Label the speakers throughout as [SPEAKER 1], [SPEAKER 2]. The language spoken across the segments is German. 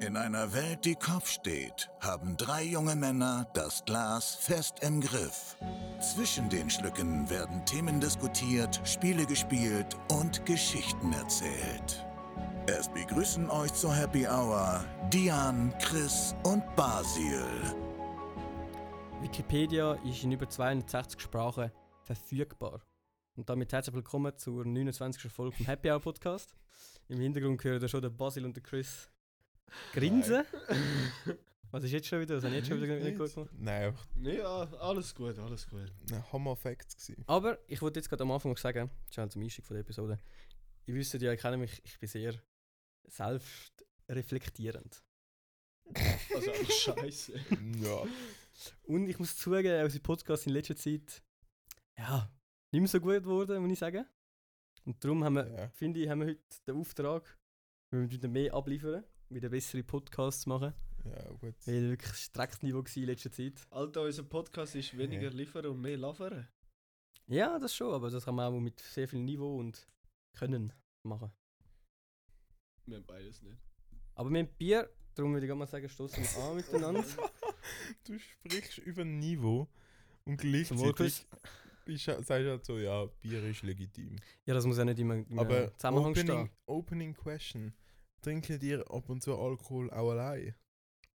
[SPEAKER 1] In einer Welt, die Kopf steht, haben drei junge Männer das Glas fest im Griff. Zwischen den Schlücken werden Themen diskutiert, Spiele gespielt und Geschichten erzählt. Es begrüßen euch zur Happy Hour Dian, Chris und Basil.
[SPEAKER 2] Wikipedia ist in über 260 Sprachen verfügbar. Und damit herzlich willkommen zur 29. Folge vom Happy Hour Podcast. Im Hintergrund hören da schon der Basil und der Chris grinsen. Was ist jetzt schon wieder? Was haben jetzt schon wieder nicht gut gemacht?
[SPEAKER 3] Nein, einfach
[SPEAKER 4] Ja, alles gut, alles gut.
[SPEAKER 3] ein Homo-Facts gewesen.
[SPEAKER 2] Aber ich wollte jetzt gerade am Anfang noch sagen, schon zum Einstieg von der Episode, ihr wisst ja, ich kenne mich, ich bin sehr selbstreflektierend.
[SPEAKER 4] Also auch scheiße.
[SPEAKER 3] Ja.
[SPEAKER 2] Und ich muss zugeben, unsere Podcasts in letzter Zeit ja, nicht mehr so gut geworden, muss ich sagen. Und darum haben wir,
[SPEAKER 3] ja.
[SPEAKER 2] finde ich, haben wir heute den Auftrag, wir müssen wieder mehr abliefern, wieder bessere Podcasts zu machen.
[SPEAKER 3] Ja, gut.
[SPEAKER 2] Weil wirklich strenges Niveau war in letzter Zeit.
[SPEAKER 4] Alter, unser Podcast ist weniger liefern und mehr laufen.
[SPEAKER 2] Ja, das schon, aber das kann man auch mit sehr viel Niveau und Können machen.
[SPEAKER 4] Wir haben beides nicht.
[SPEAKER 2] Aber wir haben Bier, darum würde ich gerade mal sagen, stoßen wir an miteinander.
[SPEAKER 3] Du sprichst über Niveau und
[SPEAKER 2] Zum Wohl,
[SPEAKER 3] gleichzeitig
[SPEAKER 2] Chris.
[SPEAKER 3] bist, du- sagst du halt so, ja, Bier ist legitim.
[SPEAKER 2] Ja, das muss ja nicht immer im
[SPEAKER 3] Aber
[SPEAKER 2] äh, Zusammenhang
[SPEAKER 3] opening,
[SPEAKER 2] stehen.
[SPEAKER 3] opening question. Trinken dir ab und zu Alkohol auch allein?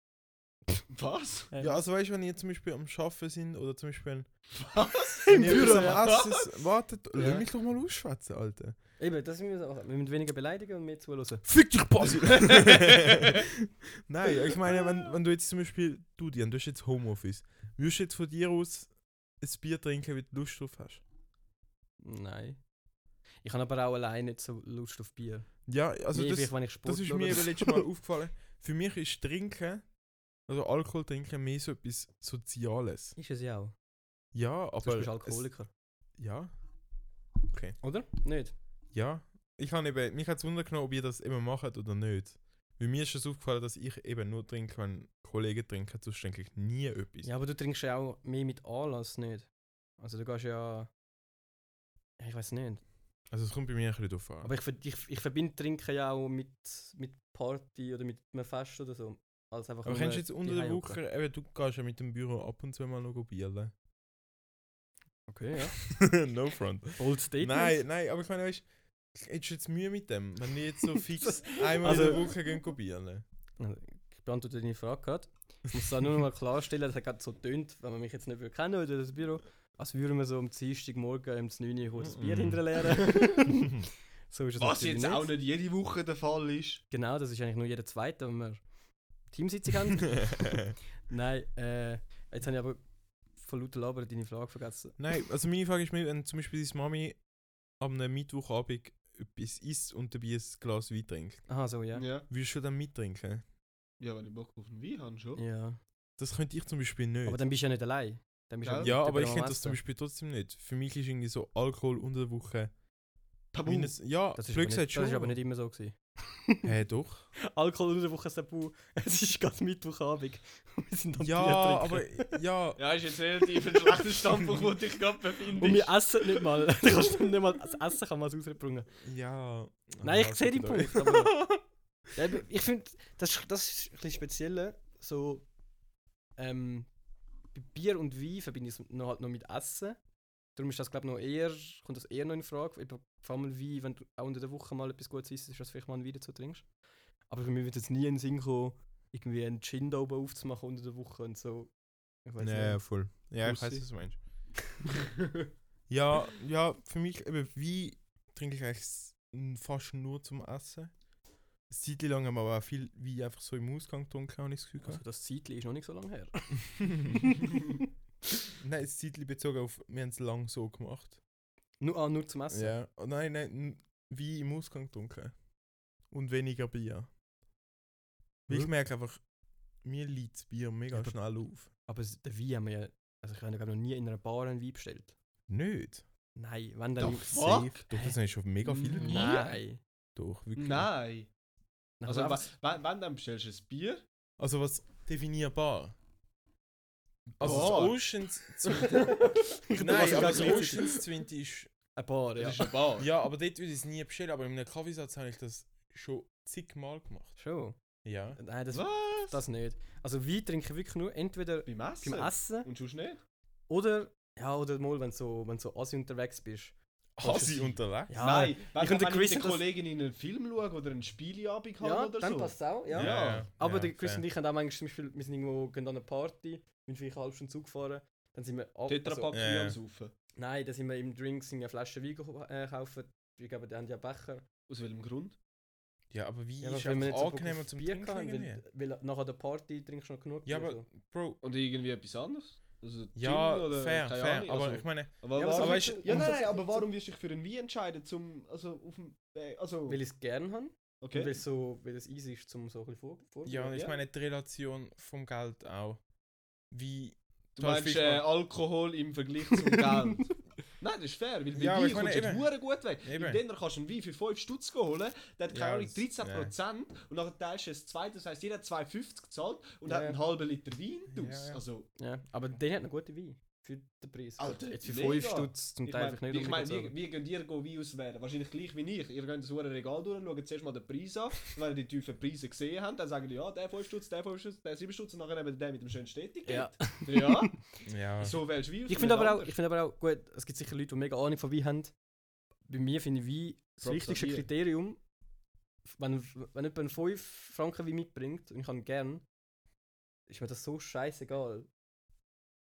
[SPEAKER 4] Was?
[SPEAKER 2] Äh,
[SPEAKER 3] Ja, also weißt du, wenn ihr zum Beispiel am Schaffen sind oder zum Beispiel
[SPEAKER 4] Was?
[SPEAKER 3] wenn ihr
[SPEAKER 2] Büro,
[SPEAKER 3] etwas
[SPEAKER 2] ja.
[SPEAKER 3] am Essen wartet,
[SPEAKER 2] Ja.
[SPEAKER 3] lass mich doch mal ausschwätzen, Alter.
[SPEAKER 2] Eben, das müssen wir auch. Wir müssen weniger beleidigen und mehr zuhören.
[SPEAKER 3] Fick dich, Basil! Nein, ich meine, wenn, wenn du jetzt zum Beispiel, du Dian, du hast jetzt Homeoffice, würdest du jetzt von dir aus ein Bier trinken, weil du Lust drauf hast?
[SPEAKER 2] Nein. Ich habe aber auch allein nicht so Lust auf Bier.
[SPEAKER 3] Ja, also
[SPEAKER 2] Also
[SPEAKER 3] das,
[SPEAKER 2] wenn ich Sport
[SPEAKER 3] das ist
[SPEAKER 2] schaue
[SPEAKER 3] mir
[SPEAKER 2] oder
[SPEAKER 3] eben
[SPEAKER 2] so.
[SPEAKER 3] letztes Mal aufgefallen. Für mich ist Trinken, also Alkohol trinken, mehr so etwas Soziales.
[SPEAKER 2] Ist es ja auch.
[SPEAKER 3] Ja,
[SPEAKER 2] Du
[SPEAKER 3] aber...
[SPEAKER 2] bist
[SPEAKER 3] es-
[SPEAKER 2] Alkoholiker.
[SPEAKER 3] Ja,
[SPEAKER 2] Oder? Nicht?
[SPEAKER 3] ja. Ich habe eben, mich hat es genommen, ob ihr das eben macht oder nicht. Bei mir ist es aufgefallen, dass ich eben nur trinke, wenn Kollegen trinken, sonst trinke ich nie etwas.
[SPEAKER 2] Ja, aber du trinkst ja auch mehr mit Anlass nicht. Also du gehst ja. Ja, Ich weiß nicht.
[SPEAKER 3] Also es kommt bei mir ein bisschen drauf an.
[SPEAKER 2] Aber ich, ver- ich, ich verbinde Trinken ja auch mit, mit Party oder mit einem Fest oder so. Als einfach
[SPEAKER 3] Aber
[SPEAKER 2] nur
[SPEAKER 3] kennst du jetzt unter der
[SPEAKER 2] daheim hocken.
[SPEAKER 3] Woche, eben, du gehst ja mit dem Büro ab und zu mal noch Bier.
[SPEAKER 2] Okay, ja.
[SPEAKER 3] no front.
[SPEAKER 2] Old Statement.
[SPEAKER 3] Nein, nein, aber ich meine, weißt du, hättest du jetzt Mühe mit dem, wenn wir jetzt so fix einmal
[SPEAKER 2] Also-
[SPEAKER 3] in der Woche gehen Bier.
[SPEAKER 2] Also, Ich beantworte deine Frage gerade. Ich muss da nur noch mal klarstellen, das hat gerade so tönt, wenn man mich jetzt nicht würde kennen oder das Büro, als würden wir so am Dienstagmorgen um 9 Uhr kurz das Bier
[SPEAKER 3] Mm-mm.
[SPEAKER 2] hinterleeren. so ist es
[SPEAKER 4] Was
[SPEAKER 2] natürlich
[SPEAKER 4] jetzt auch nicht jede Woche der Fall ist.
[SPEAKER 2] Genau, das ist eigentlich nur jeder zweite, wenn wir Teamsitzung haben. Nein, äh, jetzt habe ich aber von lauter Labern deine Frage vergessen.
[SPEAKER 3] nein, also meine Frage ist mir, wenn zum Beispiel deine Mami am einem Mittwochabend etwas isst und dabei ein Glas Wein trinkt,
[SPEAKER 2] Aha, so, ja.
[SPEAKER 4] Ja. ja.
[SPEAKER 3] würdest du dann mittrinken?
[SPEAKER 4] wenn ich Bock auf einen Wein habe, schon.
[SPEAKER 2] Ja.
[SPEAKER 3] Das könnte ich zum Beispiel nicht.
[SPEAKER 2] Aber dann bist du ja nicht allein. Dann bist du
[SPEAKER 4] Gell?
[SPEAKER 2] mit
[SPEAKER 3] ja,
[SPEAKER 2] jemandem
[SPEAKER 3] aber ich
[SPEAKER 2] am
[SPEAKER 3] könnte das zum
[SPEAKER 2] Essen.
[SPEAKER 3] Beispiel trotzdem nicht. Für mich ist irgendwie so Alkohol unter der Woche.
[SPEAKER 4] Tabu.
[SPEAKER 3] Mindest, ja,
[SPEAKER 2] Das ist, aber
[SPEAKER 3] blöd
[SPEAKER 2] nicht,
[SPEAKER 3] gesagt schon.
[SPEAKER 2] das ist aber nicht immer so. Gewesen.
[SPEAKER 3] Hä, doch.
[SPEAKER 2] Alkohol unter der Woche ist Tabu. Es ist gerade Mittwochabend. Wir sind am
[SPEAKER 3] Ja,
[SPEAKER 2] Bier trinken.
[SPEAKER 3] aber ja,
[SPEAKER 4] Ja, ist jetzt relativ ein schlechter Standpunkt, wo dich gerade
[SPEAKER 2] Und wir
[SPEAKER 4] befindest.
[SPEAKER 2] essen nicht mal. Du kannst nicht mal das Essen kann man als Ausrede bringen.
[SPEAKER 3] ja.
[SPEAKER 2] Nein,
[SPEAKER 3] Ah,
[SPEAKER 2] ich sehe den
[SPEAKER 3] gut, aber-
[SPEAKER 2] Punkt. Aber, ja, eben, ich finde, das, ist- das ist ein bisschen speziell. So, ähm, bei Bier und Wein verbinde ich es noch, halt noch mit Essen. Darum ist das, glaube ich, noch eher, kommt das eher noch in Frage. Eben, Vor allem Wein, wenn du auch unter der Woche mal etwas Gutes isst, ist das vielleicht mal ein Wein dazu trinkst. Aber mir wird jetzt nie in den Sinn kommen, irgendwie einen Gin da oben aufzumachen unter der Woche und so. Ich weiß
[SPEAKER 3] Nee,
[SPEAKER 2] nicht.
[SPEAKER 3] voll. Ja, ich
[SPEAKER 4] Bussi.
[SPEAKER 3] weiß, was du meinst. Ja, ja, für mich eben, wie trinke ich eigentlich s- n- fast nur zum Essen. Eine Zeit lang haben wir aber auch viel wie einfach so im Ausgang getrunken, habe ich das Gefühl
[SPEAKER 2] Also,
[SPEAKER 3] gehabt.
[SPEAKER 2] das Zeitchen ist noch nicht so lange her.
[SPEAKER 3] Nein, eine Zeit lang bezogen auf, wir haben es lang so gemacht.
[SPEAKER 2] Nur, ah, nur zum Essen.
[SPEAKER 3] Ja, oh, nein, nein, n- wie im Ausgang getrunken. Und weniger Bier. Weil ich
[SPEAKER 2] Hm.
[SPEAKER 3] merke einfach, mir liegt das Bier mega
[SPEAKER 2] Ja, aber-
[SPEAKER 3] schnell auf.
[SPEAKER 2] Aber s- den Wein haben wir ja. Also, ich habe glaub ich, noch nie in einer Bar einen Wein bestellt.
[SPEAKER 3] Nicht?
[SPEAKER 2] Nein, wenn
[SPEAKER 4] The
[SPEAKER 2] dann.
[SPEAKER 4] fuck?
[SPEAKER 3] Doch, das ist schon mega viel.
[SPEAKER 4] Nein.
[SPEAKER 2] Nein.
[SPEAKER 3] Doch, wirklich.
[SPEAKER 4] Nein. Also,
[SPEAKER 2] Also,
[SPEAKER 4] wa-
[SPEAKER 2] aber,
[SPEAKER 4] wann, wann dann bestellst du ein Bier?
[SPEAKER 3] Also was definierbar? Also
[SPEAKER 4] Bar.
[SPEAKER 3] das Oceans 20. Nein, aber das Oceans 20 ist.
[SPEAKER 2] ein paar,
[SPEAKER 4] Das
[SPEAKER 2] ja.
[SPEAKER 4] ist eine Bar.
[SPEAKER 3] Ja, aber dort würde ich es nie bestellen, aber in einem Kaffeesatz habe ich das schon zigmal gemacht.
[SPEAKER 2] Schon.
[SPEAKER 3] Ja.
[SPEAKER 2] Nein, das,
[SPEAKER 4] Was?
[SPEAKER 2] das nicht. Also Wein trinke ich wirklich nur entweder
[SPEAKER 4] Beim Essen?
[SPEAKER 2] beim Essen
[SPEAKER 4] Und sonst nicht?
[SPEAKER 2] oder ja, oder mal, wenn du so, wenn du so Asi unterwegs bist.
[SPEAKER 3] Hasi unterwegs?
[SPEAKER 2] Ja,
[SPEAKER 4] Nein,
[SPEAKER 2] ich
[SPEAKER 4] weißt du,
[SPEAKER 2] und der
[SPEAKER 4] wenn ich
[SPEAKER 2] Chris
[SPEAKER 4] mit
[SPEAKER 2] haben das-
[SPEAKER 4] Kollegin in einen Film schaue oder einen Spieleabend
[SPEAKER 2] ja,
[SPEAKER 4] habe oder
[SPEAKER 2] dann
[SPEAKER 4] so.
[SPEAKER 2] passt es auch, ja.
[SPEAKER 4] Ja.
[SPEAKER 2] Aber
[SPEAKER 3] ja,
[SPEAKER 2] der Chris
[SPEAKER 3] fair.
[SPEAKER 2] und ich haben auch manchmal zum Beispiel, wir sind irgendwo gehen an eine Party, sind vielleicht eine halbe Stunde Zug gefahren, dann sind wir ab. also
[SPEAKER 4] Tetrapack
[SPEAKER 3] Ja,
[SPEAKER 4] wie
[SPEAKER 3] ja.
[SPEAKER 4] am Saufen.
[SPEAKER 2] nein, dann sind wir im Drink, sind eine Flasche Wein geko- äh, kaufen. Wir geben die haben ja Becher.
[SPEAKER 4] Aus welchem Grund?
[SPEAKER 3] Ja, aber wie
[SPEAKER 2] Ja,
[SPEAKER 3] ist
[SPEAKER 2] aber wenn wir
[SPEAKER 3] es
[SPEAKER 2] nicht so Bock
[SPEAKER 3] angenehmer
[SPEAKER 2] auf
[SPEAKER 3] zum
[SPEAKER 2] Bier
[SPEAKER 3] Trinken?
[SPEAKER 2] gehabt haben,
[SPEAKER 3] irgendwie?
[SPEAKER 2] weil, weil nach der Party trinkst du noch genug
[SPEAKER 3] Ja,
[SPEAKER 2] Bier,
[SPEAKER 3] aber-
[SPEAKER 2] so.
[SPEAKER 3] Bro.
[SPEAKER 4] Und irgendwie etwas anderes? Also
[SPEAKER 3] Ja,
[SPEAKER 4] Gin oder
[SPEAKER 3] fair,
[SPEAKER 4] keine
[SPEAKER 3] fair.
[SPEAKER 4] Ahnung,
[SPEAKER 3] aber
[SPEAKER 4] also-
[SPEAKER 3] ich meine,
[SPEAKER 4] Aber,
[SPEAKER 2] Ja, aber
[SPEAKER 4] warum,
[SPEAKER 2] so-
[SPEAKER 4] weißt, du- ja,
[SPEAKER 2] um
[SPEAKER 4] nein,
[SPEAKER 2] das-
[SPEAKER 4] nein, aber warum wirst du dich für einen Wein entscheiden, zum, also auf dem, äh, also,
[SPEAKER 2] Weil ich es gerne habe. Und weil
[SPEAKER 4] okay.
[SPEAKER 2] es so, weil es easy ist, zum so ein bisschen vor, vor
[SPEAKER 3] ja, und ich
[SPEAKER 4] ja.
[SPEAKER 3] meine die Relation vom Geld auch. Wie.
[SPEAKER 4] Du
[SPEAKER 3] zahlst
[SPEAKER 4] meinst
[SPEAKER 3] fünfmal-
[SPEAKER 4] äh, Alkohol im Vergleich zum Geld. Nein, das ist fair, weil bei
[SPEAKER 3] Ja, aber
[SPEAKER 4] Wein
[SPEAKER 3] ich meine,
[SPEAKER 4] kommst du jetzt
[SPEAKER 3] eben.
[SPEAKER 4] verdammt gut weg.
[SPEAKER 3] Eben.
[SPEAKER 4] Im Denner kannst du einen Wein für 5 Stutz holen, der hat keine
[SPEAKER 3] Ja,
[SPEAKER 4] Ahnung,
[SPEAKER 3] das-
[SPEAKER 4] 13% und nachher teilst du es zwei, das heisst jeder hat 2,50 gezahlt und
[SPEAKER 2] Ja,
[SPEAKER 4] hat
[SPEAKER 2] ja.
[SPEAKER 4] einen halben Liter Wein draus.
[SPEAKER 3] Ja, ja.
[SPEAKER 4] Also,
[SPEAKER 2] Ja, aber der hat noch gute Wein für den Preis. Also,
[SPEAKER 4] Alter,
[SPEAKER 2] Jetzt für
[SPEAKER 4] mega.
[SPEAKER 2] 5 Stutz zum
[SPEAKER 4] ich
[SPEAKER 2] Teil
[SPEAKER 4] meine,
[SPEAKER 2] einfach nicht
[SPEAKER 4] ich meine,
[SPEAKER 2] unbedingt,
[SPEAKER 4] wie, wie könnt ihr go Wein auswählen? Wahrscheinlich gleich wie ich. Ihr geht ins hohe Regal durch, schaut zuerst mal den Preis an. Und wenn ihr die tiefen Preise gesehen habt, dann sagen die, ja, der 5 Stutz, der 5 Stutz, der 7 Stutz und nachher eben der mit dem schönsten Etikett.
[SPEAKER 2] Ja.
[SPEAKER 4] ja.
[SPEAKER 3] Ja.
[SPEAKER 4] So wählst du Wein aus
[SPEAKER 2] Ich finde
[SPEAKER 4] und
[SPEAKER 2] aber, auch-
[SPEAKER 4] nicht
[SPEAKER 2] ich finde aber auch, gut, es gibt sicher Leute, die mega Ahnung von Wein haben. Bei mir finde ich Wein das
[SPEAKER 4] Props
[SPEAKER 2] wichtigste
[SPEAKER 4] an dir.
[SPEAKER 2] Kriterium. Wenn, wenn jemand 5 Franken Wein mitbringt und ich kann gern, ist mir das so scheißegal.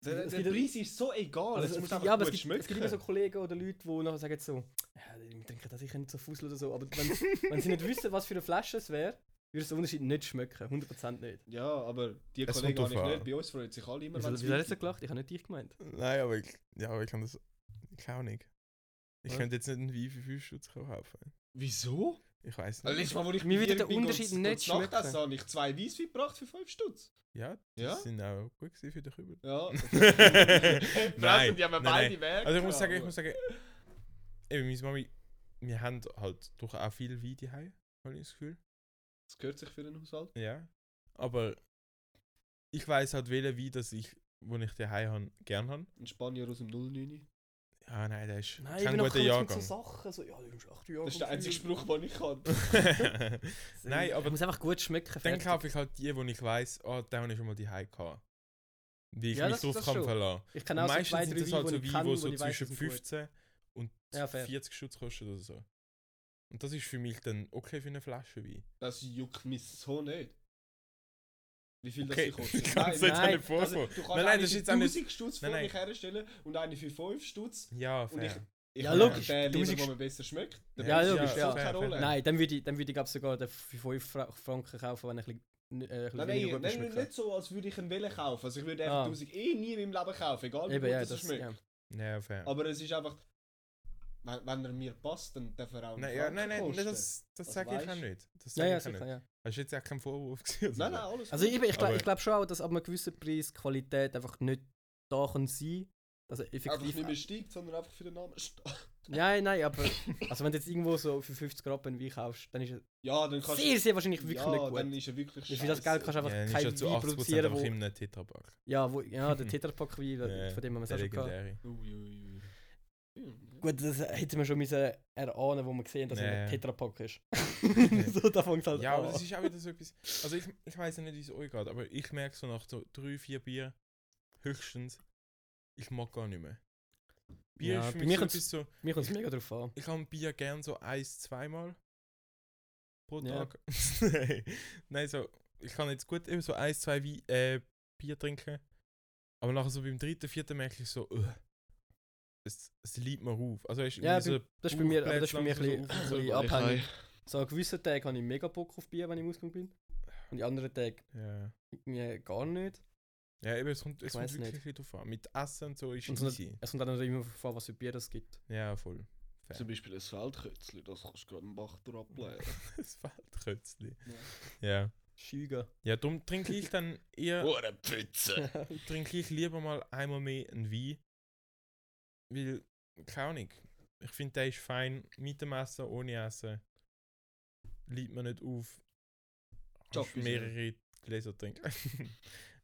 [SPEAKER 4] Der,
[SPEAKER 2] Es
[SPEAKER 4] der
[SPEAKER 2] gibt-
[SPEAKER 4] Preis ist so egal,
[SPEAKER 2] Also
[SPEAKER 4] es muss
[SPEAKER 2] gibt-
[SPEAKER 4] einfach
[SPEAKER 2] ja, aber
[SPEAKER 4] gut
[SPEAKER 2] es gibt,
[SPEAKER 4] schmecken.
[SPEAKER 2] es gibt immer so Kollegen oder Leute, die nachher sagen so, ja, wir trinken das sicher nicht so Fussel oder so, aber wenn, wenn sie nicht wissen, was für eine Flasche es wäre, würde es den Unterschied nicht schmecken, 100% nicht.
[SPEAKER 4] ja, aber die
[SPEAKER 3] Es
[SPEAKER 4] Kollegen
[SPEAKER 3] kommt
[SPEAKER 4] habe ich
[SPEAKER 3] drauf
[SPEAKER 4] nicht.
[SPEAKER 3] an.
[SPEAKER 4] Bei uns freuen sich alle immer,
[SPEAKER 2] Wieso
[SPEAKER 4] wenn
[SPEAKER 2] wieso hast du gelacht? Ich habe nicht dich gemeint.
[SPEAKER 3] Nein, aber ich, ja, aber ich kann das. Ich auch nicht. Ich
[SPEAKER 2] Was?
[SPEAKER 3] könnte jetzt nicht einen Wein für 5 Stutz kaufen.
[SPEAKER 4] Wieso?
[SPEAKER 3] Ich weiß
[SPEAKER 4] Also,
[SPEAKER 3] nicht.
[SPEAKER 4] letztes Mal, wo ich
[SPEAKER 2] Mir
[SPEAKER 4] bei
[SPEAKER 2] würde
[SPEAKER 4] dir
[SPEAKER 2] der
[SPEAKER 4] bin,
[SPEAKER 2] Unterschied
[SPEAKER 4] geht's-
[SPEAKER 2] nicht
[SPEAKER 4] geht's nach
[SPEAKER 2] schmecken.
[SPEAKER 4] Das habe ich zwei Weißwein gebracht für 5 Stutz.
[SPEAKER 3] Ja, die
[SPEAKER 4] Ja?
[SPEAKER 3] sind auch gut gewesen für den Kübel.
[SPEAKER 4] Ja.
[SPEAKER 3] Nein,
[SPEAKER 4] die haben wir
[SPEAKER 3] nein,
[SPEAKER 4] beide
[SPEAKER 3] nein.
[SPEAKER 4] weg.
[SPEAKER 3] Also ich muss sagen, ich muss sagen, eben meine Mami, wir haben halt doch auch viel Wein daheim, habe ich das Gefühl.
[SPEAKER 4] Das gehört sich für einen Haushalt.
[SPEAKER 3] Ja. Aber ich weiß halt welchen Wein, dass ich, wo ich daheim han, gern habe.
[SPEAKER 4] Ein Spanier aus dem 09.
[SPEAKER 3] Ja, nein, der ist
[SPEAKER 2] Nein, ich
[SPEAKER 3] kein
[SPEAKER 2] bin noch
[SPEAKER 3] guter
[SPEAKER 2] mit
[SPEAKER 3] Jahrgang.
[SPEAKER 2] so Sachen, so, ja, du bist 8 Jahre
[SPEAKER 4] Das ist der einzige Spruch, den ich kann.
[SPEAKER 3] Nein, aber-
[SPEAKER 2] muss einfach gut schmecken.
[SPEAKER 3] Dann
[SPEAKER 2] fertig.
[SPEAKER 3] kaufe ich halt die, wo ich weiß, oh, den habe ich schon mal daheim gehabt. Wie ich
[SPEAKER 2] Ja,
[SPEAKER 3] mich
[SPEAKER 2] das-
[SPEAKER 3] drauf
[SPEAKER 2] das
[SPEAKER 3] kann
[SPEAKER 2] schon.
[SPEAKER 3] verlassen.
[SPEAKER 2] Ich
[SPEAKER 3] Und
[SPEAKER 2] kann auch so
[SPEAKER 3] meistens
[SPEAKER 2] zwei,
[SPEAKER 3] sind
[SPEAKER 2] drei
[SPEAKER 3] das halt so
[SPEAKER 2] Weine, die ich
[SPEAKER 3] Weine,
[SPEAKER 2] kann,
[SPEAKER 3] die
[SPEAKER 2] wo
[SPEAKER 3] so
[SPEAKER 2] ich weiss,
[SPEAKER 3] zwischen
[SPEAKER 2] die sind gut.
[SPEAKER 3] 15 und
[SPEAKER 2] Ja, fair.
[SPEAKER 3] 40 Schutz kosten oder so. Und das ist für mich dann okay für eine Flasche Wein.
[SPEAKER 4] Das juckt mich so nicht. Wie viel
[SPEAKER 3] Okay,
[SPEAKER 4] das ich
[SPEAKER 3] ich kann's jetzt auch nicht vorstellen.
[SPEAKER 4] Also, du kannst
[SPEAKER 3] Nein, nein,
[SPEAKER 4] eine
[SPEAKER 3] das ist
[SPEAKER 4] für
[SPEAKER 3] jetzt auch nicht-
[SPEAKER 4] 1000 Stutz vor
[SPEAKER 3] Nein, nein.
[SPEAKER 4] mich herstellen und eine für 5 Stutz.
[SPEAKER 3] Ja,
[SPEAKER 4] Und ich,
[SPEAKER 3] fair.
[SPEAKER 4] ich
[SPEAKER 2] Ja,
[SPEAKER 4] habe
[SPEAKER 2] logisch,
[SPEAKER 4] Den lieber,
[SPEAKER 2] 1000
[SPEAKER 4] der mir besser schmeckt. Der
[SPEAKER 2] Ja,
[SPEAKER 4] Preis
[SPEAKER 2] logisch,
[SPEAKER 4] spielt
[SPEAKER 2] ja.
[SPEAKER 4] so keine Rolle.
[SPEAKER 2] Nein, dann würde ich, dann würde ich glaub sogar den für 5 Fra Franken kaufen, wenn ich ein bisschen, äh, ein bisschen
[SPEAKER 4] Nein,
[SPEAKER 2] weniger
[SPEAKER 4] nein,
[SPEAKER 2] gut
[SPEAKER 4] nein,
[SPEAKER 2] schmeckt.
[SPEAKER 4] nicht so, als würde ich einen Wellen kaufen. Also ich würde
[SPEAKER 2] Ah.
[SPEAKER 4] einfach 1000 eh nie in meinem Leben kaufen, egal wie
[SPEAKER 2] Eben,
[SPEAKER 4] gut
[SPEAKER 2] ja,
[SPEAKER 4] das,
[SPEAKER 2] das,
[SPEAKER 4] schmeckt.
[SPEAKER 2] ja.
[SPEAKER 3] Ja, fair.
[SPEAKER 4] Aber es ist einfach, wenn, wenn er mir passt, dann darf er auch einen
[SPEAKER 3] Nein, ja,
[SPEAKER 4] Franken
[SPEAKER 3] nein, nein,
[SPEAKER 4] kosten.
[SPEAKER 3] das, das
[SPEAKER 4] Also
[SPEAKER 3] sage ich auch
[SPEAKER 4] weisst-
[SPEAKER 3] nicht. Das
[SPEAKER 2] Ja, ja,
[SPEAKER 3] sage ich auch
[SPEAKER 2] sicher,
[SPEAKER 3] nicht.
[SPEAKER 2] ja.
[SPEAKER 3] Das ist jetzt auch kein Vorwurf. gewesen oder
[SPEAKER 4] Nein,
[SPEAKER 3] so.
[SPEAKER 4] nein, alles
[SPEAKER 2] Also
[SPEAKER 4] gut.
[SPEAKER 2] eben, ich, glaub-
[SPEAKER 3] Aber-
[SPEAKER 2] ich glaube schon auch, dass ab einem gewissen Preis die Qualität einfach nicht da kann sein dass er
[SPEAKER 4] Einfach
[SPEAKER 2] effektiv...
[SPEAKER 4] nicht mehr steigt, sondern einfach für den Namen steht.
[SPEAKER 2] nein, nein, aber... Also wenn du jetzt irgendwo so für 50 Rappen Wein kaufst, dann ist es
[SPEAKER 4] Ja, dann kannst
[SPEAKER 2] sehr, sehr wahrscheinlich wirklich
[SPEAKER 4] ja,
[SPEAKER 2] nicht gut.
[SPEAKER 4] dann ist er wirklich
[SPEAKER 2] Weil Für das Geld kannst du einfach
[SPEAKER 3] Ja, dann ist ja
[SPEAKER 2] kein
[SPEAKER 3] zu
[SPEAKER 2] Wein
[SPEAKER 3] 80 Prozent
[SPEAKER 2] produzieren,
[SPEAKER 3] einfach
[SPEAKER 2] wo...
[SPEAKER 3] in einem Tetrapack.
[SPEAKER 2] Ja, wo, ja, der Tetrapack Wein,
[SPEAKER 3] Ja,
[SPEAKER 2] von dem haben wir es
[SPEAKER 3] Der
[SPEAKER 2] auch schon gehabt.
[SPEAKER 3] legendäre.
[SPEAKER 4] Uiuiui.
[SPEAKER 2] Gut, das hätten wir schon müssen erahnen, wo wir gesehen haben, dass er
[SPEAKER 3] Nee.
[SPEAKER 2] ein Tetrapack ist. so, da fängt es halt
[SPEAKER 3] Ja,
[SPEAKER 2] an.
[SPEAKER 3] aber das ist auch wieder so etwas. Also ich, ich weiß ja nicht, wie es euch geht, aber ich merke so nach so drei, vier Bier höchstens, ich mag gar nicht mehr. Bier
[SPEAKER 2] Ja,
[SPEAKER 3] ist
[SPEAKER 2] bei
[SPEAKER 3] für mich
[SPEAKER 2] mir
[SPEAKER 3] so
[SPEAKER 2] kommt's-
[SPEAKER 3] etwas so,
[SPEAKER 2] Mir kommt es mega drauf an.
[SPEAKER 3] ich habe Bier gern so eins, zweimal pro
[SPEAKER 2] Ja.
[SPEAKER 3] Tag. Nein, so, ich kann jetzt gut eben so eins, zwei Wein, äh, Bier trinken, aber nachher so beim dritten, vierten merke ich so, ugh, es, es liebt mir auf. Also es ist
[SPEAKER 2] Ja,
[SPEAKER 3] irgendwie so,
[SPEAKER 2] Das ist bei mir, aber das ist
[SPEAKER 3] Bauchplätze
[SPEAKER 2] bei mir ein bisschen,
[SPEAKER 3] langsam so
[SPEAKER 2] ein
[SPEAKER 3] auf-
[SPEAKER 2] bisschen abhängig. So an gewissen Tagen habe ich mega Bock auf Bier, wenn ich im Ausgang bin. Und die anderen Tage
[SPEAKER 3] ja.
[SPEAKER 2] irgendwie gar nicht.
[SPEAKER 3] ja, eben, es kommt, es kommt
[SPEAKER 2] weiss nicht.
[SPEAKER 3] wirklich ein bisschen drauf an. Mit Essen und so ist
[SPEAKER 2] Und
[SPEAKER 3] es
[SPEAKER 2] so
[SPEAKER 3] easy.
[SPEAKER 2] Es kommt dann natürlich immer davon, was für Bier es gibt.
[SPEAKER 3] Ja, voll.
[SPEAKER 4] Zum Beispiel ein Feldkötzli, das kannst du gerade im Bach durchblähen.
[SPEAKER 3] Das Waldkötzli.
[SPEAKER 4] Ja.
[SPEAKER 3] Ja.
[SPEAKER 2] Schüger.
[SPEAKER 3] Ja, darum trinke ich dann eher,
[SPEAKER 4] Oh, eine Pfütze!
[SPEAKER 2] Oh.
[SPEAKER 3] trinke ich lieber mal einmal mehr einen Wein. Weil, keine Ahnung. Ich finde, der ist fein mit dem Essen, ohne Essen. Liegt man nicht auf. Kannst
[SPEAKER 4] Job ist
[SPEAKER 3] mehrere Gläser trinken.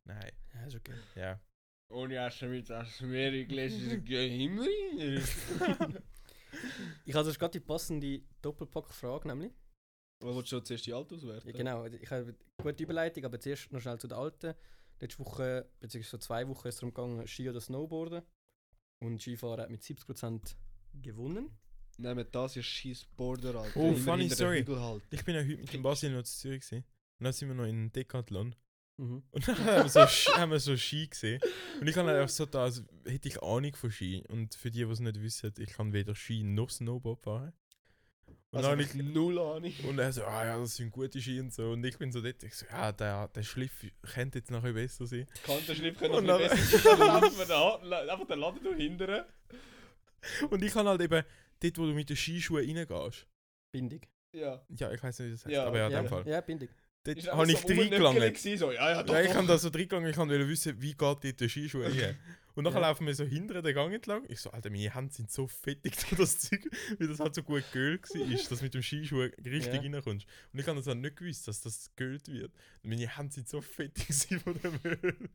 [SPEAKER 3] Nein,
[SPEAKER 2] Ja, ist okay.
[SPEAKER 3] ja.
[SPEAKER 4] Ohne Essen mit Essen, mehrere Gläser gehen Himmel rein.
[SPEAKER 2] Ich habe also gerade die passende Doppelpack-Frage, nämlich.
[SPEAKER 4] Aber willst du schon zuerst die Alte auswerten?
[SPEAKER 2] Ja, genau. Ich habe, gut, gute Überleitung, aber zuerst noch schnell zu den alten. Letzte Woche, beziehungsweise vor zwei Wochen, ist es darum gegangen, Ski oder Snowboarden. Und Skifahren hat mit 70% gewonnen.
[SPEAKER 4] Nehmen das ist scheiß Border, Alter.
[SPEAKER 3] Oh,
[SPEAKER 4] Immer
[SPEAKER 3] funny
[SPEAKER 4] hinter den
[SPEAKER 3] story.
[SPEAKER 4] Hügel Halt.
[SPEAKER 3] Ich bin ja heute mit dem Basil noch zu Zürich gewesen. Und dann sind wir noch in Decathlon.
[SPEAKER 2] Mhm.
[SPEAKER 3] Und dann haben wir so, Ski- haben wir so Ski gesehen. Und ich habe halt einfach so da, als hätte ich Ahnung von Ski. Und für die, die es nicht wissen, ich kann weder Ski noch Snowboard fahren. Und
[SPEAKER 4] Also
[SPEAKER 3] dann habe
[SPEAKER 4] ich
[SPEAKER 3] ich
[SPEAKER 4] null Ahnung.
[SPEAKER 3] Und er so, ah ja, das sind gute Ski und so. Und ich bin so dort, ich so, ja, der, der Schliff könnte jetzt nachher besser sein.
[SPEAKER 4] Kantenschliff können
[SPEAKER 2] Oh,
[SPEAKER 3] Und
[SPEAKER 4] noch ein
[SPEAKER 3] dann-
[SPEAKER 4] bisschen besser. Dann laufen wir da- la- Einfach den Laden durch hindern.
[SPEAKER 3] Und ich kann halt eben, dort wo du mit den Skischuhen reingehst,
[SPEAKER 2] Bindung.
[SPEAKER 4] Ja.
[SPEAKER 3] ja, ich weiß nicht, wie das heißt,
[SPEAKER 4] Ja,
[SPEAKER 3] aber ja, in
[SPEAKER 2] ja,
[SPEAKER 3] dem Fall.
[SPEAKER 2] ja, Bindung.
[SPEAKER 3] Dort
[SPEAKER 4] einfach
[SPEAKER 3] habe ich
[SPEAKER 4] so rumnöckelig
[SPEAKER 3] reingelangt.
[SPEAKER 4] gewesen, So, ja, ja, doch,
[SPEAKER 3] Ja, ich
[SPEAKER 4] doch.
[SPEAKER 3] habe da so reingelangt, ich wollte wissen, wie geht dort der Skischuh rein. Und nachher
[SPEAKER 2] Ja.
[SPEAKER 3] laufen wir so hinter den Gang entlang. Ich so, Alter, meine Hände sind so fettig, da das Zeug, weil das halt so gut geölt war, dass mit dem Skischuh richtig
[SPEAKER 2] Ja.
[SPEAKER 3] reinkommst. Und ich habe das halt nicht gewusst, dass das geölt wird. Und meine Hände sind so fettig gewesen von dem Öl.
[SPEAKER 4] Und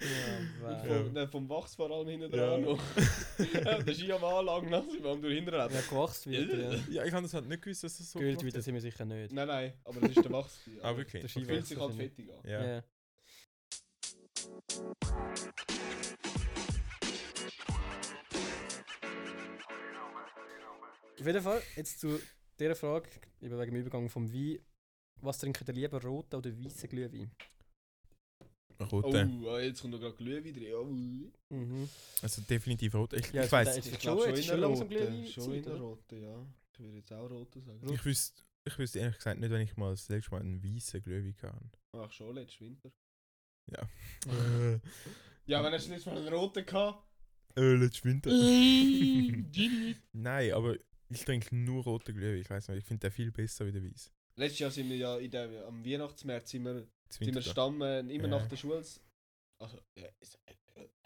[SPEAKER 2] Ja,
[SPEAKER 3] Ja.
[SPEAKER 4] vom, ja. vom Wachs vor allem hinten
[SPEAKER 3] Ja.
[SPEAKER 4] dran. noch. Ja. Der Ski am ne? Anlagen nach sich, warum du hinten
[SPEAKER 2] ja gewachsen wird. Ja.
[SPEAKER 3] Ja, ich habe das halt nicht gewusst, dass das so
[SPEAKER 2] Geölt
[SPEAKER 3] gemacht
[SPEAKER 2] wird, das sind wir sicher nicht.
[SPEAKER 4] Nein, nein, aber das ist der Wachs. gewesen.
[SPEAKER 3] Ah,
[SPEAKER 4] Aber
[SPEAKER 3] wirklich?
[SPEAKER 2] Der
[SPEAKER 4] Das
[SPEAKER 2] Skiwachs
[SPEAKER 4] fühlt sich halt
[SPEAKER 2] wahrscheinlich.
[SPEAKER 4] fettig an.
[SPEAKER 3] Ja.
[SPEAKER 2] Ja. Auf jeden Fall, jetzt zu dieser Frage, eben wegen dem Übergang vom Wein. Was trinkt ihr lieber, roten oder weißen Glühwein?
[SPEAKER 4] Oh,
[SPEAKER 3] Rote.
[SPEAKER 4] ah, jetzt kommt noch gerade Glühwein drin. Oh.
[SPEAKER 2] Mhm.
[SPEAKER 3] Also definitiv rot. Ich,
[SPEAKER 2] Ja, also
[SPEAKER 3] ich weiß,
[SPEAKER 2] der- Jetzt
[SPEAKER 4] Ich
[SPEAKER 2] wird
[SPEAKER 4] glaub,
[SPEAKER 2] schon- jetzt
[SPEAKER 4] in
[SPEAKER 2] schon
[SPEAKER 4] der
[SPEAKER 2] langsam
[SPEAKER 4] Rote,
[SPEAKER 2] Glühwein
[SPEAKER 4] Schon
[SPEAKER 2] Zeit,
[SPEAKER 4] in der
[SPEAKER 2] oder?
[SPEAKER 4] Rote, ja. Ich würde jetzt auch Rote sagen.
[SPEAKER 3] ich wüsste ich wüsste ehrlich gesagt nicht, wenn ich mal das letzte Mal einen weißen Glühwein kann.
[SPEAKER 4] Ach, schon letztes Winter.
[SPEAKER 3] äh,
[SPEAKER 4] Ja, wenn hast du nicht mal einen Roten gehabt?
[SPEAKER 3] äh, letztes Winter.
[SPEAKER 4] Genie.
[SPEAKER 3] Nein, aber ich trinke nur roten Glühwein. Ich weiß nicht, ich finde den viel besser wie der weiß.
[SPEAKER 4] Letztes Jahr sind wir ja in der, am Weihnachtsmärz sind wir, sind wir stammen, immer
[SPEAKER 3] Ja.
[SPEAKER 4] nach der Schule. Also, ja, ist-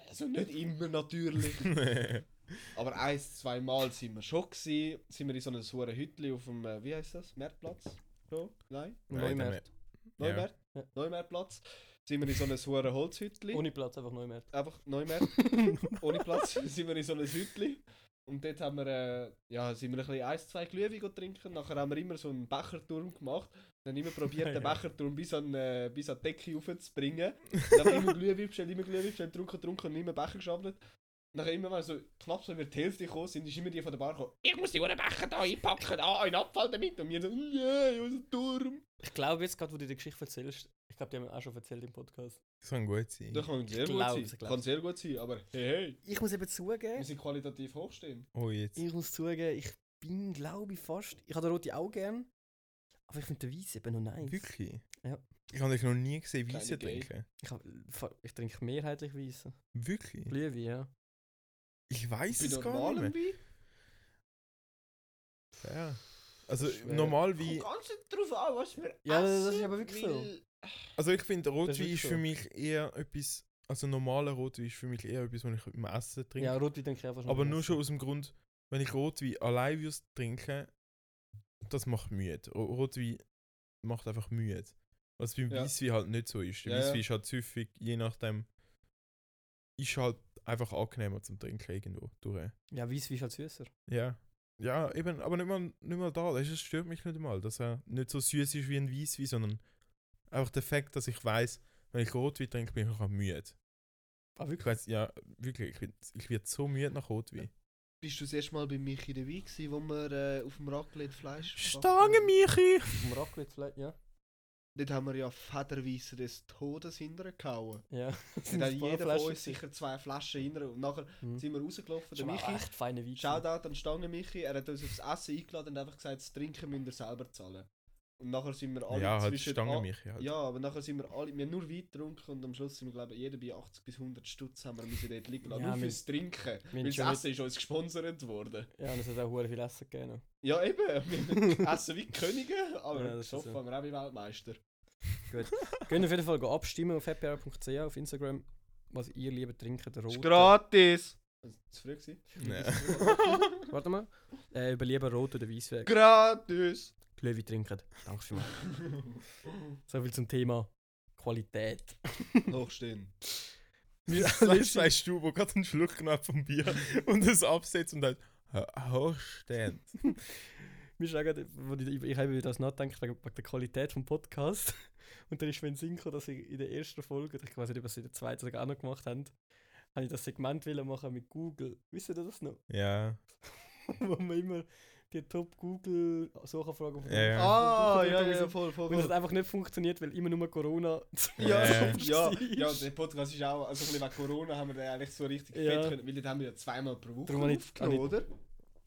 [SPEAKER 4] also nicht immer natürlich. Aber ein, zwei Mal sind wir schon gewesen, sind wir in so einem sauren Hütli auf dem, äh, wie heißt das, Märtplatz? So? Nein?
[SPEAKER 2] Neumarkt.
[SPEAKER 4] Neumärkt?
[SPEAKER 2] Ja.
[SPEAKER 4] Neumärtplatz. Sind wir in so einem sauren Holzhütli.
[SPEAKER 2] Ohne Platz, einfach Neumarkt.
[SPEAKER 4] Einfach Neumärt, ohne Platz, sind wir in so einem Hütli. Und dort haben wir, äh, ja, sind wir ein bisschen ein, zwei Glühwein getrunken. Nachher haben wir immer so einen Becherturm gemacht. Dann haben wir probiert, den
[SPEAKER 3] Ja.
[SPEAKER 4] Becherturm bis an, äh, bis an die Decke raufzubringen. Dann haben wir immer Glühwein bestellt, immer Glühwein bestellt, getrunken, getrunken und immer Becher geschabelt. Nachher immer, wenn so knapp so über die Hälfte gekommen sind, ist immer die von der Bar gekommen. Ich muss die Uhren Becher da einpacken, ah, einen Abfall damit. Und wir so, yeah, unser Turm.
[SPEAKER 2] Ich glaube jetzt gerade, wo du die Geschichte erzählst, ich glaube, die haben wir auch schon erzählt im Podcast.
[SPEAKER 3] Das kann gut sein.
[SPEAKER 4] Das kann sehr gut
[SPEAKER 2] glaub's,
[SPEAKER 4] sein.
[SPEAKER 2] ich
[SPEAKER 4] Kann
[SPEAKER 2] glaub's.
[SPEAKER 4] sehr gut sein, aber hey, hey.
[SPEAKER 2] Ich muss eben
[SPEAKER 4] Wir
[SPEAKER 2] zugeben,
[SPEAKER 4] sind qualitativ hochstehend.
[SPEAKER 3] Oh, jetzt.
[SPEAKER 2] Ich muss zugeben, ich bin, glaube ich, fast. Ich habe den roten auch gern. Aber ich finde den weißen eben noch nice.
[SPEAKER 3] Wirklich?
[SPEAKER 2] Ja.
[SPEAKER 3] Ich habe dich noch nie gesehen,
[SPEAKER 4] Keine
[SPEAKER 3] Weissen
[SPEAKER 4] Gay.
[SPEAKER 3] trinken.
[SPEAKER 2] Ich, hab, fa- ich trinke mehrheitlich weißen.
[SPEAKER 3] Wirklich?
[SPEAKER 2] Glühwein, ja.
[SPEAKER 3] Ich weiß
[SPEAKER 4] Bei
[SPEAKER 3] es gar
[SPEAKER 4] normalem
[SPEAKER 3] nicht mehr.
[SPEAKER 4] Wein?
[SPEAKER 3] Ja. Also,
[SPEAKER 4] Schwer. Oh
[SPEAKER 3] normal
[SPEAKER 4] Kommt
[SPEAKER 3] wie.
[SPEAKER 4] ganz nicht drauf an, was wir
[SPEAKER 2] Ja,
[SPEAKER 4] essen.
[SPEAKER 2] das ist aber wirklich so.
[SPEAKER 4] weil-
[SPEAKER 3] Also ich finde,
[SPEAKER 2] Das ist
[SPEAKER 3] Rotwein ist
[SPEAKER 2] wirklich
[SPEAKER 3] für
[SPEAKER 2] so.
[SPEAKER 3] mich eher etwas, also normaler Rotwein ist für mich eher etwas, was ich im Essen trinke.
[SPEAKER 2] Ja, Rotwein trinke ich einfach schon.
[SPEAKER 3] aber nur schon aus dem Grund, wenn ich Rotwein allein würd trinken, das macht müde. Ro- Rotwein macht einfach müde. Was beim
[SPEAKER 4] Ja.
[SPEAKER 3] Weißwein halt nicht so ist. Der
[SPEAKER 4] Ja, ja.
[SPEAKER 3] Weißwein ist halt häufig, je nachdem, ist halt einfach angenehmer zum Trinken irgendwo durch.
[SPEAKER 2] Ja, weißwein ist halt süßer.
[SPEAKER 3] Ja. Ja, eben, aber nicht mal, nicht mal da. Das stört mich nicht mal, dass er nicht so süß ist wie ein Weißwein, sondern einfach der Fakt, dass ich weiß, wenn ich Rotwein trinke, bin ich auch müde.
[SPEAKER 2] Ah,
[SPEAKER 3] Ich weiß, ja, wirklich, ich werde ich werd so müde nach Rotwein.
[SPEAKER 4] Bist du das erste Mal bei Michi dabei gewesen, wo wir äh, auf dem Raclette Fleisch
[SPEAKER 3] Stange,
[SPEAKER 4] mich!
[SPEAKER 3] Michi!
[SPEAKER 2] Vom Raclette vielleicht, ja.
[SPEAKER 4] Dort haben wir ja Federweisse des Todes hintergehauen.
[SPEAKER 2] Ja.
[SPEAKER 4] Dann hat jeder von uns
[SPEAKER 2] sicher.
[SPEAKER 4] sicher zwei Flaschen hinter und nachher
[SPEAKER 2] Hm.
[SPEAKER 4] sind wir rausgelaufen. Der
[SPEAKER 2] Schon mal
[SPEAKER 4] Michi,
[SPEAKER 2] echt feine Wein. gewesen.
[SPEAKER 4] Shoutout an Stange Michi, er hat uns aufs Essen eingeladen und einfach gesagt, das Trinken müsst ihr selber zahlen. Und nachher sind wir alle
[SPEAKER 3] Ja, halt
[SPEAKER 4] zwischen...
[SPEAKER 3] Stange,
[SPEAKER 4] an-
[SPEAKER 3] Michi. Halt.
[SPEAKER 4] Ja, aber nachher sind wir alle, wir haben nur Wein getrunken und am Schluss sind wir, glaube ich, jeder bei 80 bis 100 Stutz haben wir müssen dort liegen lassen.
[SPEAKER 2] Ja,
[SPEAKER 4] nur
[SPEAKER 2] wir-
[SPEAKER 4] fürs Trinken.
[SPEAKER 2] wir
[SPEAKER 4] Weil
[SPEAKER 2] haben
[SPEAKER 4] das
[SPEAKER 2] schon
[SPEAKER 4] Essen ist uns gesponsert worden.
[SPEAKER 2] Ja, und es hat auch hure viel Essen gegeben.
[SPEAKER 4] Ja, eben. Wir essen wie die Könige, aber
[SPEAKER 2] Ja, das ist
[SPEAKER 4] gesoffen
[SPEAKER 2] so.
[SPEAKER 4] haben wir auch wie Weltmeister.
[SPEAKER 2] Könnt auf jeden Fall go abstimmen auf happyhour.ch auf Instagram, was ihr lieber trinkt, roten.
[SPEAKER 4] gratis! Zu früh gewesen?
[SPEAKER 3] Nee.
[SPEAKER 2] Warte mal. Äh, über lieber rot oder weiß weg.
[SPEAKER 4] gratis!
[SPEAKER 2] Glühwein trinken. Danke schon mal. So viel zum Thema Qualität.
[SPEAKER 4] Hochstehen.
[SPEAKER 3] Weißt, weißt du, wo gerade einen Schluck nach vom Bier und es absetzt und halt, hochstehend.
[SPEAKER 2] Mir ist auch gerade, wo ich, ich, ich habe über das nachgedacht, wegen, wegen der Qualität vom Podcast. Und dann ist mir in den Sinn gekommen, dass ich in der ersten Folge, ich weiß nicht, ob sie in der zweiten oder auch noch gemacht haben, habe ich das Segment wollen machen mit Google. Wisst ihr das noch?
[SPEAKER 3] Ja.
[SPEAKER 2] wo man immer die Top Google Suchanfragen von
[SPEAKER 3] Ja, ja.
[SPEAKER 4] Ah,
[SPEAKER 2] Google
[SPEAKER 4] ja,
[SPEAKER 2] drüber
[SPEAKER 4] ja,
[SPEAKER 2] sind.
[SPEAKER 4] voll, voll.
[SPEAKER 2] Und es
[SPEAKER 4] voll.
[SPEAKER 2] hat einfach nicht funktioniert, weil immer nur Corona
[SPEAKER 4] Ja,
[SPEAKER 3] Äh.
[SPEAKER 4] ja,
[SPEAKER 2] war.
[SPEAKER 4] ja, der Podcast ist auch, also ein bisschen wegen Corona haben wir den eigentlich so richtig
[SPEAKER 2] Ja.
[SPEAKER 4] fett können, weil den haben wir ja zweimal pro Woche
[SPEAKER 2] Darum habe ich-
[SPEAKER 4] aufgenommen,
[SPEAKER 2] habe
[SPEAKER 4] oder?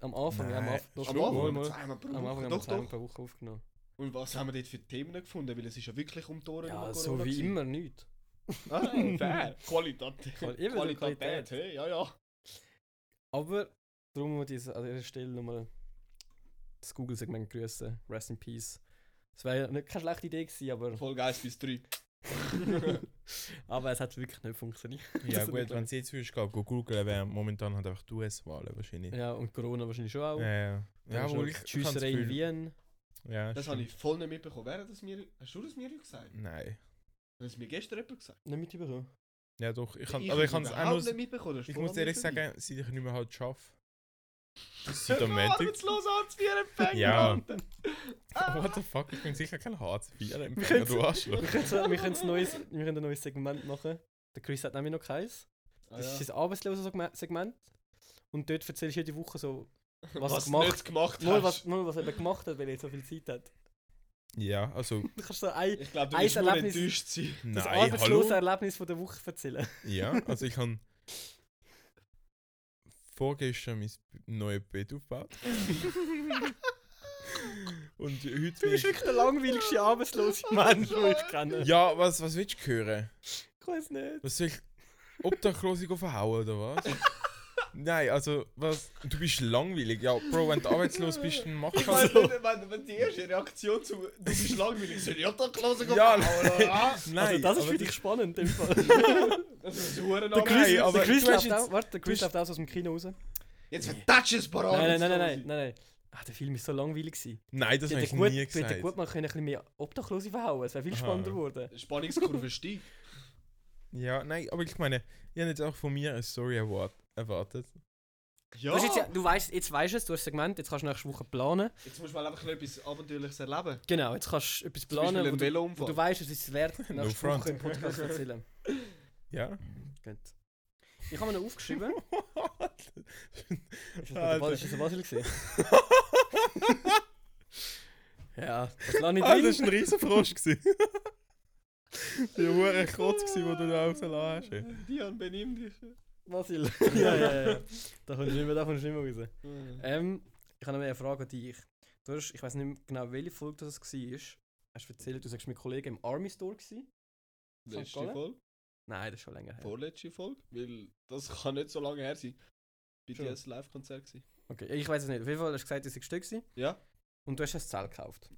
[SPEAKER 2] Am Anfang, ja, am
[SPEAKER 3] Nein,
[SPEAKER 2] Anfang. Doch,
[SPEAKER 4] Am
[SPEAKER 2] doch,
[SPEAKER 4] Anfang
[SPEAKER 2] mal,
[SPEAKER 4] haben wir
[SPEAKER 2] mal.
[SPEAKER 4] zweimal pro
[SPEAKER 2] Am Anfang haben
[SPEAKER 4] Woche,
[SPEAKER 2] wir
[SPEAKER 4] doch,
[SPEAKER 2] zwei
[SPEAKER 4] doch.
[SPEAKER 2] pro Woche aufgenommen.
[SPEAKER 4] Und was haben wir dort für Themen gefunden, weil es ist ja wirklich um Tore
[SPEAKER 2] Ja, so wie immer nicht.
[SPEAKER 4] Ah, fair. Qualität.
[SPEAKER 2] Qual- eben die Qualität.
[SPEAKER 4] hey, ja, ja.
[SPEAKER 2] Aber darum muss ich an dieser Stelle nochmal das Google-Segment grüßen. Rest in Peace. Es wäre ja nicht- keine schlechte Idee gewesen, aber,
[SPEAKER 4] Voll geil bis 3.
[SPEAKER 2] aber es hat wirklich nicht funktioniert.
[SPEAKER 3] Ja,
[SPEAKER 2] Das ist
[SPEAKER 3] gut,
[SPEAKER 2] wirklich-
[SPEAKER 3] wenn es jetzt würdest, glaub, go googeln, wäre momentan halt einfach die US-Wahlen wahrscheinlich.
[SPEAKER 2] Ja, und Corona wahrscheinlich schon auch.
[SPEAKER 3] Ja, ja.
[SPEAKER 2] Dann
[SPEAKER 3] Ja,
[SPEAKER 2] ist
[SPEAKER 3] wohl,
[SPEAKER 2] noch
[SPEAKER 3] ich
[SPEAKER 2] die
[SPEAKER 3] ich hab's
[SPEAKER 2] Schiesserei in
[SPEAKER 3] Gefühl-
[SPEAKER 2] Wien.
[SPEAKER 3] Ja,
[SPEAKER 4] Das habe
[SPEAKER 3] stimmt.
[SPEAKER 4] ich voll nicht mitbekommen. Wer hat das mir... Hast du das mir gesagt?
[SPEAKER 3] Nein.
[SPEAKER 4] Hat das mir gestern jemand gesagt?
[SPEAKER 2] Nicht mitbekommen.
[SPEAKER 3] Ja, doch. Ich kann, aber ich kann es auch
[SPEAKER 4] überhaupt
[SPEAKER 3] noch.
[SPEAKER 4] nicht mitbekommen. das ist
[SPEAKER 3] Ich
[SPEAKER 4] voll
[SPEAKER 3] muss
[SPEAKER 4] an
[SPEAKER 3] ehrlich
[SPEAKER 4] mir vorbei.
[SPEAKER 3] sagen, seit ich nicht mehr halt arbeite.
[SPEAKER 4] Hör
[SPEAKER 3] Seit am
[SPEAKER 4] auf,
[SPEAKER 3] Montag.
[SPEAKER 4] arbeitslos anzuführen,
[SPEAKER 3] Ja.
[SPEAKER 4] Ah.
[SPEAKER 3] What the fuck? Ich bin sicher kein Harz. Bier
[SPEAKER 2] Wir
[SPEAKER 3] empfehlen,
[SPEAKER 2] können's-
[SPEAKER 3] du Arschloch.
[SPEAKER 2] Wir können, wir, können's neues, wir können ein neues Segment machen. Der Chris hat nämlich noch keins.
[SPEAKER 4] Ah,
[SPEAKER 2] Das
[SPEAKER 4] ja.
[SPEAKER 2] ist sein Arbeitslosensegment. Und dort erzählst du jede Woche so, was, er
[SPEAKER 4] Was du
[SPEAKER 2] gemacht
[SPEAKER 4] nicht gemacht
[SPEAKER 2] Mal
[SPEAKER 4] hast.
[SPEAKER 2] was, mal was er eben gemacht hat, weil er jetzt so viel Zeit hat.
[SPEAKER 3] Ja, also.
[SPEAKER 2] Du kannst so ein
[SPEAKER 4] Ich glaube, du
[SPEAKER 2] Ein
[SPEAKER 4] wirst nur
[SPEAKER 2] Erlebnis-
[SPEAKER 4] enttäuscht sein.
[SPEAKER 2] das
[SPEAKER 3] Nein,
[SPEAKER 2] arbeitslose
[SPEAKER 3] hallo.
[SPEAKER 2] Erlebnis von der Woche erzählen.
[SPEAKER 3] Ja, also ich habe vorgestern mein neues Bett aufgebaut. Und heute
[SPEAKER 2] Du
[SPEAKER 3] bin
[SPEAKER 2] bist
[SPEAKER 3] ich.
[SPEAKER 2] wirklich der langweiligste arbeitslose Mensch, den ich kenne.
[SPEAKER 3] Ja, was, was willst du hören?
[SPEAKER 2] Ich weiß nicht. Also,
[SPEAKER 3] Was soll ich Obdachlose go verhauen oder was? Nein, also was. Du bist langweilig. Ja, Bro, wenn du arbeitslos bist, dann mach
[SPEAKER 4] Ich
[SPEAKER 3] halt.
[SPEAKER 2] Also-
[SPEAKER 4] meine, wenn, wenn, wenn die erste Reaktion zu «Du bist langweilig», soll ich auch da Klose
[SPEAKER 3] Ja,
[SPEAKER 4] nein.
[SPEAKER 3] Nein,
[SPEAKER 2] also das ist
[SPEAKER 3] aber
[SPEAKER 2] für
[SPEAKER 3] du-
[SPEAKER 2] dich spannend. im Fall.
[SPEAKER 4] Das ist ein Huren
[SPEAKER 2] Der Chris,
[SPEAKER 3] aber
[SPEAKER 2] der Chris
[SPEAKER 3] du hast
[SPEAKER 2] läuft
[SPEAKER 3] jetzt-
[SPEAKER 2] auch, warte, der Chris
[SPEAKER 3] du hast-
[SPEAKER 2] läuft auch so aus dem Kino raus. Nein,
[SPEAKER 4] Jetzt vertatsch es paar
[SPEAKER 2] nein, nein, nein, nein, nein, nein. Ah, der Film ist so langweilig gewesen.
[SPEAKER 3] Nein, das
[SPEAKER 2] Die
[SPEAKER 3] habe
[SPEAKER 2] hätten
[SPEAKER 3] ich
[SPEAKER 2] gut,
[SPEAKER 3] nie
[SPEAKER 2] die hätten
[SPEAKER 3] gesagt.
[SPEAKER 2] gut machen können, ein bisschen mehr Obdachlose verhauen. Es wäre viel
[SPEAKER 3] Aha.
[SPEAKER 2] spannender geworden.
[SPEAKER 4] Spannungskurve steigt.
[SPEAKER 3] Ja, nein, aber ich meine, ihr habt jetzt auch von mir eine Story erwart erwartet.
[SPEAKER 4] Ja.
[SPEAKER 2] Du, hast jetzt, ja- du weißt, jetzt weißt du es, du hast das Segment, jetzt kannst du nächste Woche planen.
[SPEAKER 4] Jetzt musst du mal einfach noch etwas Abenteuerliches erleben.
[SPEAKER 2] Genau, jetzt kannst du etwas
[SPEAKER 4] Zum Beispiel
[SPEAKER 2] planen, wo
[SPEAKER 4] einen
[SPEAKER 2] du, wo
[SPEAKER 4] Velounfall.
[SPEAKER 2] du weißt, es ist es wert, nächste
[SPEAKER 3] front.
[SPEAKER 2] Woche im Podcast zu erzählen.
[SPEAKER 3] Ja?
[SPEAKER 2] Gut. Ich habe mir noch aufgeschrieben. Ist das
[SPEAKER 3] Alter.
[SPEAKER 2] der Basil- ist das der Basil gewesen? ja, das lasse ich
[SPEAKER 3] ah,
[SPEAKER 2] drin.
[SPEAKER 3] das war ein Riesenfrosch. gewesen. Die hure Kotz, gewesen, wo du da rausgelassen hast.
[SPEAKER 4] Dian, benimm dich.
[SPEAKER 2] Basil. ja, ja, ja. Da kommst du nicht mehr, da kommst du nicht mehr raus.
[SPEAKER 4] Äh,
[SPEAKER 2] Ähm, ich habe noch eine Frage an dich. Du hast, ich weiß nicht mehr genau, welche Folge das war. Hast du erzählt, du sagst, mein Kollege im Army Store war?
[SPEAKER 4] Letzte
[SPEAKER 2] Gallen?
[SPEAKER 4] Folge?
[SPEAKER 2] Nein, das ist schon länger her.
[SPEAKER 4] Vorletzte Folge? Weil das kann nicht so lange her sein. Bei
[SPEAKER 2] Schon.
[SPEAKER 4] dir ein Live-Konzert gewesen.
[SPEAKER 2] Okay, ich weiß es nicht. Auf jeden Fall hast du gesagt, du seist Stück gewesen
[SPEAKER 4] Ja?
[SPEAKER 2] und du hast ein Zelt gekauft.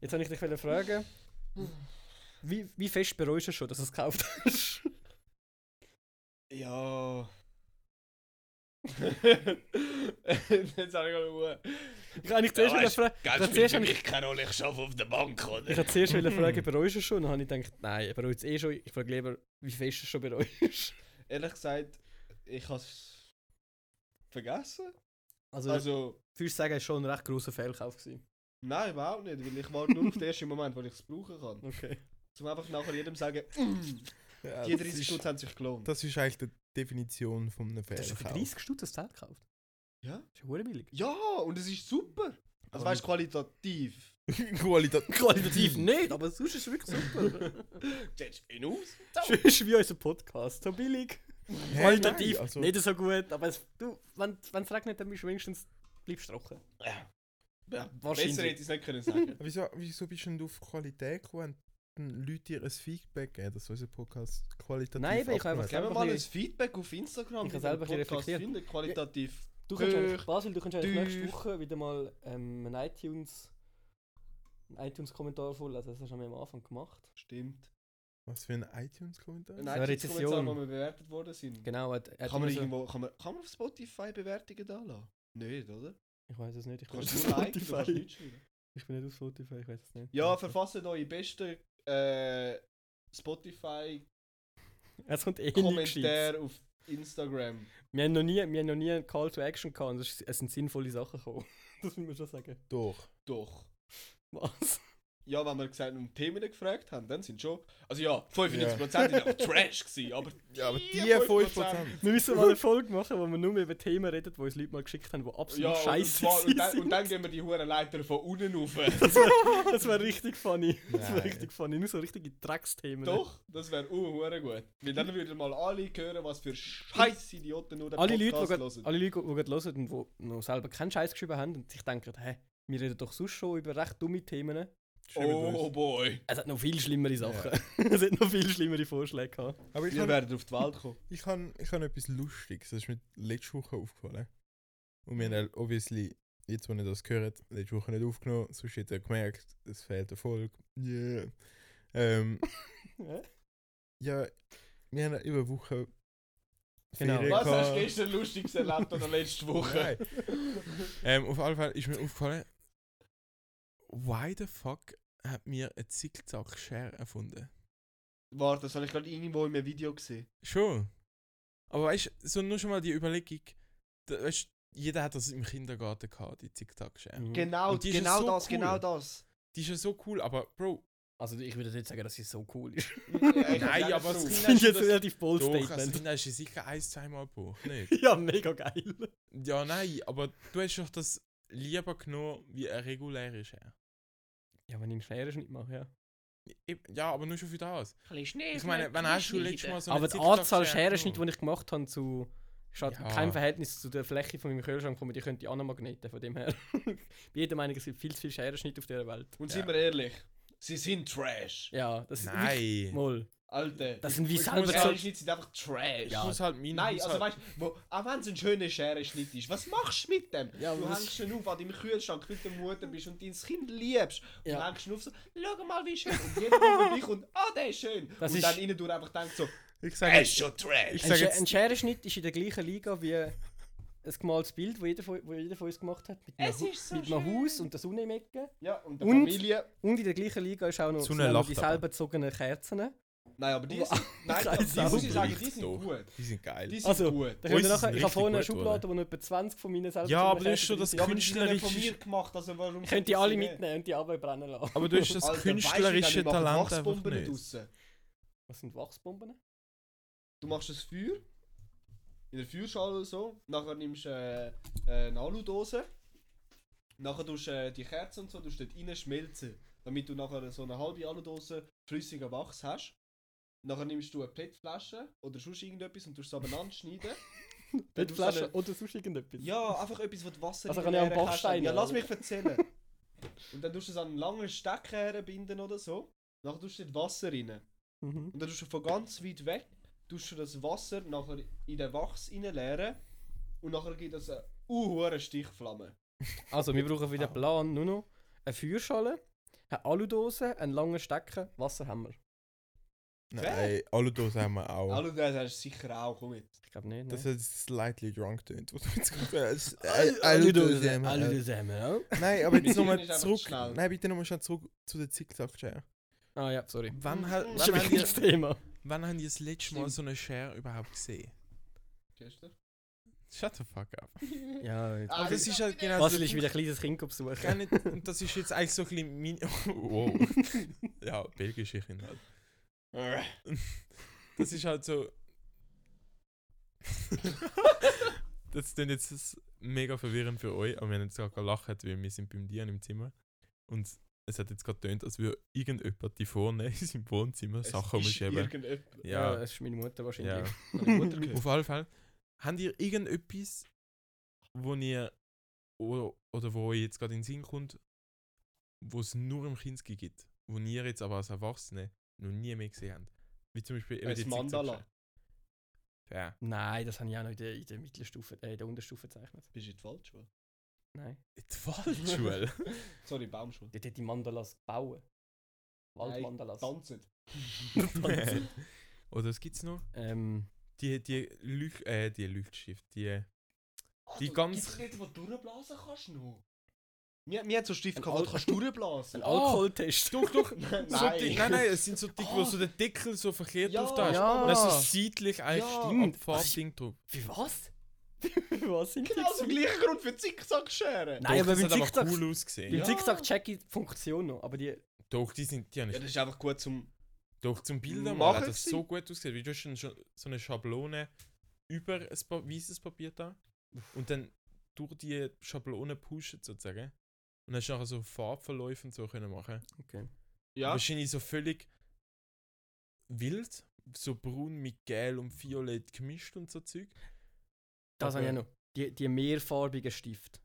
[SPEAKER 2] Jetzt habe ich dich wollen fragen, wie, wie fest bereust du schon, dass du es gekauft hast?
[SPEAKER 4] Ja. Jetzt habe ich gerade Ruhe.
[SPEAKER 2] Ich habe dich zuerst
[SPEAKER 4] Ja,
[SPEAKER 2] wollen
[SPEAKER 4] weißt,
[SPEAKER 2] fragen.
[SPEAKER 4] Geld
[SPEAKER 2] Das
[SPEAKER 4] spielt
[SPEAKER 2] zuerst
[SPEAKER 4] für
[SPEAKER 2] habe
[SPEAKER 4] mich keine Rolle, ich arbeite auf der Bank,
[SPEAKER 2] Ich
[SPEAKER 4] oder?
[SPEAKER 2] habe zuerst wollen fragen, bereust du schon? Und dann habe ich gedacht, nein, ich bereue es eh schon. Ich frage lieber, wie fest du schon bereust.
[SPEAKER 4] Ehrlich gesagt, ich habe es vergessen.
[SPEAKER 2] Also, also
[SPEAKER 4] Also,
[SPEAKER 2] würdest du sagen, es war schon ein recht grosser Fehlkauf. Gewesen.
[SPEAKER 4] nein, überhaupt nicht, weil ich warte nur auf den ersten Moment, wo ich es brauchen kann.
[SPEAKER 2] Okay.
[SPEAKER 4] Zum einfach nachher jedem sagen, mm,
[SPEAKER 3] Ja,
[SPEAKER 4] die
[SPEAKER 3] das
[SPEAKER 4] 30
[SPEAKER 3] ist-
[SPEAKER 4] Stutz haben sich gelohnt.
[SPEAKER 3] Das ist eigentlich die Definition von einem
[SPEAKER 2] Du hast schon für
[SPEAKER 3] Fairkauf.
[SPEAKER 2] 30 Stutz ein Zelt gekauft.
[SPEAKER 4] Ja.
[SPEAKER 2] Das ist ja verdammt billig.
[SPEAKER 4] Ja, und es ist super. Also
[SPEAKER 2] Aber
[SPEAKER 4] weißt du, qualitativ.
[SPEAKER 3] Qualität.
[SPEAKER 2] Qualitativ nicht, aber sonst ist es wirklich super.
[SPEAKER 4] Setzt ihn aus.
[SPEAKER 2] Das ist wie unser Podcast, so billig.
[SPEAKER 3] Hey,
[SPEAKER 2] Qualitativ
[SPEAKER 3] nein, also-
[SPEAKER 2] nicht so gut, aber es, du, wenn es regnet, dann bist du wenigstens bleibst du trocken.
[SPEAKER 4] Ja,
[SPEAKER 2] wahrscheinlich.
[SPEAKER 4] Besser hätte ich es nicht können sagen.
[SPEAKER 3] Aber Wieso, wieso bist du denn auf Qualität gekommen, wenn die Leute dir ein Feedback geben, dass unser Podcast qualitativ
[SPEAKER 2] Nein, aber ich habe
[SPEAKER 3] abgenommen
[SPEAKER 4] Geben wir
[SPEAKER 2] Selber
[SPEAKER 4] mal
[SPEAKER 2] ein
[SPEAKER 4] ein Feedback auf Instagram,
[SPEAKER 2] Ich habe selber ein bisschen reflektiert.
[SPEAKER 4] findet, qualitativ.
[SPEAKER 2] Du kannst
[SPEAKER 4] Durch,
[SPEAKER 2] eigentlich, Basil, du kannst eigentlich nächste
[SPEAKER 4] durch.
[SPEAKER 2] Woche wieder mal ähm, einen iTunes einen iTunes-Kommentar vorlesen. Das hast du am Anfang gemacht.
[SPEAKER 4] Stimmt.
[SPEAKER 3] hat. Was für ein iTunes-Kommentar?
[SPEAKER 4] Ein
[SPEAKER 2] eine
[SPEAKER 4] iTunes-Kommentar,
[SPEAKER 2] Rezession.
[SPEAKER 4] wo wir bewertet worden sind.
[SPEAKER 2] Genau, hat, hat
[SPEAKER 4] Kann man,
[SPEAKER 2] immer so-
[SPEAKER 4] irgendwo, kann, man, kann man auf Spotify Bewertungen da lassen? Nicht, oder?
[SPEAKER 2] Ich weiß es nicht, ich,
[SPEAKER 4] Du
[SPEAKER 2] kann
[SPEAKER 4] kannst
[SPEAKER 2] es
[SPEAKER 4] nur liken, du kannst
[SPEAKER 2] Spotify.
[SPEAKER 4] nicht schreiben.
[SPEAKER 2] ich bin nicht auf Spotify, ich weiß es nicht.
[SPEAKER 4] Ja, verfasst eure besten äh, Spotify-Kommentare
[SPEAKER 2] Es kommt eh nichts. Gescheites.
[SPEAKER 4] auf Instagram.
[SPEAKER 2] Wir haben noch nie, wir haben noch nie einen Call to Action gehabt und es ist- es sind sinnvolle Sachen gekommen. Das müssen wir schon sagen.
[SPEAKER 3] Doch.
[SPEAKER 4] Doch.
[SPEAKER 2] Was?
[SPEAKER 4] Ja, wenn wir gesagt um Themen gefragt haben, dann sind schon. Also ja, 95% yeah. sind auch Trash gewesen, aber.
[SPEAKER 3] Ja, aber die
[SPEAKER 4] 5%.
[SPEAKER 3] 5%.
[SPEAKER 2] Wir müssen mal eine Folge machen, wo wir nur über Themen reden, die uns Leute mal geschickt haben, die absolut
[SPEAKER 4] Ja, und,
[SPEAKER 2] scheiße
[SPEAKER 4] zwar, und, dann,
[SPEAKER 2] sind.
[SPEAKER 4] und dann gehen wir die hohen Leiter von unten rauf.
[SPEAKER 2] Das wäre richtig funny. Das wäre
[SPEAKER 3] Nein.
[SPEAKER 2] richtig funny. Nur so richtige Drecksthemen.
[SPEAKER 4] Doch, das wäre uh, hure gut. Weil dann würden mal alle hören, was für scheiß Idioten nur den
[SPEAKER 2] Alle Leute, die
[SPEAKER 4] Podcast
[SPEAKER 2] grad-
[SPEAKER 4] hören.
[SPEAKER 2] alle Leute, die gerade hören und die noch selber keinen Scheiß geschrieben haben und sich denken, hä, wir reden doch sonst schon über recht dumme Themen.
[SPEAKER 4] Oh
[SPEAKER 3] Oh.
[SPEAKER 4] boy.
[SPEAKER 2] Es hat noch viel schlimmere Sachen. es hat noch viel schlimmere Vorschläge gehabt.
[SPEAKER 3] Aber ich
[SPEAKER 4] Wir
[SPEAKER 3] habe
[SPEAKER 4] werden auf die Welt kommen.
[SPEAKER 3] ich hab, ich hab etwas Lustiges, das ist mir letzte Woche aufgefallen. Und wir haben
[SPEAKER 4] Mhm.
[SPEAKER 3] halt obviously, jetzt wo ihr das gehört, letzte Woche nicht aufgenommen, sonst hätte ihr gemerkt, es fehlt Erfolg. Yeah. Ähm,
[SPEAKER 2] Hä?
[SPEAKER 3] ja, wir haben über Woche
[SPEAKER 2] Genau.
[SPEAKER 3] Ferien
[SPEAKER 4] Was hast
[SPEAKER 3] gehabt.
[SPEAKER 4] du gestern Lustiges erlebt oder letzte Woche?
[SPEAKER 3] Nein. ähm, auf jeden Fall ist mir aufgefallen, why the fuck hat mir ein Zickzack-Share erfunden?
[SPEAKER 4] Warte, das habe ich gerade irgendwo in einem Video gesehen.
[SPEAKER 3] Schon. Aber weißt du, so nur schon mal die Überlegung, da, weißt, jeder hat das im Kindergarten gehabt, die Zickzack-Schere.
[SPEAKER 2] Mhm.
[SPEAKER 4] Genau,
[SPEAKER 3] Und die ist
[SPEAKER 4] genau
[SPEAKER 3] so
[SPEAKER 4] das,
[SPEAKER 3] cool.
[SPEAKER 4] genau das.
[SPEAKER 3] Die ist ja so cool, aber Bro,
[SPEAKER 2] Also ich würde nicht sagen, dass sie so cool ist.
[SPEAKER 4] Nein,
[SPEAKER 3] Nein, aber es
[SPEAKER 2] Das
[SPEAKER 3] Nein,
[SPEAKER 2] finde ich
[SPEAKER 3] schon
[SPEAKER 2] jetzt
[SPEAKER 3] das-
[SPEAKER 2] relativ bold
[SPEAKER 3] doch, also, als
[SPEAKER 2] Statement.
[SPEAKER 3] Kind hast du sicher ein, zweimal gebraucht, nicht?
[SPEAKER 2] Ja, mega geil.
[SPEAKER 3] ja, nein, aber du hast doch das lieber genommen wie eine reguläre Schere.
[SPEAKER 2] Ja, wenn ich einen Scherenschnitt mache, ja.
[SPEAKER 3] Eben, E-, Ja, aber nur schon für das. Ich meine, wenn hast du letztes Mal so
[SPEAKER 2] Aber
[SPEAKER 3] eine
[SPEAKER 2] die Anzahl
[SPEAKER 3] Zickzack-Schere
[SPEAKER 2] Scherenschnitte,
[SPEAKER 3] genommen?
[SPEAKER 2] die ich gemacht habe, zu steht in
[SPEAKER 3] Ja.
[SPEAKER 2] keinem Verhältnis zu der Fläche von meinem Kühlschrank, kommen, die könnte ich auch noch magneten, von dem her. Ich bin jeder Meinung, es gibt viel zu viele Scherenschnitte auf dieser Welt.
[SPEAKER 4] Und
[SPEAKER 3] Ja.
[SPEAKER 4] sind wir ehrlich, sie sind Trash.
[SPEAKER 2] Ja, das ist wirklich-
[SPEAKER 3] Nein.
[SPEAKER 2] Mal.
[SPEAKER 4] Alter.
[SPEAKER 2] Das sind wie
[SPEAKER 3] Ich
[SPEAKER 2] selber
[SPEAKER 3] muss
[SPEAKER 2] so.
[SPEAKER 3] sagen-
[SPEAKER 4] Scherenschnitte sind einfach Trash.
[SPEAKER 3] Ich muss halt meinen
[SPEAKER 4] Nein, also
[SPEAKER 3] Haushalt-
[SPEAKER 4] weißt du, auch wenn es ein schöner Scherenschnitt ist, was machst du mit dem?
[SPEAKER 2] Ja, aber
[SPEAKER 4] du
[SPEAKER 2] das-
[SPEAKER 4] hängst ihn auf, an deinem Kühlschrank mit der Mutter bist und dein Kind liebst. Und
[SPEAKER 2] Ja.
[SPEAKER 4] hängst ihn auf so, schau mal, wie schön. Und jeder kommt vorbei und, ah, der ist schön.
[SPEAKER 2] Das
[SPEAKER 4] und
[SPEAKER 2] ist-
[SPEAKER 4] dann innen durch einfach denkt so,
[SPEAKER 3] Ich
[SPEAKER 4] er
[SPEAKER 3] sage,
[SPEAKER 4] ist schon Trash.
[SPEAKER 3] ich
[SPEAKER 2] Ein,
[SPEAKER 3] sage
[SPEAKER 2] Sche ein
[SPEAKER 3] jetzt,
[SPEAKER 2] Scherenschnitt ist in der gleichen Liga wie ein gemaltes Bild, das jeder, von- wo jeder von uns gemacht hat. Mit einem,
[SPEAKER 4] Es
[SPEAKER 2] Hu-
[SPEAKER 4] ist so
[SPEAKER 2] mit einem
[SPEAKER 4] schön.
[SPEAKER 2] Haus und der Sonne im Ecken.
[SPEAKER 4] Ja, und der
[SPEAKER 2] Und-
[SPEAKER 4] Familie.
[SPEAKER 2] Und in der gleichen Liga ist auch noch
[SPEAKER 3] Die
[SPEAKER 2] sind
[SPEAKER 3] Sonne
[SPEAKER 2] auch noch
[SPEAKER 3] lacht
[SPEAKER 2] die
[SPEAKER 3] aber.
[SPEAKER 2] selber gezogenen Kerzen.
[SPEAKER 4] Nein, aber die
[SPEAKER 2] Wow.
[SPEAKER 4] sind, nein, aber die muss ich
[SPEAKER 2] Sau-
[SPEAKER 4] sagen, die sind
[SPEAKER 3] Doch.
[SPEAKER 4] gut.
[SPEAKER 3] die sind geil.
[SPEAKER 4] Die sind
[SPEAKER 2] Also,
[SPEAKER 4] gut.
[SPEAKER 2] Da könnt ihr
[SPEAKER 3] Uns ist
[SPEAKER 2] nachher, ich habe
[SPEAKER 3] richtig
[SPEAKER 2] vorhin eine
[SPEAKER 3] gut
[SPEAKER 2] Schublade, wo noch etwa 20 von meinen selber
[SPEAKER 3] Ja, aber
[SPEAKER 2] gezogenen
[SPEAKER 3] das ist schon
[SPEAKER 2] Kerzen
[SPEAKER 3] das
[SPEAKER 2] drin sind.
[SPEAKER 4] aber die sind ja nicht von
[SPEAKER 3] künstlerisch-
[SPEAKER 4] mir gemacht, also warum...
[SPEAKER 2] Könnt ihr alle
[SPEAKER 4] sollte ich sie
[SPEAKER 2] mitnehmen und die Arbeit brennen lassen.
[SPEAKER 3] Aber du hast das
[SPEAKER 4] nehmen? Alter, weisst
[SPEAKER 3] künstlerische
[SPEAKER 4] du, dann machen
[SPEAKER 3] Talent einfach
[SPEAKER 4] Wachsbomben
[SPEAKER 3] nicht.
[SPEAKER 4] draussen.
[SPEAKER 2] Was sind Wachsbomben?
[SPEAKER 4] Du machst ein Feuer. In der Feuerschale oder so. Nachher nimmst du äh, äh, eine Aludose. Nachher tust du äh, die Kerzen und so tust du dort rein schmelzen. Damit du nachher so eine halbe Aludose flüssiger Wachs hast. Nachher nimmst du eine PET-Flasche oder sonst irgendetwas und tust es abeinander schneiden. Wenn du so
[SPEAKER 2] Bettflaschen
[SPEAKER 4] eine-
[SPEAKER 2] oder sonst irgendetwas.
[SPEAKER 4] Ja, einfach etwas, was Wasser
[SPEAKER 2] Also
[SPEAKER 4] in
[SPEAKER 2] kann
[SPEAKER 4] den
[SPEAKER 2] ich am
[SPEAKER 4] leeren
[SPEAKER 2] Bachstein
[SPEAKER 4] Kasten- Ja, lass
[SPEAKER 2] oder?
[SPEAKER 4] mich erzählen. und dann tust du es an einen langen Steck herbinden oder so. Nachher tust du dort Wasser rein.
[SPEAKER 2] Mhm.
[SPEAKER 4] Und dann tust du von ganz weit weg, tust du das Wasser nachher in den Wachs reinleeren und nachher gibt es eine unhure Stichflamme.
[SPEAKER 2] Also, wir brauchen für den
[SPEAKER 3] Ah.
[SPEAKER 2] Plan nur noch eine Feuerschale, eine Aludose, einen langen Stecken, Wasserhammer.
[SPEAKER 3] Nein, Aludosen haben wir
[SPEAKER 4] Oh.
[SPEAKER 3] auch.
[SPEAKER 4] Aludose hast du sicher auch, komm jetzt.
[SPEAKER 2] Ich glaube nicht.
[SPEAKER 3] Das
[SPEAKER 2] Ne?
[SPEAKER 3] hat slightly drunk tönt. was du jetzt gesagt hast.
[SPEAKER 2] Al-
[SPEAKER 3] Äh, Aludose haben wir auch.
[SPEAKER 2] Aludose haben wir auch.
[SPEAKER 3] Nein, aber jetzt
[SPEAKER 4] Mit
[SPEAKER 3] nochmal
[SPEAKER 4] Hirn ist einfach
[SPEAKER 3] zurück.
[SPEAKER 4] schnell.
[SPEAKER 3] Nein, bitte nochmal schnell zurück zu der Zickzack-Share.
[SPEAKER 2] Ah ja, sorry.
[SPEAKER 3] Wann,
[SPEAKER 4] Mhm.
[SPEAKER 3] ha-
[SPEAKER 4] Das
[SPEAKER 2] Das ist
[SPEAKER 3] wann,
[SPEAKER 2] ein
[SPEAKER 3] haben die,
[SPEAKER 2] wichtiges Thema.
[SPEAKER 3] wann haben die das letzte Mal
[SPEAKER 4] Stimmt.
[SPEAKER 3] so eine Share überhaupt gesehen?
[SPEAKER 4] Gestern.
[SPEAKER 3] Shut the fuck up.
[SPEAKER 2] Ja,
[SPEAKER 4] Ah,
[SPEAKER 3] Das ist halt genau
[SPEAKER 2] Basil
[SPEAKER 3] der
[SPEAKER 2] ist wieder ein kleines Kind besuchen.
[SPEAKER 3] Gar nicht, und das ist jetzt eigentlich so ein bisschen mein. wow. ja, belgische Kinder halt.
[SPEAKER 4] Äh,
[SPEAKER 3] Das ist halt so. das klingt jetzt s- mega verwirrend für euch, aber wir haben jetzt gerade gelacht, weil wir sind beim Dian im Zimmer. Und es hat jetzt gerade tönt, als würde irgendjemand die vorne in seinem Wohnzimmer
[SPEAKER 4] Es
[SPEAKER 3] Sachen
[SPEAKER 4] ist
[SPEAKER 3] umschieben.
[SPEAKER 4] irgendjemand.
[SPEAKER 2] Ja,
[SPEAKER 3] Ja,
[SPEAKER 2] das ist meine Mutter
[SPEAKER 3] ja.
[SPEAKER 2] wahrscheinlich.
[SPEAKER 4] Meine Mutter gehört.
[SPEAKER 3] Auf jeden Fall. Habt ihr irgendetwas, wo ihr oder, oder wo euch jetzt gerade in den Sinn kommt, wo es nur im Kinski gibt, wo ihr jetzt aber als Erwachsene noch nie mehr gesehen habt? Wie zum Beispiel
[SPEAKER 4] Ein Mandala.
[SPEAKER 3] Ja.
[SPEAKER 2] Nein, das habe ich auch noch in der, in der Mittelstufe, äh, in der Unterstufe gezeichnet.
[SPEAKER 4] Bist du jetzt falsch, oder?
[SPEAKER 2] Nein.
[SPEAKER 3] Die Waldschule.
[SPEAKER 4] Sorry, Baumschule.
[SPEAKER 2] Dort hat die Mandalas bauen. Waldmandalas.
[SPEAKER 4] Tanzen.
[SPEAKER 2] Tanzen.
[SPEAKER 3] oder was gibt's noch?
[SPEAKER 2] ähm,
[SPEAKER 3] Die, die, Leuch äh, die Leuchtschrift, die. Die ganz-
[SPEAKER 4] Gibt es nicht, wo du durchblasen kannst noch? Mir, mir hat so einen Stift
[SPEAKER 2] Ein
[SPEAKER 4] gehabt, wo du
[SPEAKER 2] Al-
[SPEAKER 4] kannst durchblasen.
[SPEAKER 2] ein Alkoholtest.
[SPEAKER 3] Doch, doch!
[SPEAKER 4] nein.
[SPEAKER 3] So dick, nein, nein, es sind so dick, wo
[SPEAKER 4] Oh.
[SPEAKER 3] so der Deckel so verkehrt
[SPEAKER 4] Ja,
[SPEAKER 3] drauf da ist.
[SPEAKER 2] ja.
[SPEAKER 3] Und das ist seitlich ein
[SPEAKER 4] Ja.
[SPEAKER 3] ja.
[SPEAKER 2] Stimmt.
[SPEAKER 3] Farbding drauf.
[SPEAKER 2] Für was? Was sind
[SPEAKER 4] Genau aus dem
[SPEAKER 2] Zickzack?
[SPEAKER 4] gleichen Grund für Zickzack-Scheren.
[SPEAKER 2] Nein, aber
[SPEAKER 3] das
[SPEAKER 2] beim
[SPEAKER 3] hat
[SPEAKER 2] TikTok,
[SPEAKER 3] cool ausgesehen.
[SPEAKER 2] beim
[SPEAKER 4] Ja.
[SPEAKER 2] TikTok check ich die Funktion noch, aber die...
[SPEAKER 3] Doch, die sind, die haben
[SPEAKER 4] Ja, das ist einfach gut zum...
[SPEAKER 3] Doch, zum Bilder mal
[SPEAKER 4] Machen
[SPEAKER 3] hat das
[SPEAKER 4] sie?
[SPEAKER 3] so gut ausgesehen. Wie du hast schon schon so eine Schablone über ein pa weißes Papier da und dann durch die Schablone pushen sozusagen. Und dann hast du nachher so Farbverläufe und so können machen.
[SPEAKER 2] Okay.
[SPEAKER 4] Ja,
[SPEAKER 3] Wahrscheinlich so völlig wild, so braun mit gelb und violett gemischt und so Zeug.
[SPEAKER 2] Das
[SPEAKER 3] Aber-
[SPEAKER 2] habe ich auch noch. Die, die mehrfarbigen Stift.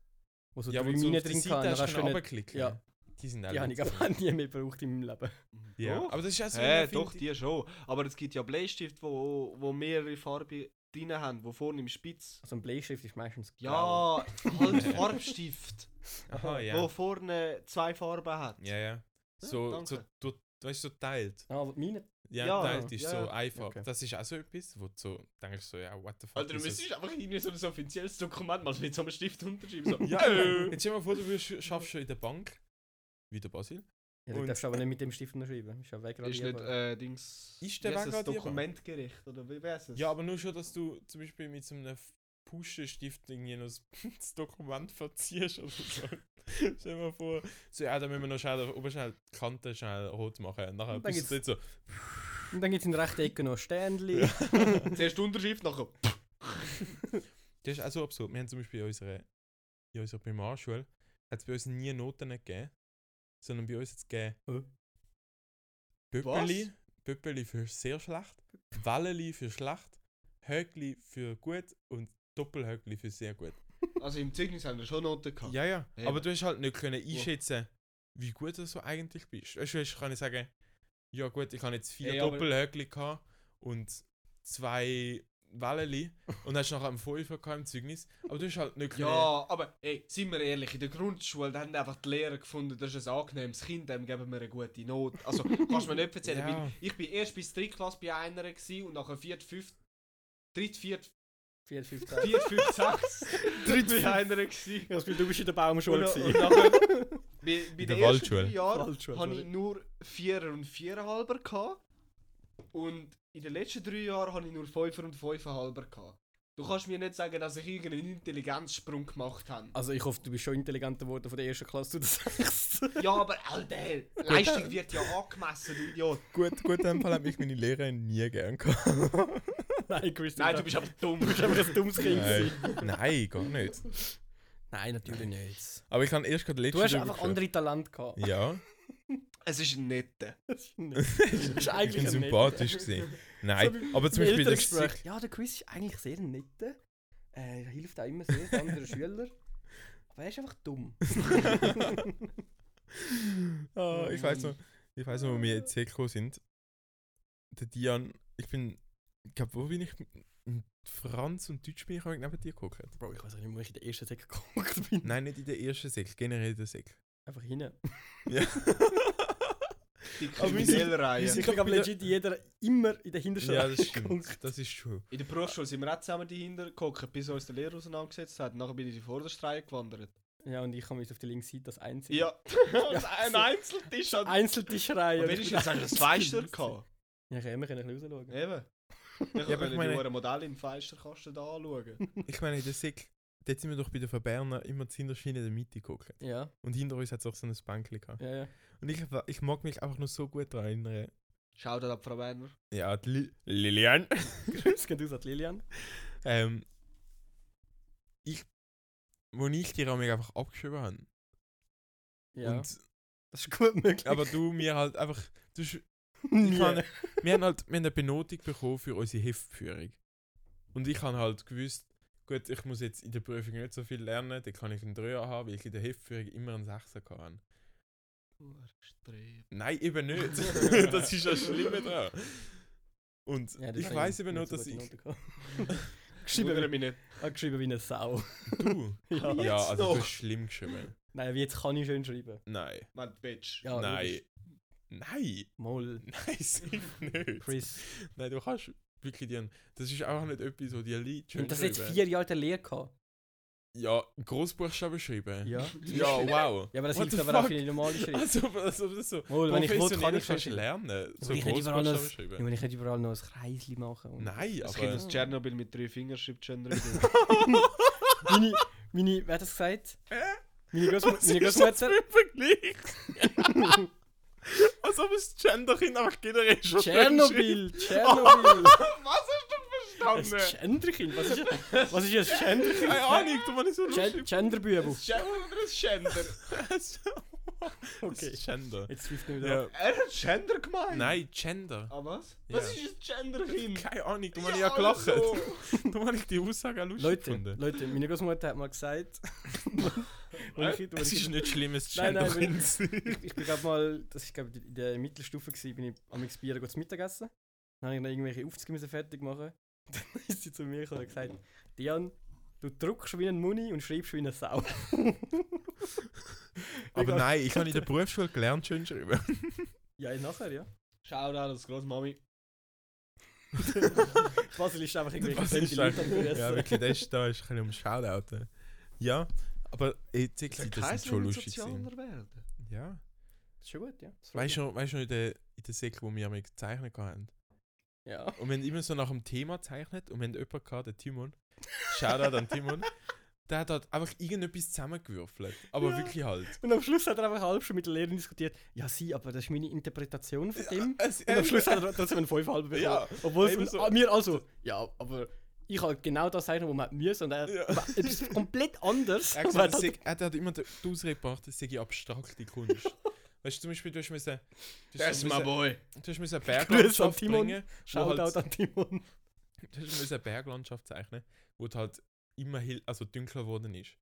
[SPEAKER 2] Wo so
[SPEAKER 3] ja,
[SPEAKER 2] drei
[SPEAKER 3] wo du so
[SPEAKER 2] Minen
[SPEAKER 3] auf die
[SPEAKER 2] drin
[SPEAKER 3] Seite
[SPEAKER 2] hatten, dann
[SPEAKER 3] hast,
[SPEAKER 2] kannst
[SPEAKER 3] kannst
[SPEAKER 2] du können-
[SPEAKER 3] runterklicken.
[SPEAKER 2] ja.
[SPEAKER 3] Die sind auch
[SPEAKER 2] Die habe ich
[SPEAKER 3] witzig.
[SPEAKER 2] aber nie mehr gebraucht in meinem Leben.
[SPEAKER 3] Ja,
[SPEAKER 4] Doch.
[SPEAKER 3] aber das ist auch so eine
[SPEAKER 4] Hä, doch,
[SPEAKER 3] Erfindung.
[SPEAKER 4] die schon. Aber es gibt ja Bleistifte, wo, wo mehrere Farben drin haben, wo vorne im Spitz.
[SPEAKER 2] Also ein Bleistift ist meistens grau.
[SPEAKER 4] Ja, halt Farbstift,
[SPEAKER 3] Aha,
[SPEAKER 4] wo
[SPEAKER 3] ja.
[SPEAKER 4] vorne zwei Farben hat.
[SPEAKER 3] Ja, ja. So,
[SPEAKER 4] danke.
[SPEAKER 3] so, du, weißt du, so teilt.
[SPEAKER 2] Ah, aber meine...
[SPEAKER 3] Ja,
[SPEAKER 4] Ja,
[SPEAKER 3] teilt ist
[SPEAKER 4] ja,
[SPEAKER 3] so
[SPEAKER 4] ja.
[SPEAKER 3] einfach.
[SPEAKER 2] Okay.
[SPEAKER 3] Das ist auch so etwas, wo du so denkst, so, ja, what the fuck.
[SPEAKER 4] Alter, du
[SPEAKER 3] ist das?
[SPEAKER 4] müsstest einfach irgendwie so ein offizielles Dokument mal mit so einem Stift unterschreiben. So.
[SPEAKER 3] Ja,
[SPEAKER 4] äh.
[SPEAKER 3] jetzt stell dir mal vor, du wirst- schaffst schon in der Bank. Wie der Basil.
[SPEAKER 2] Ja, du
[SPEAKER 3] Und- äh,
[SPEAKER 2] darfst aber nicht mit dem Stift noch schreiben. Ist ja
[SPEAKER 4] Ist nicht,
[SPEAKER 2] wegradierbar.
[SPEAKER 4] äh, Dings.
[SPEAKER 3] Ist der
[SPEAKER 4] wie heisst
[SPEAKER 3] Weg
[SPEAKER 4] es?
[SPEAKER 3] radierbar?
[SPEAKER 4] Dokumentgerecht, oder wie wär's es?
[SPEAKER 3] Ja, aber nur schon, dass du zum Beispiel mit so einem Puschenstift irgendwie noch das- das Dokument verziehst oder so. stell dir mal vor, so, ja, da müssen wir noch schnell, oben schnell die Kante schnell rot machen. Und nachher
[SPEAKER 2] Und dann
[SPEAKER 3] bist du
[SPEAKER 2] gibt's-
[SPEAKER 3] jetzt so, äh,
[SPEAKER 2] Und dann gibt es in der rechten Ecke noch Sternli.
[SPEAKER 4] Zuerst die Unterschrift, nachher.
[SPEAKER 3] Das ist auch so absurd. Wir haben zum Beispiel in unserer, in unserer Primarschule hat es bei uns nie Noten gegeben, sondern bei uns hat es gegeben
[SPEAKER 2] Hä?
[SPEAKER 3] Pöppeli, Pöppeli für sehr schlecht, Walleli für schlecht, Höckli für gut und Doppelhöckli für sehr gut.
[SPEAKER 4] Also im Zeugnis haben wir schon Noten gehabt.
[SPEAKER 3] Ja, ja.
[SPEAKER 4] Eben.
[SPEAKER 3] Aber du hast halt nicht können einschätzen, wie gut du so eigentlich bist. Weißt du, ich kann nicht sagen, ja gut, ich habe jetzt vier
[SPEAKER 4] Ey, aber-
[SPEAKER 3] Doppelhöckli gehabt und zwei Walleli und hast nachher einen Fünfer gehabt im Zeugnis. Aber du hast halt nicht können-
[SPEAKER 4] Ja, aber ey, sind wir ehrlich, in der Grundschule da haben einfach die Lehrer gefunden, das ist ein angenehmes Kind, dem geben wir eine gute Note. Also kannst du mir nicht erzählen.
[SPEAKER 3] Ja.
[SPEAKER 4] weil Ich bin erst bis dritte Klasse bei einer gewesen und nachher viert, fünft, dritt, viert,
[SPEAKER 2] 4, 5,
[SPEAKER 4] viert, fünft, sechs bei einer gewesen.
[SPEAKER 2] Ja, das Gefühl, du bist in der Baumschule.
[SPEAKER 4] Und, und
[SPEAKER 2] gewesen.
[SPEAKER 4] nachher, bei,
[SPEAKER 3] der
[SPEAKER 4] bei den ersten
[SPEAKER 3] Waldschule.
[SPEAKER 4] drei Jahren
[SPEAKER 2] Waldschule,
[SPEAKER 4] hatte ich
[SPEAKER 2] sorry.
[SPEAKER 4] nur Vierer und Viererhalber gehabt. Und in den letzten drei Jahren hatte ich nur Fünfer und Fünferhalber gehabt. Du kannst mir nicht sagen, dass ich irgendeinen Intelligenzsprung gemacht habe.
[SPEAKER 2] Also ich hoffe, du bist schon intelligenter geworden von der ersten Klasse zu der sechsten.
[SPEAKER 4] Ja, aber Alter, Leistung wird ja angemessen, du Idiot.
[SPEAKER 3] Gut, gut, in dem Fall hat mich meine Lehrerin nie gern gehabt.
[SPEAKER 2] Nein, Christian.
[SPEAKER 4] Nein, du bist aber dumm.
[SPEAKER 2] du bist einfach ein dummes Kind.
[SPEAKER 3] Nein.
[SPEAKER 2] gewesen.
[SPEAKER 3] Nein, gar nicht.
[SPEAKER 2] Nein, natürlich nicht.
[SPEAKER 3] Aber ich habe erst gerade letztes
[SPEAKER 2] Du hast einfach andere Talente gehabt.
[SPEAKER 3] Ja,
[SPEAKER 4] Es ist ein netter.
[SPEAKER 2] Das ist nicht- das ist
[SPEAKER 3] ich bin
[SPEAKER 2] eigentlich ein
[SPEAKER 3] sympathisch gesehen.
[SPEAKER 2] So
[SPEAKER 3] Nein,
[SPEAKER 2] wie-
[SPEAKER 3] aber
[SPEAKER 2] Netter.
[SPEAKER 3] zum Beispiel der
[SPEAKER 2] Elterngespräch.
[SPEAKER 3] Gesicht.
[SPEAKER 2] Ja, der Quiz ist eigentlich sehr nett. Äh, er hilft auch immer sehr den anderen Schülern. Aber er ist einfach dumm. Oh,
[SPEAKER 3] Ah, ich weiß noch, ich weiß noch, wo wir jetzt hergekommen sind. Der Dian, ich bin, ich glaube, wo bin ich? In Franz und Deutsch bin ich auch neben dir geguckt.
[SPEAKER 2] Bro, ich weiß auch nicht, wo ich in der ersten Säcke geguckt bin.
[SPEAKER 3] Nein, nicht in der ersten Säcke, generell in der Säcke.
[SPEAKER 2] Einfach hin.
[SPEAKER 3] Ja.
[SPEAKER 4] Die
[SPEAKER 3] Aber wir sind- wir
[SPEAKER 4] Kriminellreihe.
[SPEAKER 3] sind-
[SPEAKER 2] Ich glaube,
[SPEAKER 3] wieder-
[SPEAKER 2] legit jeder immer in der hintersten
[SPEAKER 3] ja,
[SPEAKER 2] Reihe
[SPEAKER 3] das stimmt.
[SPEAKER 2] geguckt.
[SPEAKER 3] Das ist schon.
[SPEAKER 4] In der Berufsschule sind wir auch zusammen dahinter geguckt, bis uns der Lehrer auseinandergesetzt hat. Nachher bin ich in die vorderste Reihe gewandert.
[SPEAKER 2] Ja, und ich habe mich auf die linke Seite das einzige.
[SPEAKER 4] Ja, ein Einzeltisch also- hat.
[SPEAKER 2] Einzeltischreihe.
[SPEAKER 4] Und wenigstens hast du ein Feister gehabt.
[SPEAKER 2] Ja, ich kann immer ein bisschen rausschauen.
[SPEAKER 4] Eben. Ich
[SPEAKER 3] aber
[SPEAKER 4] kann
[SPEAKER 3] ich
[SPEAKER 4] mir
[SPEAKER 3] meine-
[SPEAKER 4] die hohen Modelle im Feisterkasten da anschauen.
[SPEAKER 3] Ich meine, in der Säcke, dort sind wir doch bei der Verberner immer zu hinterst in der Mitte geguckt.
[SPEAKER 2] Ja,
[SPEAKER 3] Und hinter uns hat es auch so ein Bänkchen gehabt.
[SPEAKER 2] ja, ja.
[SPEAKER 3] Und ich, wa- ich mag mich einfach nur so gut daran erinnern.
[SPEAKER 4] Schau da ab, Frau Werner.
[SPEAKER 3] Ja, die Li Lilian.
[SPEAKER 2] Grüß geht aus an die Lilian.
[SPEAKER 3] ähm, ich, wo ich die Ramig einfach abgeschrieben habe.
[SPEAKER 2] Ja,
[SPEAKER 3] Und,
[SPEAKER 2] das ist gut möglich.
[SPEAKER 3] aber du mir halt einfach. Du, sch- ich
[SPEAKER 2] Nie.
[SPEAKER 3] kann, wir haben halt wir haben eine Benotung bekommen für unsere Heftführung. Und ich habe halt gewusst, gut, ich muss jetzt in der Prüfung nicht so viel lernen, dann kann ich einen 3 haben, weil ich in der Heftführung immer einen 6 kann.
[SPEAKER 4] Streb.
[SPEAKER 3] Nein, eben nicht. das ist das Schlimme dran. Und
[SPEAKER 2] Ja,
[SPEAKER 3] ich
[SPEAKER 2] deswegen
[SPEAKER 3] weiß eben nur,
[SPEAKER 2] nicht so
[SPEAKER 3] dass
[SPEAKER 2] gute
[SPEAKER 3] ich.
[SPEAKER 2] Noten gehabt.
[SPEAKER 4] Wundere
[SPEAKER 2] geschrieben,
[SPEAKER 4] mich nicht.
[SPEAKER 2] wie, ah, geschrieben wie eine Sau.
[SPEAKER 3] Du?
[SPEAKER 2] ja.
[SPEAKER 4] Jetzt
[SPEAKER 3] Ja, also du
[SPEAKER 4] noch.
[SPEAKER 3] hast schlimm geschrieben.
[SPEAKER 2] Nein, wie jetzt kann ich schön schreiben.
[SPEAKER 3] Nein.
[SPEAKER 4] Man, Bitch.
[SPEAKER 2] Ja,
[SPEAKER 3] Nein.
[SPEAKER 2] Ah, logisch.
[SPEAKER 3] Nein.
[SPEAKER 2] Mal.
[SPEAKER 3] Nein, sicher nicht.
[SPEAKER 2] Chris.
[SPEAKER 3] Nein, du kannst wirklich dir. Das ist auch nicht etwas, so die Leute
[SPEAKER 2] Und das
[SPEAKER 3] schön
[SPEAKER 2] jetzt
[SPEAKER 3] schreiben.
[SPEAKER 2] vier Jahre der Lehre gehabt.
[SPEAKER 3] Ja, Großbuchstaben schreiben.
[SPEAKER 2] Ja.
[SPEAKER 3] Ja, wow.
[SPEAKER 2] Ja, aber das
[SPEAKER 3] What
[SPEAKER 2] hilft
[SPEAKER 3] the
[SPEAKER 2] aber auch
[SPEAKER 3] fuck?
[SPEAKER 2] für die normale Schrift.
[SPEAKER 3] Also, also das ist so.
[SPEAKER 2] Wohl, wenn ich will,
[SPEAKER 3] professionell
[SPEAKER 2] kann ich
[SPEAKER 3] kannst du
[SPEAKER 2] verschreiben.
[SPEAKER 3] lernen. So
[SPEAKER 2] ich nicht überall
[SPEAKER 3] Großbuchstaben
[SPEAKER 2] das- Ja,
[SPEAKER 3] schreiben.
[SPEAKER 2] wenn ich nicht überall noch ein Kreisli machen. Und
[SPEAKER 3] Nein,
[SPEAKER 4] Das Kind
[SPEAKER 3] aber.
[SPEAKER 4] aus Tschernobyl mit drei Fingern schreibt Gender.
[SPEAKER 2] Meine, meine, wer hat das gesagt? Meine, Großmu
[SPEAKER 3] Was
[SPEAKER 2] meine
[SPEAKER 3] ist das
[SPEAKER 2] Großmutter.
[SPEAKER 3] für ein Vergleich? Als Also, ob es Gender-Kind einfach generell schon
[SPEAKER 2] Tschernobyl! Tschernobyl!
[SPEAKER 3] Oh,
[SPEAKER 4] Was
[SPEAKER 2] Ein
[SPEAKER 4] hast du verstanden?
[SPEAKER 2] Genderkind? Was ist, was ist ein Genderkind?
[SPEAKER 3] Keine Ahnung, du meinst so
[SPEAKER 2] Gen Genderbübel.
[SPEAKER 4] Gender oder ein Gender?
[SPEAKER 3] Okay.
[SPEAKER 2] Okay.
[SPEAKER 3] Gender.
[SPEAKER 2] Jetzt trifft nicht wieder.
[SPEAKER 3] Ja.
[SPEAKER 2] ab.
[SPEAKER 4] Er hat Gender gemeint.
[SPEAKER 3] Nein, Gender.
[SPEAKER 4] Ah, was?
[SPEAKER 3] Ja.
[SPEAKER 4] Was ist ein Genderkind?
[SPEAKER 3] Keine Ahnung, du meinst ja gelacht.
[SPEAKER 4] also.
[SPEAKER 3] Du meinst die Aussage auch lustig
[SPEAKER 2] Leute,
[SPEAKER 3] gefunden.
[SPEAKER 2] Leute, meine Großmutter hat mal gesagt. Wo ich- wo
[SPEAKER 3] Es
[SPEAKER 2] ich-
[SPEAKER 3] ist nicht schlimm, es ist
[SPEAKER 2] Nein, nein,
[SPEAKER 3] Gender-Kind zu sein.
[SPEAKER 2] ich, ich bin gerade mal, das ist glaube in der Mittelstufe gewesen, bin ich am x Bier zu Mittagessen. Dann habe ich noch irgendwelche Aufzüge müssen fertig machen. Dann ist sie zu mir gekommen und hat gesagt, Dian, du druckst wie ein Muni und schreibst wie eine Sau.
[SPEAKER 3] Aber nein, ich habe in der Berufsschule gelernt, schön schreiben.
[SPEAKER 2] Ja, nachher, ja.
[SPEAKER 4] Schau da, das Großmami.
[SPEAKER 2] Basil ist einfach irgendwie
[SPEAKER 3] Was ist das? Ja, wirklich, das ist, da ist ein bisschen um Shoutout. Ja, aber jetzt sehe ich, das ist schon lustig. gewesen.
[SPEAKER 4] werden.
[SPEAKER 3] Ja.
[SPEAKER 2] Schon gut, ja. Das freut
[SPEAKER 3] Weißt
[SPEAKER 2] mich.
[SPEAKER 3] du weißt du noch, in der, in der Säcke, wo wir einmal gezeichnet haben?
[SPEAKER 2] Ja.
[SPEAKER 3] Und wir haben immer so nach dem Thema gezeichnet und wir haben jemanden gehabt, den Timon. Shoutout an Timon. Der hat halt einfach irgendetwas zusammengewürfelt. Aber
[SPEAKER 2] Ja.
[SPEAKER 3] wirklich halt.
[SPEAKER 2] Und am Schluss hat er einfach halb schon mit der Lehrerin diskutiert. Ja, sie, aber das ist meine Interpretation von dem.
[SPEAKER 3] Es,
[SPEAKER 2] Und am Schluss hat er trotzdem einen 5 halb bekommen.
[SPEAKER 3] Ja,
[SPEAKER 2] Obwohl
[SPEAKER 3] eben
[SPEAKER 2] es
[SPEAKER 3] so.
[SPEAKER 2] ah, mir also, ja, aber ich habe genau das zeichnen, wo man müssen und er
[SPEAKER 3] Ja.
[SPEAKER 2] aber etwas komplett anders.
[SPEAKER 3] Er hat,
[SPEAKER 2] Aber
[SPEAKER 3] gesagt,
[SPEAKER 2] er hat-
[SPEAKER 3] es sei- er hat immer die die Ausrede gebracht, es sei abstrakte Kunst. weißt du, zum Beispiel, du hast müssen, du hast
[SPEAKER 4] Das ist mein
[SPEAKER 3] müssen,
[SPEAKER 4] Boy.
[SPEAKER 3] du hast müssen eine
[SPEAKER 2] Grüße an
[SPEAKER 3] Berglandschaft
[SPEAKER 2] Timon.
[SPEAKER 3] bringen, wo
[SPEAKER 2] Shoutout
[SPEAKER 3] halt,
[SPEAKER 2] an Timon.
[SPEAKER 3] du hast müssen eine Berglandschaft zeichnen, wo die halt immer hell, also dunkler geworden ist.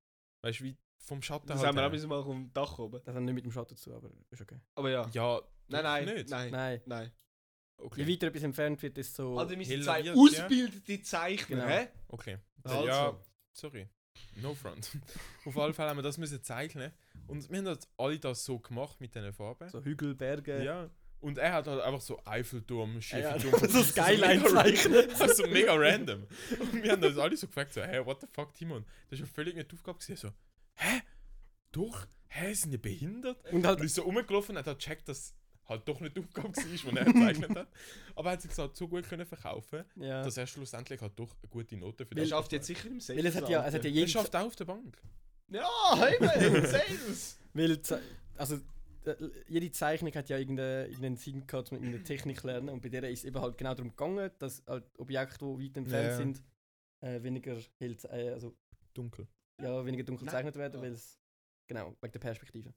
[SPEAKER 3] Weißt du, wie vom Schatten
[SPEAKER 4] Das
[SPEAKER 3] halt
[SPEAKER 4] haben wir
[SPEAKER 3] her.
[SPEAKER 4] auch bis mal auf dem Dach oben.
[SPEAKER 2] Das hat nicht mit dem Schatten zu, aber ist okay.
[SPEAKER 4] Aber ja.
[SPEAKER 3] Ja,
[SPEAKER 4] Nein, nein,
[SPEAKER 3] nicht.
[SPEAKER 4] nein, nein.
[SPEAKER 2] Nein. Je
[SPEAKER 3] Okay.
[SPEAKER 2] weiter etwas entfernt wird, desto.
[SPEAKER 4] Also, wir müssen
[SPEAKER 3] Hill
[SPEAKER 4] zwei
[SPEAKER 3] Reed,
[SPEAKER 4] ausgebildete Zeichner,
[SPEAKER 2] Genau.
[SPEAKER 4] hä?
[SPEAKER 3] Okay.
[SPEAKER 4] Also.
[SPEAKER 3] Ja, sorry. No front. Auf alle Fälle haben wir das müssen zeichnen. Und wir haben halt alle das so gemacht mit diesen Farben.
[SPEAKER 2] so Hügel, Berge.
[SPEAKER 3] Ja. Und er hat halt einfach so Eiffelturm,
[SPEAKER 2] Ah, ja.
[SPEAKER 3] Schiefelturm.
[SPEAKER 2] so Skyline
[SPEAKER 3] mega
[SPEAKER 2] zeichnen.
[SPEAKER 3] Das ist so mega random. Und wir haben uns alle so gefragt, so, hey, what the fuck, Timon? Das ist ja völlig nicht die Aufgabe gewesen. So, hä? Doch? Hä, sind die behindert?
[SPEAKER 2] Und
[SPEAKER 3] Und
[SPEAKER 2] halt,
[SPEAKER 3] ist so rumgelaufen und hat halt gecheckt, dass halt doch nicht die Aufgabe war, die er gezeichnet hat. Aber er hat sich halt so gut können verkaufen,
[SPEAKER 2] ja.
[SPEAKER 3] dass er schlussendlich halt doch eine gute Note für
[SPEAKER 4] Der
[SPEAKER 3] das
[SPEAKER 4] schafft jetzt
[SPEAKER 3] bekommen
[SPEAKER 4] sicher im Sales.
[SPEAKER 2] Weil es hat ja, es hat ja
[SPEAKER 3] hat. Er
[SPEAKER 2] jeden.
[SPEAKER 3] schafft auch auf der Bank.
[SPEAKER 4] Ja, eben, im Sales.
[SPEAKER 2] Weil, ze- also, äh, jede Zeichnung hat ja irgendeinen, irgendeinen Sinn gehabt, um irgendeine Technik zu lernen. Und bei der ist es eben halt genau darum gegangen, dass halt Objekte, die weit entfernt
[SPEAKER 3] Ja.
[SPEAKER 2] sind, äh, weniger, hell ze- äh, also,
[SPEAKER 3] Dunkel.
[SPEAKER 2] ja, weniger dunkel
[SPEAKER 4] Nein.
[SPEAKER 2] gezeichnet werden,
[SPEAKER 4] Ah.
[SPEAKER 2] weil es. Genau, wegen der Perspektive.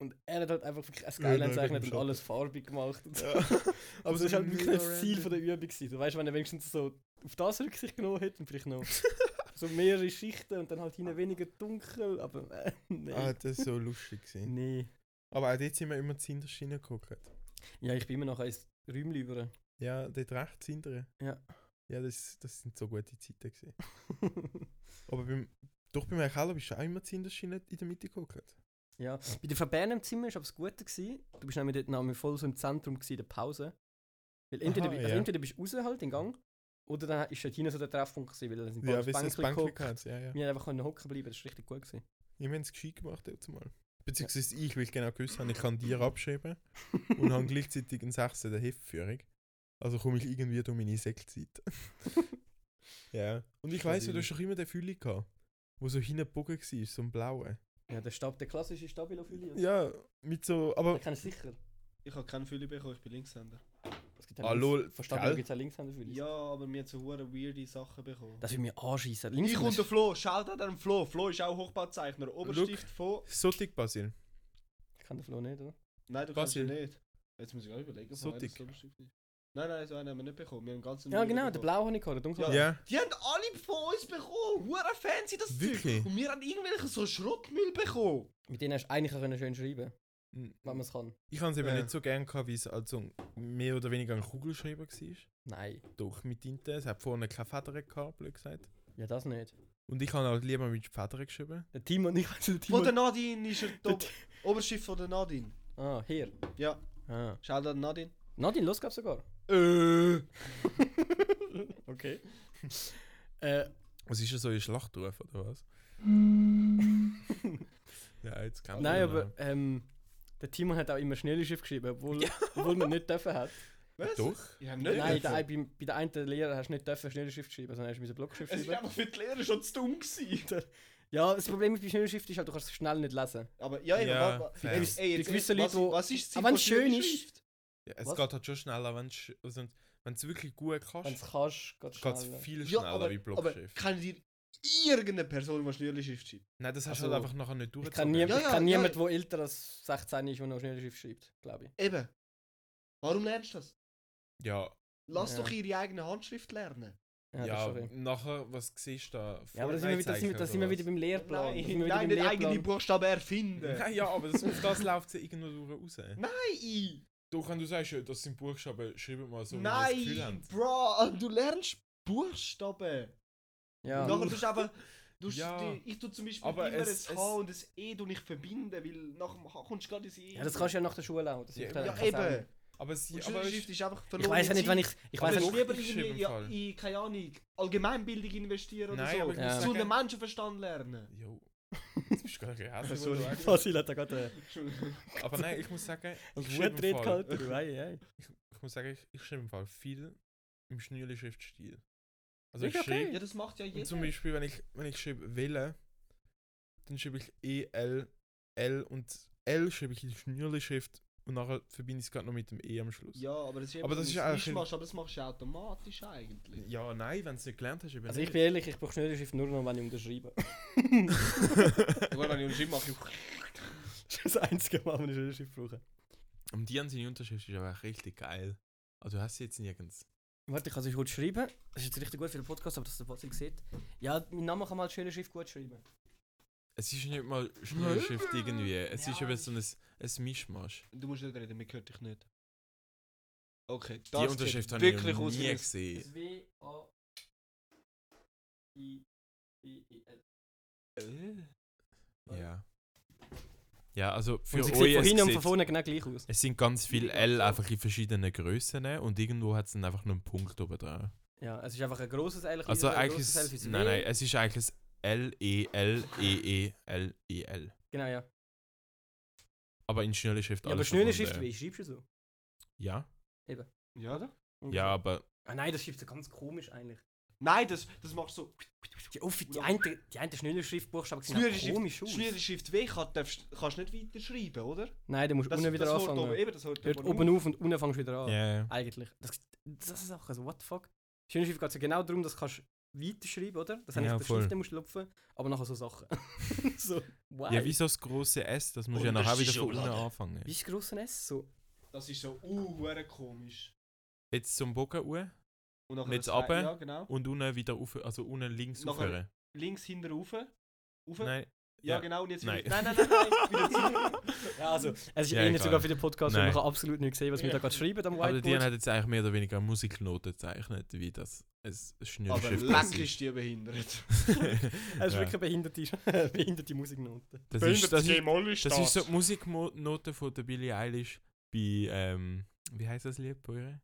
[SPEAKER 2] Und er hat halt einfach wirklich ein
[SPEAKER 3] Ja, nein,
[SPEAKER 2] Skyline
[SPEAKER 3] wegen
[SPEAKER 2] gezeichnet
[SPEAKER 3] dem
[SPEAKER 2] und alles farbig gemacht. Und so.
[SPEAKER 3] Aber
[SPEAKER 2] Aber es
[SPEAKER 3] so
[SPEAKER 2] ist halt
[SPEAKER 3] mega
[SPEAKER 2] wirklich das Ziel
[SPEAKER 3] random.
[SPEAKER 2] von der Übung. Gewesen. Du weißt, wenn er wenigstens so auf das Rücksicht genommen hätte und vielleicht noch so mehrere Schichten und dann halt hinten weniger dunkel, aber
[SPEAKER 3] Ah,
[SPEAKER 2] äh, nee.
[SPEAKER 3] das ist so lustig gewesen.
[SPEAKER 2] nee.
[SPEAKER 3] Aber auch dort sind wir immer zu hinterst hineingeguckt.
[SPEAKER 2] Ja, ich bin immer noch ins Räumchen über.
[SPEAKER 3] Ja, dort rechts hinterher.
[SPEAKER 2] Ja.
[SPEAKER 3] Ja, das, das sind so gute Zeiten gewesen. Aber beim, doch beim Keller bist du auch immer zu hinterst hinein in der Mitte geguckt.
[SPEAKER 2] ja. Bei der Verbären im Zimmer war aber das Gute. Gewesen. Du bist nämlich dort nämlich voll so im Zentrum gewesen, in der Pause. Weil entweder,
[SPEAKER 3] Aha,
[SPEAKER 2] bi- also
[SPEAKER 3] ja.
[SPEAKER 2] entweder bist du raus halt in den Gang oder dann ist dort hinten so der Treffpunkt gewesen, weil dann sind ja, Bänkchen gehockt.
[SPEAKER 3] Ja, ja.
[SPEAKER 2] Wir haben einfach können hocken bleiben, das war richtig gut. Gewesen.
[SPEAKER 3] Ich habe es gescheit gemacht dazu mal. Beziehungsweise ich, weil ich genau gewusst habe, ich kann dir abschreiben und habe gleichzeitig einen 6. der Heftführung. Also komme ich irgendwie durch meine Sektzeit. ja. Und ich weiss, du hast doch immer den Fülle gehabt, wo so hinten gebogen war, so ein blauer.
[SPEAKER 2] Ja, der, Stab, der klassische Stabilophilie. Ja.
[SPEAKER 3] Ja, mit so, aber...
[SPEAKER 2] Den kennst du sicher.
[SPEAKER 4] Ich habe keinen Fülle bekommen, ich bin Linkshänder.
[SPEAKER 2] Es gibt ja
[SPEAKER 3] Ah,
[SPEAKER 2] links-
[SPEAKER 3] lol,
[SPEAKER 2] Von Stabilo
[SPEAKER 3] gell?
[SPEAKER 2] gibt es auch Linkshänder-Fülle.
[SPEAKER 4] Ja, aber wir haben so hure weirde Sachen bekommen.
[SPEAKER 2] Das würde mich anschießen.
[SPEAKER 4] Ich und der
[SPEAKER 2] Linkshänder.
[SPEAKER 4] Flo, schaut an dem Flo. Flo ist auch Hochbauzeichner. Oberstift von.
[SPEAKER 3] So dick, Basil.
[SPEAKER 2] Ich kann den Flo nicht, oder?
[SPEAKER 4] Nein, du kannst
[SPEAKER 3] Basil.
[SPEAKER 4] ihn nicht. Jetzt muss ich auch überlegen,
[SPEAKER 3] So
[SPEAKER 4] von wer
[SPEAKER 3] dick.
[SPEAKER 4] das Oberstift ist. Nein, nein, so einen haben wir nicht bekommen. Wir haben einen ganzen
[SPEAKER 2] Ja,
[SPEAKER 4] neuen
[SPEAKER 2] genau, der
[SPEAKER 4] bekommen.
[SPEAKER 2] blaue habe ich gehabt, der dunkle.
[SPEAKER 4] Ja.
[SPEAKER 3] Ja.
[SPEAKER 4] Die haben alle von uns bekommen. Hure fancy das
[SPEAKER 3] Wirklich?
[SPEAKER 4] Zeug. Und wir haben irgendwelchen so Schrottmüll bekommen.
[SPEAKER 2] Mit denen hast du eigentlich auch können schön schreiben wenn man es kann.
[SPEAKER 3] Ich habe es eben
[SPEAKER 4] Ja.
[SPEAKER 3] nicht so gern gehabt, weil es also mehr oder weniger ein Kugelschreiber war.
[SPEAKER 2] Nein,
[SPEAKER 3] Doch, mit Tinte. Es hat vorne keine Federn gehabt, blöd gesagt.
[SPEAKER 2] ja das nicht.
[SPEAKER 3] Und ich habe halt lieber mit Federn geschrieben.
[SPEAKER 2] Der Timon, ich weiß nicht,
[SPEAKER 4] Von der
[SPEAKER 2] Timon...
[SPEAKER 4] Nadine ist er top. Oberschiff von der Nadine.
[SPEAKER 2] Ah, hier.
[SPEAKER 4] Ja,
[SPEAKER 2] Ah.
[SPEAKER 4] schaut an Nadine.
[SPEAKER 2] Nadine, los
[SPEAKER 3] Äh.
[SPEAKER 2] gab's sogar.
[SPEAKER 4] Äh.
[SPEAKER 2] Okay. äh,
[SPEAKER 3] Was ist das, so ein Schlachtruf oder was? Mm. ja, jetzt kann
[SPEAKER 2] Nein, aber ähm, der Timon hat auch immer schnelles Schiff geschrieben, obwohl, obwohl man nicht dürfen hat.
[SPEAKER 4] Was?
[SPEAKER 3] Doch?
[SPEAKER 4] Ich hab nicht.
[SPEAKER 2] Nein,
[SPEAKER 4] Nein,
[SPEAKER 2] der, bei, bei der einen Lehrer hast du nicht dürfen schnelles Schiff schreiben, sondern hast du müssen Blockschrift
[SPEAKER 4] es war
[SPEAKER 2] schreiben.
[SPEAKER 4] einfach für die Lehrer schon zu dumm gewesen.
[SPEAKER 2] Ja, das Problem bei schnelles Schrift ist halt, du kannst es schnell nicht lesen.
[SPEAKER 4] Aber ja, eben,
[SPEAKER 3] Ja,
[SPEAKER 4] wa- wa-
[SPEAKER 3] fair.
[SPEAKER 4] ey,
[SPEAKER 3] Die
[SPEAKER 4] ey, jetzt,
[SPEAKER 2] gewisse
[SPEAKER 4] was,
[SPEAKER 2] Leute, wo-
[SPEAKER 4] was ist die
[SPEAKER 2] Aber wenn's
[SPEAKER 4] Zeit von
[SPEAKER 2] schön ist-
[SPEAKER 4] Schrift?
[SPEAKER 3] Ja, es
[SPEAKER 2] Was?
[SPEAKER 3] geht halt schon schneller, wenn es wirklich gut
[SPEAKER 2] Wenn du es
[SPEAKER 3] kannst.
[SPEAKER 2] kannst, geht es
[SPEAKER 3] Geht es
[SPEAKER 2] schnell.
[SPEAKER 3] viel
[SPEAKER 4] Ja,
[SPEAKER 3] schneller
[SPEAKER 4] aber,
[SPEAKER 3] wie
[SPEAKER 4] aber
[SPEAKER 3] Blockschrift.
[SPEAKER 4] kann dir irgendeine Person, die schnelle Schrift schreibt?
[SPEAKER 3] Nein, das hast du
[SPEAKER 2] Also,
[SPEAKER 3] halt einfach nachher nicht
[SPEAKER 2] Ich
[SPEAKER 3] durchgezogen.
[SPEAKER 2] kann, nie,
[SPEAKER 4] Ja,
[SPEAKER 2] ich
[SPEAKER 4] ja,
[SPEAKER 2] kann
[SPEAKER 4] ja.
[SPEAKER 2] niemanden, der älter als 16 ist und noch schnelles Schiff schreibt, glaube ich.
[SPEAKER 4] Eben. Warum lernst du das?
[SPEAKER 3] Ja,
[SPEAKER 4] Lass
[SPEAKER 2] Ja.
[SPEAKER 4] doch ihre eigene Handschrift lernen.
[SPEAKER 2] das
[SPEAKER 3] ja,
[SPEAKER 2] ist okay.
[SPEAKER 3] nachher, was siehst du da?
[SPEAKER 2] Ja, aber da sind, wir, wieder- da sind, wir- da sind wir wieder beim Lehrplan. da sind wir wieder
[SPEAKER 4] nein,
[SPEAKER 2] beim
[SPEAKER 4] nicht eigene
[SPEAKER 2] Lehrplan.
[SPEAKER 4] Buchstaben erfinden.
[SPEAKER 3] Nein, ja, aber das, auf das läuft es ja irgendwo durch raus.
[SPEAKER 4] Nein,
[SPEAKER 3] Doch, wenn du sagst, ja, das sind Buchstaben, schreib mal so, wie wir das Gefühl
[SPEAKER 4] nein,
[SPEAKER 3] haben.
[SPEAKER 4] bro, du lernst Buchstaben.
[SPEAKER 2] Ja.
[SPEAKER 4] Nachher tust du einfach. Du
[SPEAKER 3] Ja.
[SPEAKER 4] die, ich tue zum Beispiel
[SPEAKER 3] Aber
[SPEAKER 4] immer
[SPEAKER 3] es-
[SPEAKER 4] ein
[SPEAKER 3] es-
[SPEAKER 4] H und ein E du nicht verbinden, weil nach dem H kommst du gerade ins E.
[SPEAKER 2] ja, das kannst du ja nach der Schule auch. Das
[SPEAKER 3] Ja,
[SPEAKER 2] macht
[SPEAKER 3] ja,
[SPEAKER 2] keinen
[SPEAKER 4] Ja,
[SPEAKER 2] Sinn.
[SPEAKER 4] eben.
[SPEAKER 3] Aber es
[SPEAKER 4] Und
[SPEAKER 3] aber es-
[SPEAKER 4] Schulschrift ist einfach verloren.
[SPEAKER 2] Ich weiß ja nicht, wenn ich. Ich
[SPEAKER 3] Aber
[SPEAKER 2] weiß
[SPEAKER 4] Also
[SPEAKER 2] ja
[SPEAKER 3] es-
[SPEAKER 2] nicht.
[SPEAKER 4] ich lieber
[SPEAKER 3] Buchstaben
[SPEAKER 4] irgendwie
[SPEAKER 3] im Fall.
[SPEAKER 4] in, in, keine Ahnung, Allgemeinbildung investieren oder
[SPEAKER 3] Nein,
[SPEAKER 4] so.
[SPEAKER 3] aber ich
[SPEAKER 2] muss
[SPEAKER 4] Ja.
[SPEAKER 2] sagen-
[SPEAKER 4] Gesunden Menschenverstand lernen.
[SPEAKER 3] Jo. Jetzt bist du gar nicht gehasst,
[SPEAKER 2] Sorry,
[SPEAKER 3] wo du eigentlich-
[SPEAKER 2] Fasil hat da gerade
[SPEAKER 3] Aber nein, ich muss sagen,
[SPEAKER 2] einen
[SPEAKER 3] ich schreibe
[SPEAKER 2] guten
[SPEAKER 3] im
[SPEAKER 2] Rede
[SPEAKER 3] Fall,
[SPEAKER 2] gehalten. du, ei, ei.
[SPEAKER 3] ich muss sagen, ich, ich schreibe im Fall viel im schnürli Schriftstil. Also ich
[SPEAKER 2] Ist okay.
[SPEAKER 3] schreibe,
[SPEAKER 4] Ja, das macht ja
[SPEAKER 3] und
[SPEAKER 4] jeder.
[SPEAKER 3] zum Beispiel, wenn ich, wenn ich schreibe Welle, dann schreibe ich E, L, L und L schreibe ich in schnürli Schrift und nachher verbinde ich es gerade noch mit dem E am Schluss.
[SPEAKER 4] Ja, aber das ist eben
[SPEAKER 3] Aber das
[SPEAKER 4] so
[SPEAKER 3] ist
[SPEAKER 4] ein
[SPEAKER 3] eigentlich-
[SPEAKER 4] Mischmasch, aber das machst du automatisch eigentlich.
[SPEAKER 3] Ja, nein, wenn du es nicht gelernt hast, eben
[SPEAKER 2] Also ich
[SPEAKER 3] nicht.
[SPEAKER 2] bin ehrlich, ich brauche schnelles Schiff nur noch, wenn ich unterschreibe.
[SPEAKER 4] Oder wenn ich einen Gym mache, ich...
[SPEAKER 2] Das ist das einzige Mal, wenn ich schnelles Schiff brauche.
[SPEAKER 3] Und die an seine Unterschrift ist aber richtig geil. Also du hast sie jetzt nirgends.
[SPEAKER 2] Warte, ich kann es heute schreiben. Das ist jetzt richtig gut für den Podcast, aber dass der Fasil sieht. Ja, mein Name kann man halt schnelles Schiff gut schreiben.
[SPEAKER 3] Es ist nicht mal schnürli Schrift irgendwie. Es ist eben so ein, ein Mischmasch.
[SPEAKER 4] Du musst nicht reden, mir hört dich nicht. Okay, das
[SPEAKER 3] die
[SPEAKER 4] sieht
[SPEAKER 3] Unterschrift habe ich
[SPEAKER 4] wirklich
[SPEAKER 3] noch
[SPEAKER 4] aus
[SPEAKER 3] nie
[SPEAKER 4] wie ein-
[SPEAKER 3] gesehen.
[SPEAKER 2] W A I I I L. Äh?
[SPEAKER 3] Ja. Ja, also für
[SPEAKER 2] Und sie
[SPEAKER 3] euch
[SPEAKER 2] sieht von
[SPEAKER 3] es,
[SPEAKER 2] hinten und von
[SPEAKER 3] sieht,
[SPEAKER 2] vorne genau gleich aus.
[SPEAKER 3] es sind ganz viele L
[SPEAKER 2] so.
[SPEAKER 3] einfach in verschiedenen Größen und irgendwo hat es dann einfach nur einen Punkt oben dran.
[SPEAKER 2] Ja, es ist einfach ein grosses L.
[SPEAKER 3] Also
[SPEAKER 2] ein
[SPEAKER 3] eigentlich
[SPEAKER 2] grosses L
[SPEAKER 3] ist,
[SPEAKER 2] fürs
[SPEAKER 3] nein,
[SPEAKER 2] W.
[SPEAKER 3] nein, es ist eigentlich ein L E L E E L E L,
[SPEAKER 2] Genau, ja.
[SPEAKER 3] aber in schneller Schrift
[SPEAKER 2] ja
[SPEAKER 3] alles
[SPEAKER 2] aber schnelle
[SPEAKER 3] verbunden.
[SPEAKER 2] Schrift, wie schreibst du so?
[SPEAKER 3] Ja,
[SPEAKER 4] Ja, oder?
[SPEAKER 3] ja, aber
[SPEAKER 2] Ah nein, das schreibst du ganz komisch eigentlich.
[SPEAKER 4] Nein, das, das machst du
[SPEAKER 2] Die, oh, die eine, die eine schnelle Schriftbuchstaben
[SPEAKER 4] so...
[SPEAKER 2] sehen auch komisch aus.
[SPEAKER 4] Schnüre Schrift W kann, darfst, kannst nicht weiterschreiben, oder?
[SPEAKER 2] Nein, du musst unten wieder
[SPEAKER 4] hört
[SPEAKER 2] anfangen.
[SPEAKER 4] Oben, eben, das hört
[SPEAKER 2] Hört oben auf und unten fängst du wieder
[SPEAKER 3] ja,
[SPEAKER 2] an.
[SPEAKER 3] ja.
[SPEAKER 2] Eigentlich. Das, das ist auch so, what the fuck. Schöne Schiff geht es ja genau darum, dass du kannst weiterschreiben oder? Das habe
[SPEAKER 3] Ja,
[SPEAKER 2] ich bei
[SPEAKER 3] voll.
[SPEAKER 2] Schriften musst du lupfen, aber nachher so Sachen. so, wow.
[SPEAKER 3] ja, wieso das große S? Das muss
[SPEAKER 4] Und
[SPEAKER 3] ja
[SPEAKER 4] das
[SPEAKER 3] nachher
[SPEAKER 4] ist
[SPEAKER 3] wieder von unten
[SPEAKER 4] Schublade.
[SPEAKER 3] anfangen.
[SPEAKER 2] Wie ist gross ein S? So,
[SPEAKER 4] Das ist so uh, komisch.
[SPEAKER 3] Jetzt zum Bogen uhr
[SPEAKER 4] Und nachher
[SPEAKER 3] Jetzt
[SPEAKER 4] das Re-
[SPEAKER 3] runter.
[SPEAKER 4] Ja, genau.
[SPEAKER 3] und unten wieder auf, also unten links
[SPEAKER 4] Nachher-
[SPEAKER 3] aufhören.
[SPEAKER 4] Links hinten rauf. Rauf.
[SPEAKER 3] Nein,
[SPEAKER 4] Ja,
[SPEAKER 3] ja.
[SPEAKER 4] genau. Und jetzt
[SPEAKER 3] Nein.
[SPEAKER 4] wieder. Nein, nein, nein, nein. wieder zurück.
[SPEAKER 2] Ja, also, es ist
[SPEAKER 3] Ja,
[SPEAKER 2] eh
[SPEAKER 3] egal.
[SPEAKER 2] nicht sogar für den Podcast, weil
[SPEAKER 3] Nein.
[SPEAKER 2] man kann absolut nicht sehen, was wir da gerade schreiben am
[SPEAKER 3] Aber die halt-
[SPEAKER 2] Whiteboard.
[SPEAKER 3] hat jetzt eigentlich mehr oder weniger Musiknoten gezeichnet, wie das es schnell
[SPEAKER 4] Aber leck ist die behindert.
[SPEAKER 2] Es ist
[SPEAKER 3] ja.
[SPEAKER 2] wirklich eine behinderte, behinderte Musiknote.
[SPEAKER 3] das, ist, das, ist,
[SPEAKER 4] Moll ist
[SPEAKER 3] das ist so die Musiknote von der Billie Eilish bei, ähm, wie heißt das Lied bei ihr?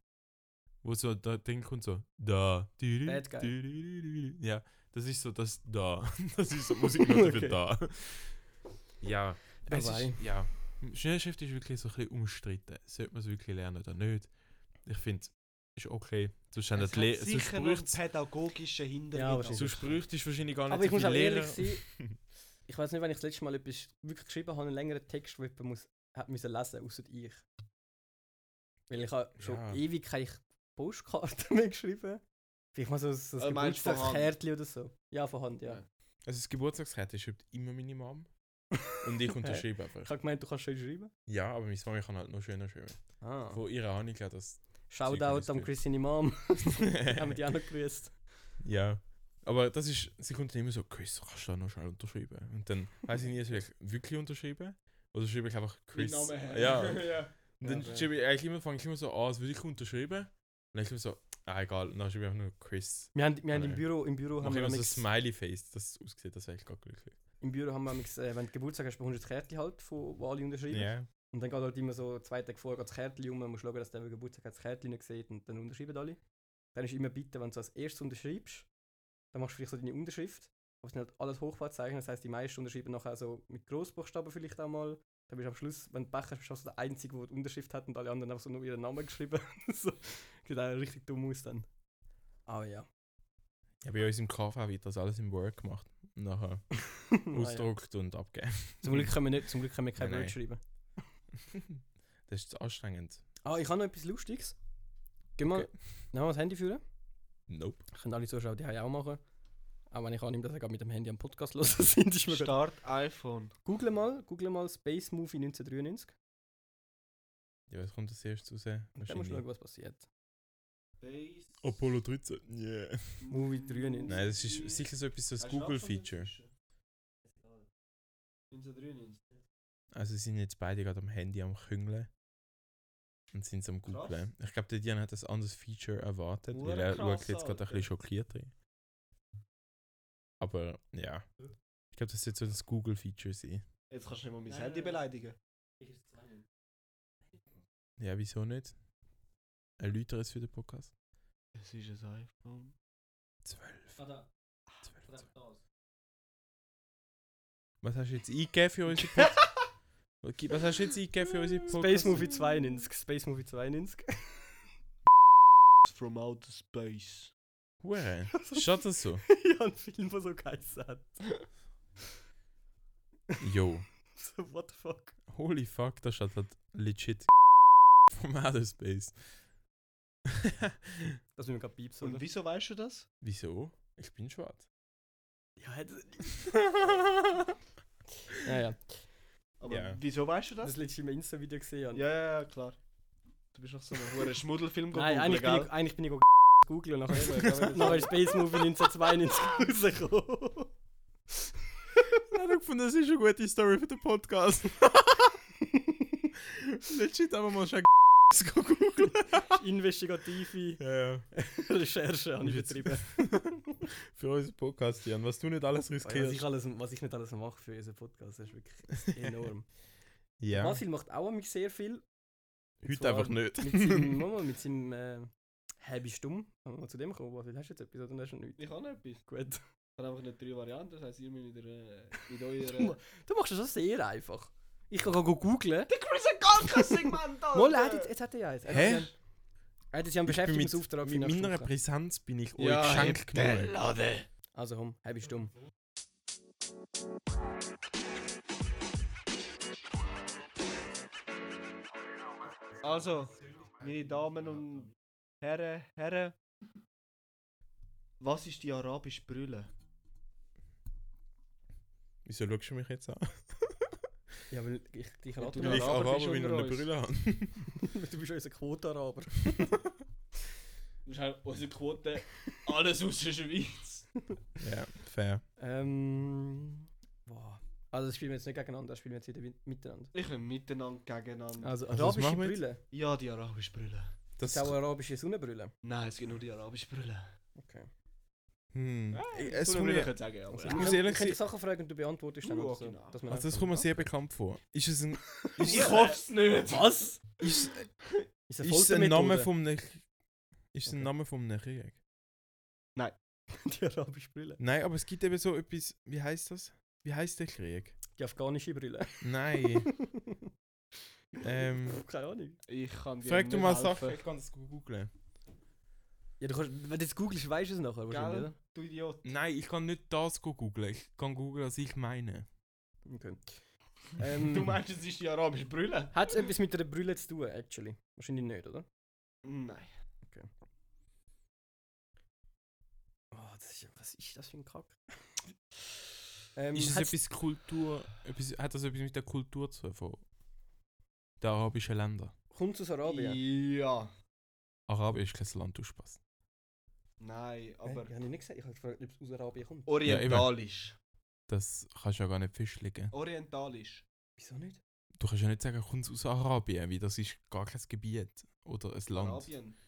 [SPEAKER 3] Wo so da Ding kommt so, da. di- di-
[SPEAKER 2] Bad Guy.
[SPEAKER 3] di- di- di- di- di. Ja, das ist so das da. Das ist so die Musiknote für
[SPEAKER 2] Okay.
[SPEAKER 3] da. Ja. Es
[SPEAKER 2] Dabei.
[SPEAKER 3] ist, ja. Schnellschrift ist wirklich so ein bisschen umstritten. Sollte man es wirklich lernen oder nicht? Ich finde, ist okay. Sonst haben
[SPEAKER 4] Es
[SPEAKER 3] die Le-
[SPEAKER 4] hat sicher
[SPEAKER 3] sonst
[SPEAKER 4] noch einen
[SPEAKER 3] bräucht's-
[SPEAKER 4] pädagogischen Hintergrund.
[SPEAKER 2] Ja, wahrscheinlich.
[SPEAKER 3] So spricht ist wahrscheinlich gar nicht
[SPEAKER 2] Aber ich
[SPEAKER 3] so
[SPEAKER 2] muss
[SPEAKER 3] viel
[SPEAKER 2] auch
[SPEAKER 3] Lehrer.
[SPEAKER 2] ehrlich sein, ich weiß nicht, wenn ich das letzte Mal etwas wirklich geschrieben habe, einen längeren Text, den jemand muss, hat müssen lesen, außer ich. Weil ich habe schon
[SPEAKER 3] Ja.
[SPEAKER 2] ewig keine Postkarten mehr geschrieben. Vielleicht mal so, so
[SPEAKER 4] Äh,
[SPEAKER 2] ein
[SPEAKER 4] meinst du von Hand?
[SPEAKER 2] Geburtstagskärtchen oder so. Ja, von Hand, ja.
[SPEAKER 4] Ja.
[SPEAKER 3] Also das Geburtstagskarte schreibt immer meine Mom. Und ich unterschreibe
[SPEAKER 2] Ich
[SPEAKER 3] einfach.
[SPEAKER 2] habe gemeint, du kannst schön schreiben.
[SPEAKER 3] Ja, aber meine Mami kann halt noch schöner schreiben.
[SPEAKER 2] Ah.
[SPEAKER 3] Von ihrer habe ich ja das.
[SPEAKER 2] Shoutout
[SPEAKER 3] Zeug,
[SPEAKER 2] an
[SPEAKER 3] das
[SPEAKER 2] Christine Mom. Haben wir die auch noch gegrüßt.
[SPEAKER 3] ja. Aber das ist, sie kommt dann immer so, Chris, kannst du da noch schnell unterschreiben? Und dann weiß ich nie, soll ich wirklich unterschreiben? Oder schreibe ich einfach Chris? Ja. Und dann
[SPEAKER 4] Ja.
[SPEAKER 3] schreibe ich eigentlich immer, fange ich immer so an, als würde ich unterschreiben. Und dann ich immer so, ah, egal. Und dann schreibe ich einfach nur Chris.
[SPEAKER 2] Wir haben, wir haben
[SPEAKER 3] Nein.
[SPEAKER 2] im Büro, im Büro haben
[SPEAKER 3] Mache
[SPEAKER 2] wir
[SPEAKER 3] immer so ein
[SPEAKER 2] manchmal-
[SPEAKER 3] Smiley-Face, das aussieht, das wäre ich gar glücklich.
[SPEAKER 2] Im Büro haben wir, manchmal, äh, wenn du Geburtstag hast, bekommst du das Kärtchen halt, von, wo alle unterschreiben.
[SPEAKER 3] Ja.
[SPEAKER 2] Und dann geht halt immer so zwei Tage vorher geht das Kärtchen um, man muss schauen, dass der, der Geburtstag hat, das Kärtchen nicht sieht und dann unterschreiben alle. Dann ist immer bitte, wenn du so als erstes unterschreibst, Dann machst du vielleicht so deine Unterschrift. Aber es sind halt alles Hochbauzeichen, das heißt, die meisten unterschreiben nachher so mit Großbuchstaben vielleicht auch mal. Dann bist du am Schluss, wenn du Pech hast, bist du also der Einzige, der die Unterschrift hat und alle anderen einfach so nur ihren Namen geschrieben. so, sieht auch richtig dumm aus dann. Aber ja.
[SPEAKER 3] Ja, bei uns im KV wird das alles im Word gemacht. Und Nachher
[SPEAKER 2] naja.
[SPEAKER 3] ausgedruckt und abgegeben.
[SPEAKER 2] Ah, Zum Glück können wir nicht, zum Glück können wir kein
[SPEAKER 3] Nein,
[SPEAKER 2] Word
[SPEAKER 3] nein.
[SPEAKER 2] schreiben.
[SPEAKER 3] das ist anstrengend.
[SPEAKER 2] Ah, ich habe noch etwas Lustiges. Geh mal,
[SPEAKER 3] Okay.
[SPEAKER 2] noch mal das Handy führen.
[SPEAKER 3] Nope.
[SPEAKER 2] Können alle Zuschauer die auch machen. Auch wenn ich annehme, dass er gerade mit dem Handy am Podcast los sind, ist mir gerade.
[SPEAKER 4] Start iPhone.
[SPEAKER 2] Google mal, Google mal Space Movie 1993.
[SPEAKER 3] Ja, was kommt das erste raus?
[SPEAKER 2] Und dann musst du
[SPEAKER 3] Wahrscheinlich
[SPEAKER 2] schauen, was passiert.
[SPEAKER 3] Apollo 13. Yeah.
[SPEAKER 2] Movie 93.
[SPEAKER 3] Nein, das ist sicher so etwas, so das Google-Feature. Also sind jetzt beide gerade am Handy am Küngeln und sind am Googlen. Ich glaube, der Dian hat ein anderes Feature erwartet, weil
[SPEAKER 4] Ura
[SPEAKER 3] er
[SPEAKER 4] krass,
[SPEAKER 3] schaut jetzt gerade ein
[SPEAKER 4] Alter.
[SPEAKER 3] bisschen schockiert rein. Aber ja. Ich glaube, das wird so ein Google-Feature sein.
[SPEAKER 4] Jetzt kannst du nicht mal mein
[SPEAKER 2] Nein,
[SPEAKER 4] Handy
[SPEAKER 2] nein, nein.
[SPEAKER 4] beleidigen.
[SPEAKER 3] Ja, wieso nicht? Erläutere es für den Podcast.
[SPEAKER 4] Es ist ein iPhone.
[SPEAKER 3] 12.
[SPEAKER 2] Ah,
[SPEAKER 3] 12, 12. Was hast du jetzt eingegeben für unsere Podcast? Was hast du jetzt eingegeben für unsere Podcast?
[SPEAKER 2] Space Movie 92. Space Movie 92.
[SPEAKER 4] From outer space.
[SPEAKER 3] Hure. Schaut das so?
[SPEAKER 2] ja, ein Film, der so geheißen hat.
[SPEAKER 3] Yo.
[SPEAKER 2] so, what the fuck?
[SPEAKER 3] Holy fuck, das schaut halt legit vom Outer Space.
[SPEAKER 2] Das müssen wir gerade piepsen,
[SPEAKER 4] Und
[SPEAKER 2] oder?
[SPEAKER 4] wieso weißt du das?
[SPEAKER 3] Wieso? Ich bin schwarz.
[SPEAKER 2] Ja, hätte... ja, ja.
[SPEAKER 4] Aber
[SPEAKER 3] Ja.
[SPEAKER 4] wieso weißt du
[SPEAKER 2] Das
[SPEAKER 4] das?
[SPEAKER 2] letzte Mal Insta-Video gesehen. habe.
[SPEAKER 4] Ja, ja, ja, klar. Du bist noch so ein hoher Schmuddelfilm
[SPEAKER 2] Nein, eigentlich bin,
[SPEAKER 4] googeln,
[SPEAKER 2] ich, eigentlich bin ich auch Google und nachher,
[SPEAKER 4] Eben,
[SPEAKER 2] nachher ist Space Movie 1992 rausgekommen.
[SPEAKER 3] Nein, ich fand, das ist eine gute Story für den Podcast. legit aber mal schon googeln.
[SPEAKER 2] Investigative
[SPEAKER 3] ja, ja.
[SPEAKER 2] Recherche habe ich
[SPEAKER 3] Jetzt-
[SPEAKER 2] betrieben.
[SPEAKER 3] Für unseren Podcast, Jan, was du nicht alles
[SPEAKER 2] Oh Was ich,
[SPEAKER 3] riskierst.
[SPEAKER 2] alles, was ich nicht alles mache für unseren Podcast, das ist wirklich enorm.
[SPEAKER 3] Ja,
[SPEAKER 2] Basil macht auch mich sehr viel.
[SPEAKER 3] heute
[SPEAKER 2] zwar
[SPEAKER 3] einfach nicht.
[SPEAKER 2] Mit seinem, Mama, mit seinem äh, Hä, bist du dumm? Kann man mal zu dem kommen? Basil, hast du jetzt etwas oder hast du nichts?
[SPEAKER 4] Ich habe etwas.
[SPEAKER 2] Gut.
[SPEAKER 4] Ich habe einfach nicht drei Varianten, das heisst, ihr müsst mit, der, äh, mit
[SPEAKER 2] Du, ma-
[SPEAKER 4] eurer...
[SPEAKER 2] du machst das auch sehr einfach. Ich kann go googlen.
[SPEAKER 4] Der Chris hat gar kein Segment, Alter!
[SPEAKER 2] Mal, er hat jetzt, jetzt hat er ja eins. Er hat
[SPEAKER 3] Hä?
[SPEAKER 2] ja einen- Er hat jetzt ja einen
[SPEAKER 3] Ich bin mit,
[SPEAKER 2] Beschäftigungsauftrag für
[SPEAKER 3] mit
[SPEAKER 2] nächste
[SPEAKER 3] meiner
[SPEAKER 2] Woche.
[SPEAKER 3] Brisanz bin ich euch
[SPEAKER 4] Ja,
[SPEAKER 3] geschenkt
[SPEAKER 4] der
[SPEAKER 3] genug.
[SPEAKER 4] Lade.
[SPEAKER 2] Also komm, hä, bist du dumm.
[SPEAKER 4] Also, meine Damen und Herren, Herren. Was ist die arabische Brille?
[SPEAKER 3] Wieso schaust du mich jetzt an?
[SPEAKER 2] Ja, weil ich dich
[SPEAKER 4] Ja,
[SPEAKER 2] rate
[SPEAKER 4] du
[SPEAKER 3] Weil ich
[SPEAKER 4] Araber bist
[SPEAKER 3] Araber bin und
[SPEAKER 4] unter
[SPEAKER 3] eine
[SPEAKER 4] uns.
[SPEAKER 3] Brille habe.
[SPEAKER 2] Du bist unser Quotaraber.
[SPEAKER 4] Das ist halt unsere Quote, alles aus der Schweiz.
[SPEAKER 3] Ja, fair.
[SPEAKER 2] ähm. Boah. Also, das spielen wir jetzt nicht gegeneinander, das spielen wir jetzt wieder mit- miteinander.
[SPEAKER 4] Ich will miteinander gegeneinander.
[SPEAKER 2] Also,
[SPEAKER 3] Also, was
[SPEAKER 2] arabische
[SPEAKER 3] machen wir jetzt?
[SPEAKER 2] Brille.
[SPEAKER 4] Ja, die arabische Brille.
[SPEAKER 3] Das,
[SPEAKER 2] Ist auch arabische Sonnenbrille.
[SPEAKER 4] Nein, es gibt nur die arabische Brille.
[SPEAKER 3] hm. Ich-
[SPEAKER 4] Das
[SPEAKER 3] es
[SPEAKER 4] kann
[SPEAKER 3] kommt
[SPEAKER 4] Also, ich
[SPEAKER 3] mir, Also,
[SPEAKER 4] nicht sagen, aber...
[SPEAKER 3] muss ehrlich
[SPEAKER 2] ich kann
[SPEAKER 3] sein-
[SPEAKER 2] dich Sachen fragen und du beantwortest dann
[SPEAKER 4] Ja,
[SPEAKER 2] oder so.
[SPEAKER 4] genau.
[SPEAKER 2] dass man
[SPEAKER 3] also das
[SPEAKER 2] einfach-
[SPEAKER 3] kommt mir sehr bekannt vor. Ist es ein... Ist
[SPEAKER 4] Ich
[SPEAKER 3] es,
[SPEAKER 4] hoff's nicht!
[SPEAKER 2] Was?
[SPEAKER 3] ist,
[SPEAKER 2] Ist
[SPEAKER 3] ist es ein Name
[SPEAKER 2] von
[SPEAKER 3] vom... Nech- Ist es ein
[SPEAKER 2] Okay.
[SPEAKER 3] Name vom Krieg?
[SPEAKER 2] Die arabische Brille.
[SPEAKER 3] Nein, aber es gibt eben so etwas... Wie heißt das? Wie heißt der Krieg?
[SPEAKER 2] Die afghanische Brille.
[SPEAKER 3] Nein. ähm,
[SPEAKER 2] Keine Ahnung.
[SPEAKER 4] Ich kann dir
[SPEAKER 3] frag du
[SPEAKER 4] nicht
[SPEAKER 3] mal
[SPEAKER 4] helfen.
[SPEAKER 3] Sachen. Ich kann das googeln.
[SPEAKER 2] Ja, du kannst, wenn du jetzt googelst, weißt du es nachher wahrscheinlich,
[SPEAKER 4] Gell? Du Idiot.
[SPEAKER 3] Nein, ich kann nicht das go googeln. Ich kann googeln, was ich meine.
[SPEAKER 2] oder? Okay. Ähm,
[SPEAKER 4] Du meinst, es ist die arabische Brille?
[SPEAKER 2] Hat es etwas mit einer Brille zu tun, actually? Wahrscheinlich nicht, oder?
[SPEAKER 4] Nein.
[SPEAKER 2] Oh, das ist, ja- was ist das für ein Kack? Ähm,
[SPEAKER 3] ist es
[SPEAKER 2] hat's-
[SPEAKER 3] etwas Kultur... Etwas, hat das etwas mit der Kultur zu tun? von Der arabischen Länder?
[SPEAKER 2] Kommt es aus Arabien?
[SPEAKER 4] Ja.
[SPEAKER 3] Arabien ist kein Land, du Spaß.
[SPEAKER 4] Nein,
[SPEAKER 2] Aber
[SPEAKER 4] aber...
[SPEAKER 2] ich habe nicht gesagt, ich habe gefragt, ob es aus Arabien kommt.
[SPEAKER 4] Orientalisch.
[SPEAKER 3] Das kannst du ja gar nicht festlegen.
[SPEAKER 4] Orientalisch.
[SPEAKER 2] Wieso nicht?
[SPEAKER 3] Du kannst ja nicht sagen, kommt aus Arabien, weil das ist gar kein Gebiet oder ein Land.
[SPEAKER 4] Arabien.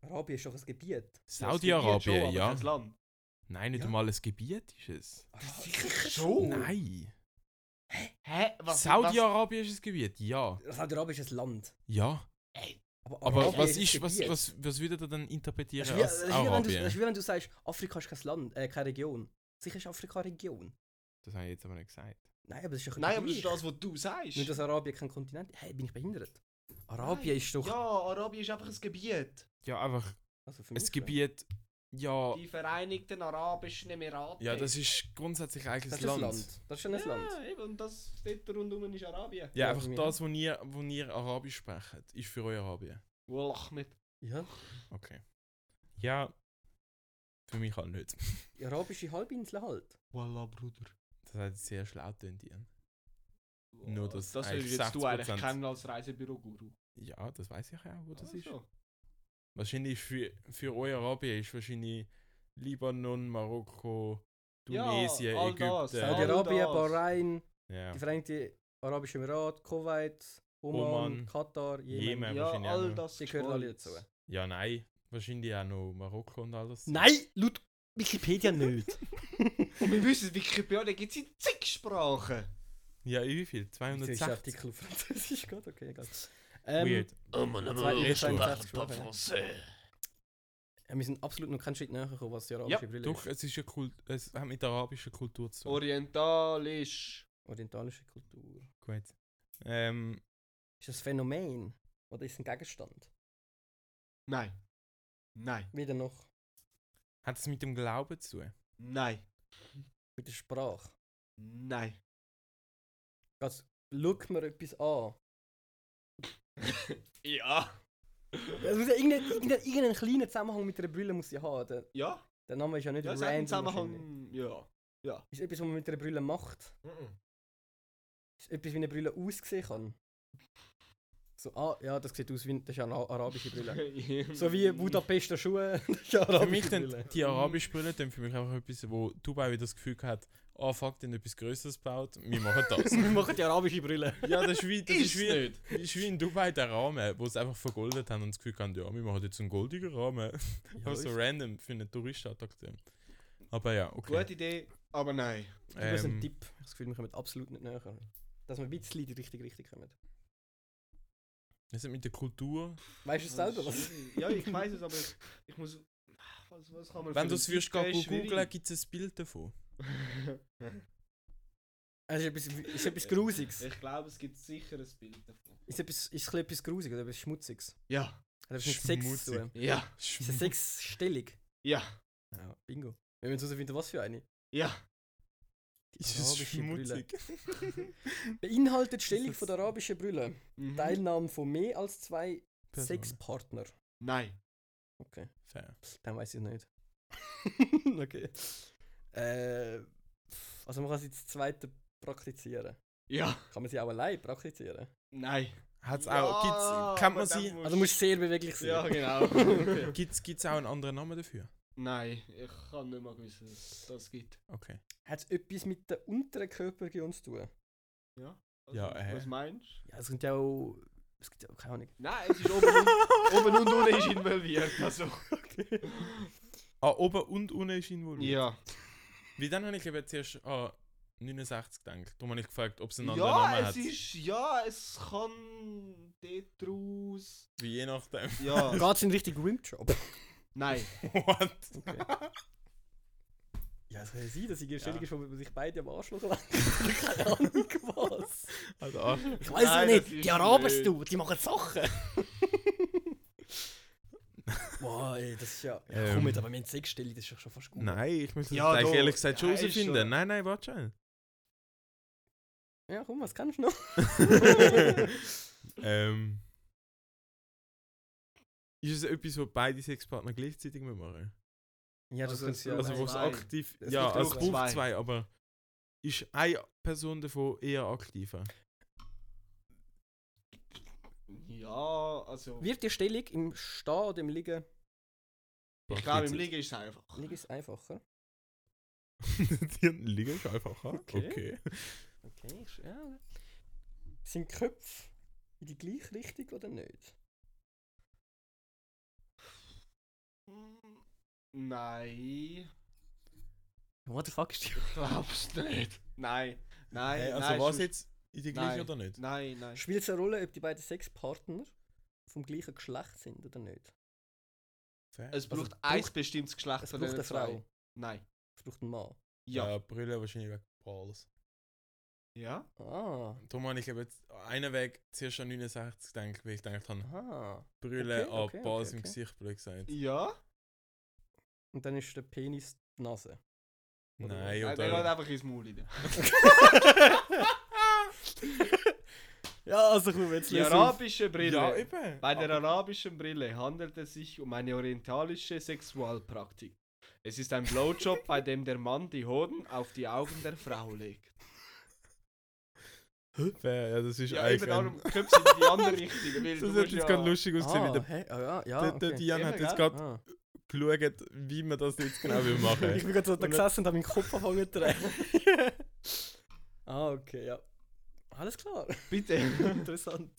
[SPEAKER 2] Arabien ist doch ein Gebiet.
[SPEAKER 4] Ja,
[SPEAKER 3] Saudi-Arabien,
[SPEAKER 4] das Gebiet schon, aber
[SPEAKER 3] ja.
[SPEAKER 4] kein Land.
[SPEAKER 3] Nein, nicht
[SPEAKER 2] Ja. Oh.
[SPEAKER 3] mal ein Gebiet ist es.
[SPEAKER 2] Ah, Sicher
[SPEAKER 4] schon.
[SPEAKER 3] Nein.
[SPEAKER 4] Hä? Was?
[SPEAKER 3] Saudi-Arabien ist ein Gebiet, ja.
[SPEAKER 2] Saudi-Arabien ist ein Land.
[SPEAKER 3] Ja.
[SPEAKER 4] Ey,
[SPEAKER 3] Aber
[SPEAKER 2] Arabien
[SPEAKER 3] was
[SPEAKER 2] ein
[SPEAKER 3] ist, was,
[SPEAKER 2] Gebiet.
[SPEAKER 3] was, was würde ihr dann interpretieren
[SPEAKER 2] Das ist wie-
[SPEAKER 3] als
[SPEAKER 2] das ist wie wenn du-
[SPEAKER 3] Arabien?
[SPEAKER 2] das ist wie wenn du sagst, Afrika ist kein Land, äh, keine Region. Sicher ist Afrika eine Region.
[SPEAKER 3] Das habe ich jetzt aber nicht gesagt.
[SPEAKER 2] Nein, aber das ist ja
[SPEAKER 4] Nein, aber das ist
[SPEAKER 2] gleich.
[SPEAKER 4] das, was du sagst.
[SPEAKER 2] Nur, dass Arabien kein Kontinent ist. Hey, bin ich behindert? Arabien ist doch...
[SPEAKER 4] Ja, Arabien ist einfach ein Gebiet.
[SPEAKER 3] Ja, einfach
[SPEAKER 2] Also für
[SPEAKER 3] ein
[SPEAKER 2] mich
[SPEAKER 3] Gebiet. Ja,
[SPEAKER 4] Die Vereinigten Arabischen Emirate.
[SPEAKER 3] ja, das ist grundsätzlich eigentlich
[SPEAKER 2] Das
[SPEAKER 3] das
[SPEAKER 2] ist ein
[SPEAKER 3] Land.
[SPEAKER 2] Land. Das ist schon ein Land.
[SPEAKER 4] Ja, eben, und das dort rundum ist Arabien.
[SPEAKER 3] Ja,
[SPEAKER 2] Ja,
[SPEAKER 3] einfach
[SPEAKER 2] für mich
[SPEAKER 3] das, wo ihr, wo ihr Arabisch sprecht, ist für euch Arabien.
[SPEAKER 4] Wallach mit.
[SPEAKER 2] Ja,
[SPEAKER 3] Okay. Ja, für mich halt nicht.
[SPEAKER 2] die arabische Halbinsel halt.
[SPEAKER 4] Wallah, Bruder.
[SPEAKER 3] Das hat sehr schlau tönt, Ian. Nur das
[SPEAKER 4] Das würdest
[SPEAKER 3] eigentlich
[SPEAKER 4] jetzt du eigentlich
[SPEAKER 3] 60%
[SPEAKER 4] kennen als Reisebüro-Guru.
[SPEAKER 3] Ja, das weiß ich auch, wo das ist.
[SPEAKER 4] Also.
[SPEAKER 3] Wahrscheinlich für, für euch Arabien ist wahrscheinlich Libanon, Marokko,
[SPEAKER 4] Ja,
[SPEAKER 3] Tunesien,
[SPEAKER 4] all das,
[SPEAKER 3] Ägypten.
[SPEAKER 4] all-
[SPEAKER 2] Saudi-Arabien,
[SPEAKER 4] das.
[SPEAKER 2] Bahrain,
[SPEAKER 3] ja.
[SPEAKER 2] die Vereinigten Arabischen Emirate, Kuwait, Oman,
[SPEAKER 3] Oman,
[SPEAKER 2] Katar, Jemen.
[SPEAKER 3] Jemen. Ja,
[SPEAKER 4] Ja,
[SPEAKER 3] wahrscheinlich auch
[SPEAKER 4] all
[SPEAKER 3] noch.
[SPEAKER 4] das
[SPEAKER 2] Die gehören alle dazu.
[SPEAKER 4] geschmolzen.
[SPEAKER 3] ja, nein. Wahrscheinlich auch noch Marokko und alles.
[SPEAKER 2] Nein, laut Wikipedia nicht.
[SPEAKER 4] Und wir wissen, Wikipedia gibt es in zig Sprachen.
[SPEAKER 3] Ja, wie viel?
[SPEAKER 2] Das ist der
[SPEAKER 3] 260?
[SPEAKER 2] Artikel auf Französisch gerade, okay, egal. Ähm,
[SPEAKER 3] Weird.
[SPEAKER 4] Oh man,
[SPEAKER 2] oh, Zwei- ich spreche spreche ein paar
[SPEAKER 4] Français.
[SPEAKER 2] äh, Wir sind absolut noch keinen Schritt näher gekommen, was die
[SPEAKER 4] Ja,
[SPEAKER 2] arabische Brille
[SPEAKER 3] Doch,
[SPEAKER 2] ist.
[SPEAKER 3] es ist eine Kult es hat mit der arabischen Kultur zu tun.
[SPEAKER 4] Orientalisch.
[SPEAKER 2] Orientalische Kultur.
[SPEAKER 3] Gut. Ähm,
[SPEAKER 2] Ist das Phänomen? Oder ist es ein Gegenstand?
[SPEAKER 4] Nein. Nein.
[SPEAKER 2] Wieder noch
[SPEAKER 3] hat es mit dem Glauben zu tun?
[SPEAKER 4] Nein.
[SPEAKER 2] mit der Sprache.
[SPEAKER 4] Nein.
[SPEAKER 2] Also, schau mir etwas an.
[SPEAKER 4] ja.
[SPEAKER 2] Es muss ja irgendein, irgendein, irgendein kleiner Zusammenhang mit einer Brille muss ich haben. Der,
[SPEAKER 4] Ja,
[SPEAKER 2] der Name ist ja nicht
[SPEAKER 4] das hat einen
[SPEAKER 2] random. wahrscheinlich.
[SPEAKER 4] Zusammenhang. Ja.
[SPEAKER 2] Ist etwas, was man mit einer Brille macht? Ist etwas, wie eine Brille aussehen kann? So, ah, ja, das sieht aus wie das ist ja eine ara- arabische Brille. So wie Budapester Schuhe. das ist ja
[SPEAKER 3] Für mich
[SPEAKER 2] arabische
[SPEAKER 3] denn,
[SPEAKER 2] Brille.
[SPEAKER 3] die arabische Brille Mhm. dann für mich einfach etwas, wo Dubai wieder das Gefühl hat, oh fuck, die haben etwas Größeres gebaut, wir machen das.
[SPEAKER 2] Wir machen die arabische Brille.
[SPEAKER 3] ja, das ist wie, das ist
[SPEAKER 4] Ist's
[SPEAKER 3] wie, das ist wie in Dubai der Rahmen, wo sie einfach vergoldet haben und das Gefühl haben, ja, wir machen jetzt einen goldigen Rahmen. Aber so random für eine Touristenattraktion. Aber ja, okay.
[SPEAKER 4] Gute Idee, aber nein.
[SPEAKER 2] Du hast einen
[SPEAKER 3] Ähm,
[SPEAKER 2] Tipp. Ich habe das Gefühl, wir kommen absolut nicht näher. Dass wir ein bisschen in die richtige Richtung kommen.
[SPEAKER 3] das hat mit der Kultur.
[SPEAKER 2] Weißt du es selber? Was?
[SPEAKER 4] Ja, ich weiß es, aber ich, ich muss. Was, was kann man
[SPEAKER 3] Wenn
[SPEAKER 4] für
[SPEAKER 3] du es
[SPEAKER 4] einen
[SPEAKER 3] würdest
[SPEAKER 4] Tipp
[SPEAKER 3] gehen
[SPEAKER 4] geben?
[SPEAKER 3] googeln, gibt es ein Bild davon.
[SPEAKER 4] Schwierig.
[SPEAKER 2] Es ist etwas, ist etwas Grusiges.
[SPEAKER 4] Ich glaube, es gibt sicher ein Bild davon.
[SPEAKER 2] Ist, etwas, ist es ein bisschen etwas Grusiges oder etwas Schmutziges?
[SPEAKER 4] Ja.
[SPEAKER 2] Hat etwas mit Sex zu
[SPEAKER 3] Schmutzig.
[SPEAKER 2] tun?
[SPEAKER 4] Ja.
[SPEAKER 2] Ist es sechsstellig?
[SPEAKER 4] Ja.
[SPEAKER 2] Ja, bingo. Wir müssen herausfinden, was für eine.
[SPEAKER 4] Ja.
[SPEAKER 2] Die
[SPEAKER 3] Ist es schmutzig?
[SPEAKER 2] Beinhaltet die Stellung
[SPEAKER 3] Das-
[SPEAKER 2] von der arabischen Brille.
[SPEAKER 4] Mhm.
[SPEAKER 2] Teilnahme von mehr als zwei
[SPEAKER 3] Personen.
[SPEAKER 2] Sexpartner.
[SPEAKER 4] Nein.
[SPEAKER 3] Fair.
[SPEAKER 2] Dann weiß ich nicht. okay. Äh, also man kann sie zu zweite praktizieren.
[SPEAKER 4] Ja.
[SPEAKER 2] Kann man sie auch allein praktizieren?
[SPEAKER 4] Nein.
[SPEAKER 3] Hat's
[SPEAKER 4] Ja,
[SPEAKER 3] auch, gibt's, kann
[SPEAKER 4] aber
[SPEAKER 3] man
[SPEAKER 4] dann
[SPEAKER 3] sie,
[SPEAKER 2] Also du musst sehr beweglich sein.
[SPEAKER 4] Ja, genau. Okay.
[SPEAKER 3] gibt's, gibt's auch einen anderen Namen dafür?
[SPEAKER 4] Nein, ich kann nicht mal wissen, dass es das gibt.
[SPEAKER 3] Okay.
[SPEAKER 2] Hat es etwas mit der unteren Körperregion zu tun?
[SPEAKER 3] Ja, äh.
[SPEAKER 4] Also, Was meinst
[SPEAKER 2] Ja, es gibt ja auch... Es gibt ja auch keine Ahnung.
[SPEAKER 4] du? Nein, es ist oben und, oben und unten ist involviert. Also.
[SPEAKER 3] Ah, oben und unten ist involviert.
[SPEAKER 4] Ja.
[SPEAKER 3] Wie dann habe ich eben zuerst an 69 gedacht. Darum habe ich gefragt, ob es einen anderen
[SPEAKER 4] Ja,
[SPEAKER 3] Namen
[SPEAKER 4] es
[SPEAKER 3] hat.
[SPEAKER 4] ist. Ja, es kann. Dort raus.
[SPEAKER 3] Wie je nachdem.
[SPEAKER 4] Ja.
[SPEAKER 2] Geht es in Richtung Rimjob?
[SPEAKER 4] Nein.
[SPEAKER 3] What?
[SPEAKER 2] Ja, es kann ja sein, dass ich
[SPEAKER 3] Ja.
[SPEAKER 2] Stellung ist, wo man sich beide am Arschloch landen. Keine Ahnung was.
[SPEAKER 3] Also, ah,
[SPEAKER 2] Ich weiß
[SPEAKER 4] Nein,
[SPEAKER 2] ja
[SPEAKER 4] das
[SPEAKER 2] nicht,
[SPEAKER 4] ist
[SPEAKER 2] die Araber
[SPEAKER 4] blöd.
[SPEAKER 2] du, die machen Sachen. Boah, ey, das ist ja. ja
[SPEAKER 3] Ähm.
[SPEAKER 2] komm jetzt, aber wir haben sechs Stellen, das ist doch schon fast gut.
[SPEAKER 3] nein, ich muss das
[SPEAKER 4] Ja,
[SPEAKER 3] eigentlich
[SPEAKER 4] doch.
[SPEAKER 3] ehrlich gesagt schon
[SPEAKER 4] Ja, ist
[SPEAKER 3] herausfinden.
[SPEAKER 4] schon.
[SPEAKER 3] Nein, nein, warte schnell.
[SPEAKER 2] Ja, komm, was kannst du noch?
[SPEAKER 3] ähm, ist es etwas, wo beide Sexpartner gleichzeitig machen?
[SPEAKER 2] Ja,
[SPEAKER 4] das Also, kannst du ja-
[SPEAKER 3] also, wo es
[SPEAKER 4] zwei.
[SPEAKER 3] aktiv.
[SPEAKER 2] Es
[SPEAKER 3] ja,
[SPEAKER 2] gibt
[SPEAKER 3] also
[SPEAKER 4] auch
[SPEAKER 3] es braucht
[SPEAKER 4] zwei.
[SPEAKER 3] zwei, aber ist eine Person davon eher aktiver?
[SPEAKER 4] Ja, also.
[SPEAKER 2] Wird die Stellung im Stehen oder im Liegen?
[SPEAKER 4] Ich glaube, im Liegen ist es einfach.
[SPEAKER 2] Liegen ist einfacher.
[SPEAKER 3] Die liegen ist einfach. ah,
[SPEAKER 2] Okay. Okay, ist, ja. Sind die Köpfe in die gleiche Richtung oder nicht?
[SPEAKER 4] Nein.
[SPEAKER 2] What the fuck ist die?
[SPEAKER 4] Glaubst nicht. Nein. Nein.
[SPEAKER 3] Hey, also
[SPEAKER 4] nein,
[SPEAKER 3] was
[SPEAKER 4] sonst-
[SPEAKER 3] jetzt? In die gleiche
[SPEAKER 4] Nein.
[SPEAKER 3] oder nicht?
[SPEAKER 4] Nein, nein.
[SPEAKER 2] Spielt es eine Rolle, ob die beiden Sexpartner vom gleichen Geschlecht sind, oder nicht?
[SPEAKER 3] Fair. Also
[SPEAKER 4] Es braucht
[SPEAKER 2] es
[SPEAKER 4] ein
[SPEAKER 2] braucht-
[SPEAKER 4] bestimmtes Geschlecht
[SPEAKER 2] Es
[SPEAKER 4] von
[SPEAKER 2] braucht
[SPEAKER 4] diesen
[SPEAKER 2] eine Frau,
[SPEAKER 4] zwei. Nein.
[SPEAKER 2] es braucht einen Mann.
[SPEAKER 4] Ja.
[SPEAKER 3] ja, Brille wahrscheinlich wegen Balls.
[SPEAKER 4] Ja?
[SPEAKER 2] Ah,
[SPEAKER 3] Darum habe ich eben jetzt einen Weg zuerst an 69 gedacht, weil ich gedacht habe,
[SPEAKER 2] aha.
[SPEAKER 3] Brille
[SPEAKER 2] Okay,
[SPEAKER 3] an
[SPEAKER 2] okay,
[SPEAKER 3] Balls
[SPEAKER 2] okay,
[SPEAKER 3] im
[SPEAKER 2] okay.
[SPEAKER 3] Gesicht, blöd gesagt.
[SPEAKER 4] Ja?
[SPEAKER 2] Und dann ist der Penis die Nase. Oder-
[SPEAKER 3] Nein,
[SPEAKER 4] Nein, der geht
[SPEAKER 3] oder?
[SPEAKER 4] einfach ins Maul rein.
[SPEAKER 2] Ja, also komm, jetzt
[SPEAKER 4] Die arabische Brille.
[SPEAKER 3] Ja, eben.
[SPEAKER 4] Bei der arabischen Brille handelt es sich um eine orientalische Sexualpraktik. Es ist ein Blowjob, bei dem der Mann die Hoden auf die Augen der Frau legt.
[SPEAKER 3] Fair, ja, das ist
[SPEAKER 4] Ja, eben
[SPEAKER 3] eigentlich.
[SPEAKER 4] darum
[SPEAKER 3] Ein,
[SPEAKER 4] kommt es in die andere Richtung.
[SPEAKER 3] das
[SPEAKER 4] Weil du
[SPEAKER 3] hat jetzt
[SPEAKER 4] musst ja,
[SPEAKER 3] gerade lustig ausgesehen,
[SPEAKER 2] Ah,
[SPEAKER 3] wie der,
[SPEAKER 2] hä? ah, ja, ja,
[SPEAKER 3] der, der
[SPEAKER 2] okay.
[SPEAKER 3] Dian hat
[SPEAKER 4] Eben,
[SPEAKER 3] jetzt
[SPEAKER 4] gell?
[SPEAKER 3] gerade
[SPEAKER 2] Ah.
[SPEAKER 3] geschaut, wie man das jetzt genau will machen
[SPEAKER 2] Ich bin gerade so da
[SPEAKER 3] Und-
[SPEAKER 2] gesessen und habe meinen Kopf angefangen zu drehen. ah, okay, ja. Alles klar,
[SPEAKER 4] Bitte.
[SPEAKER 2] interessant.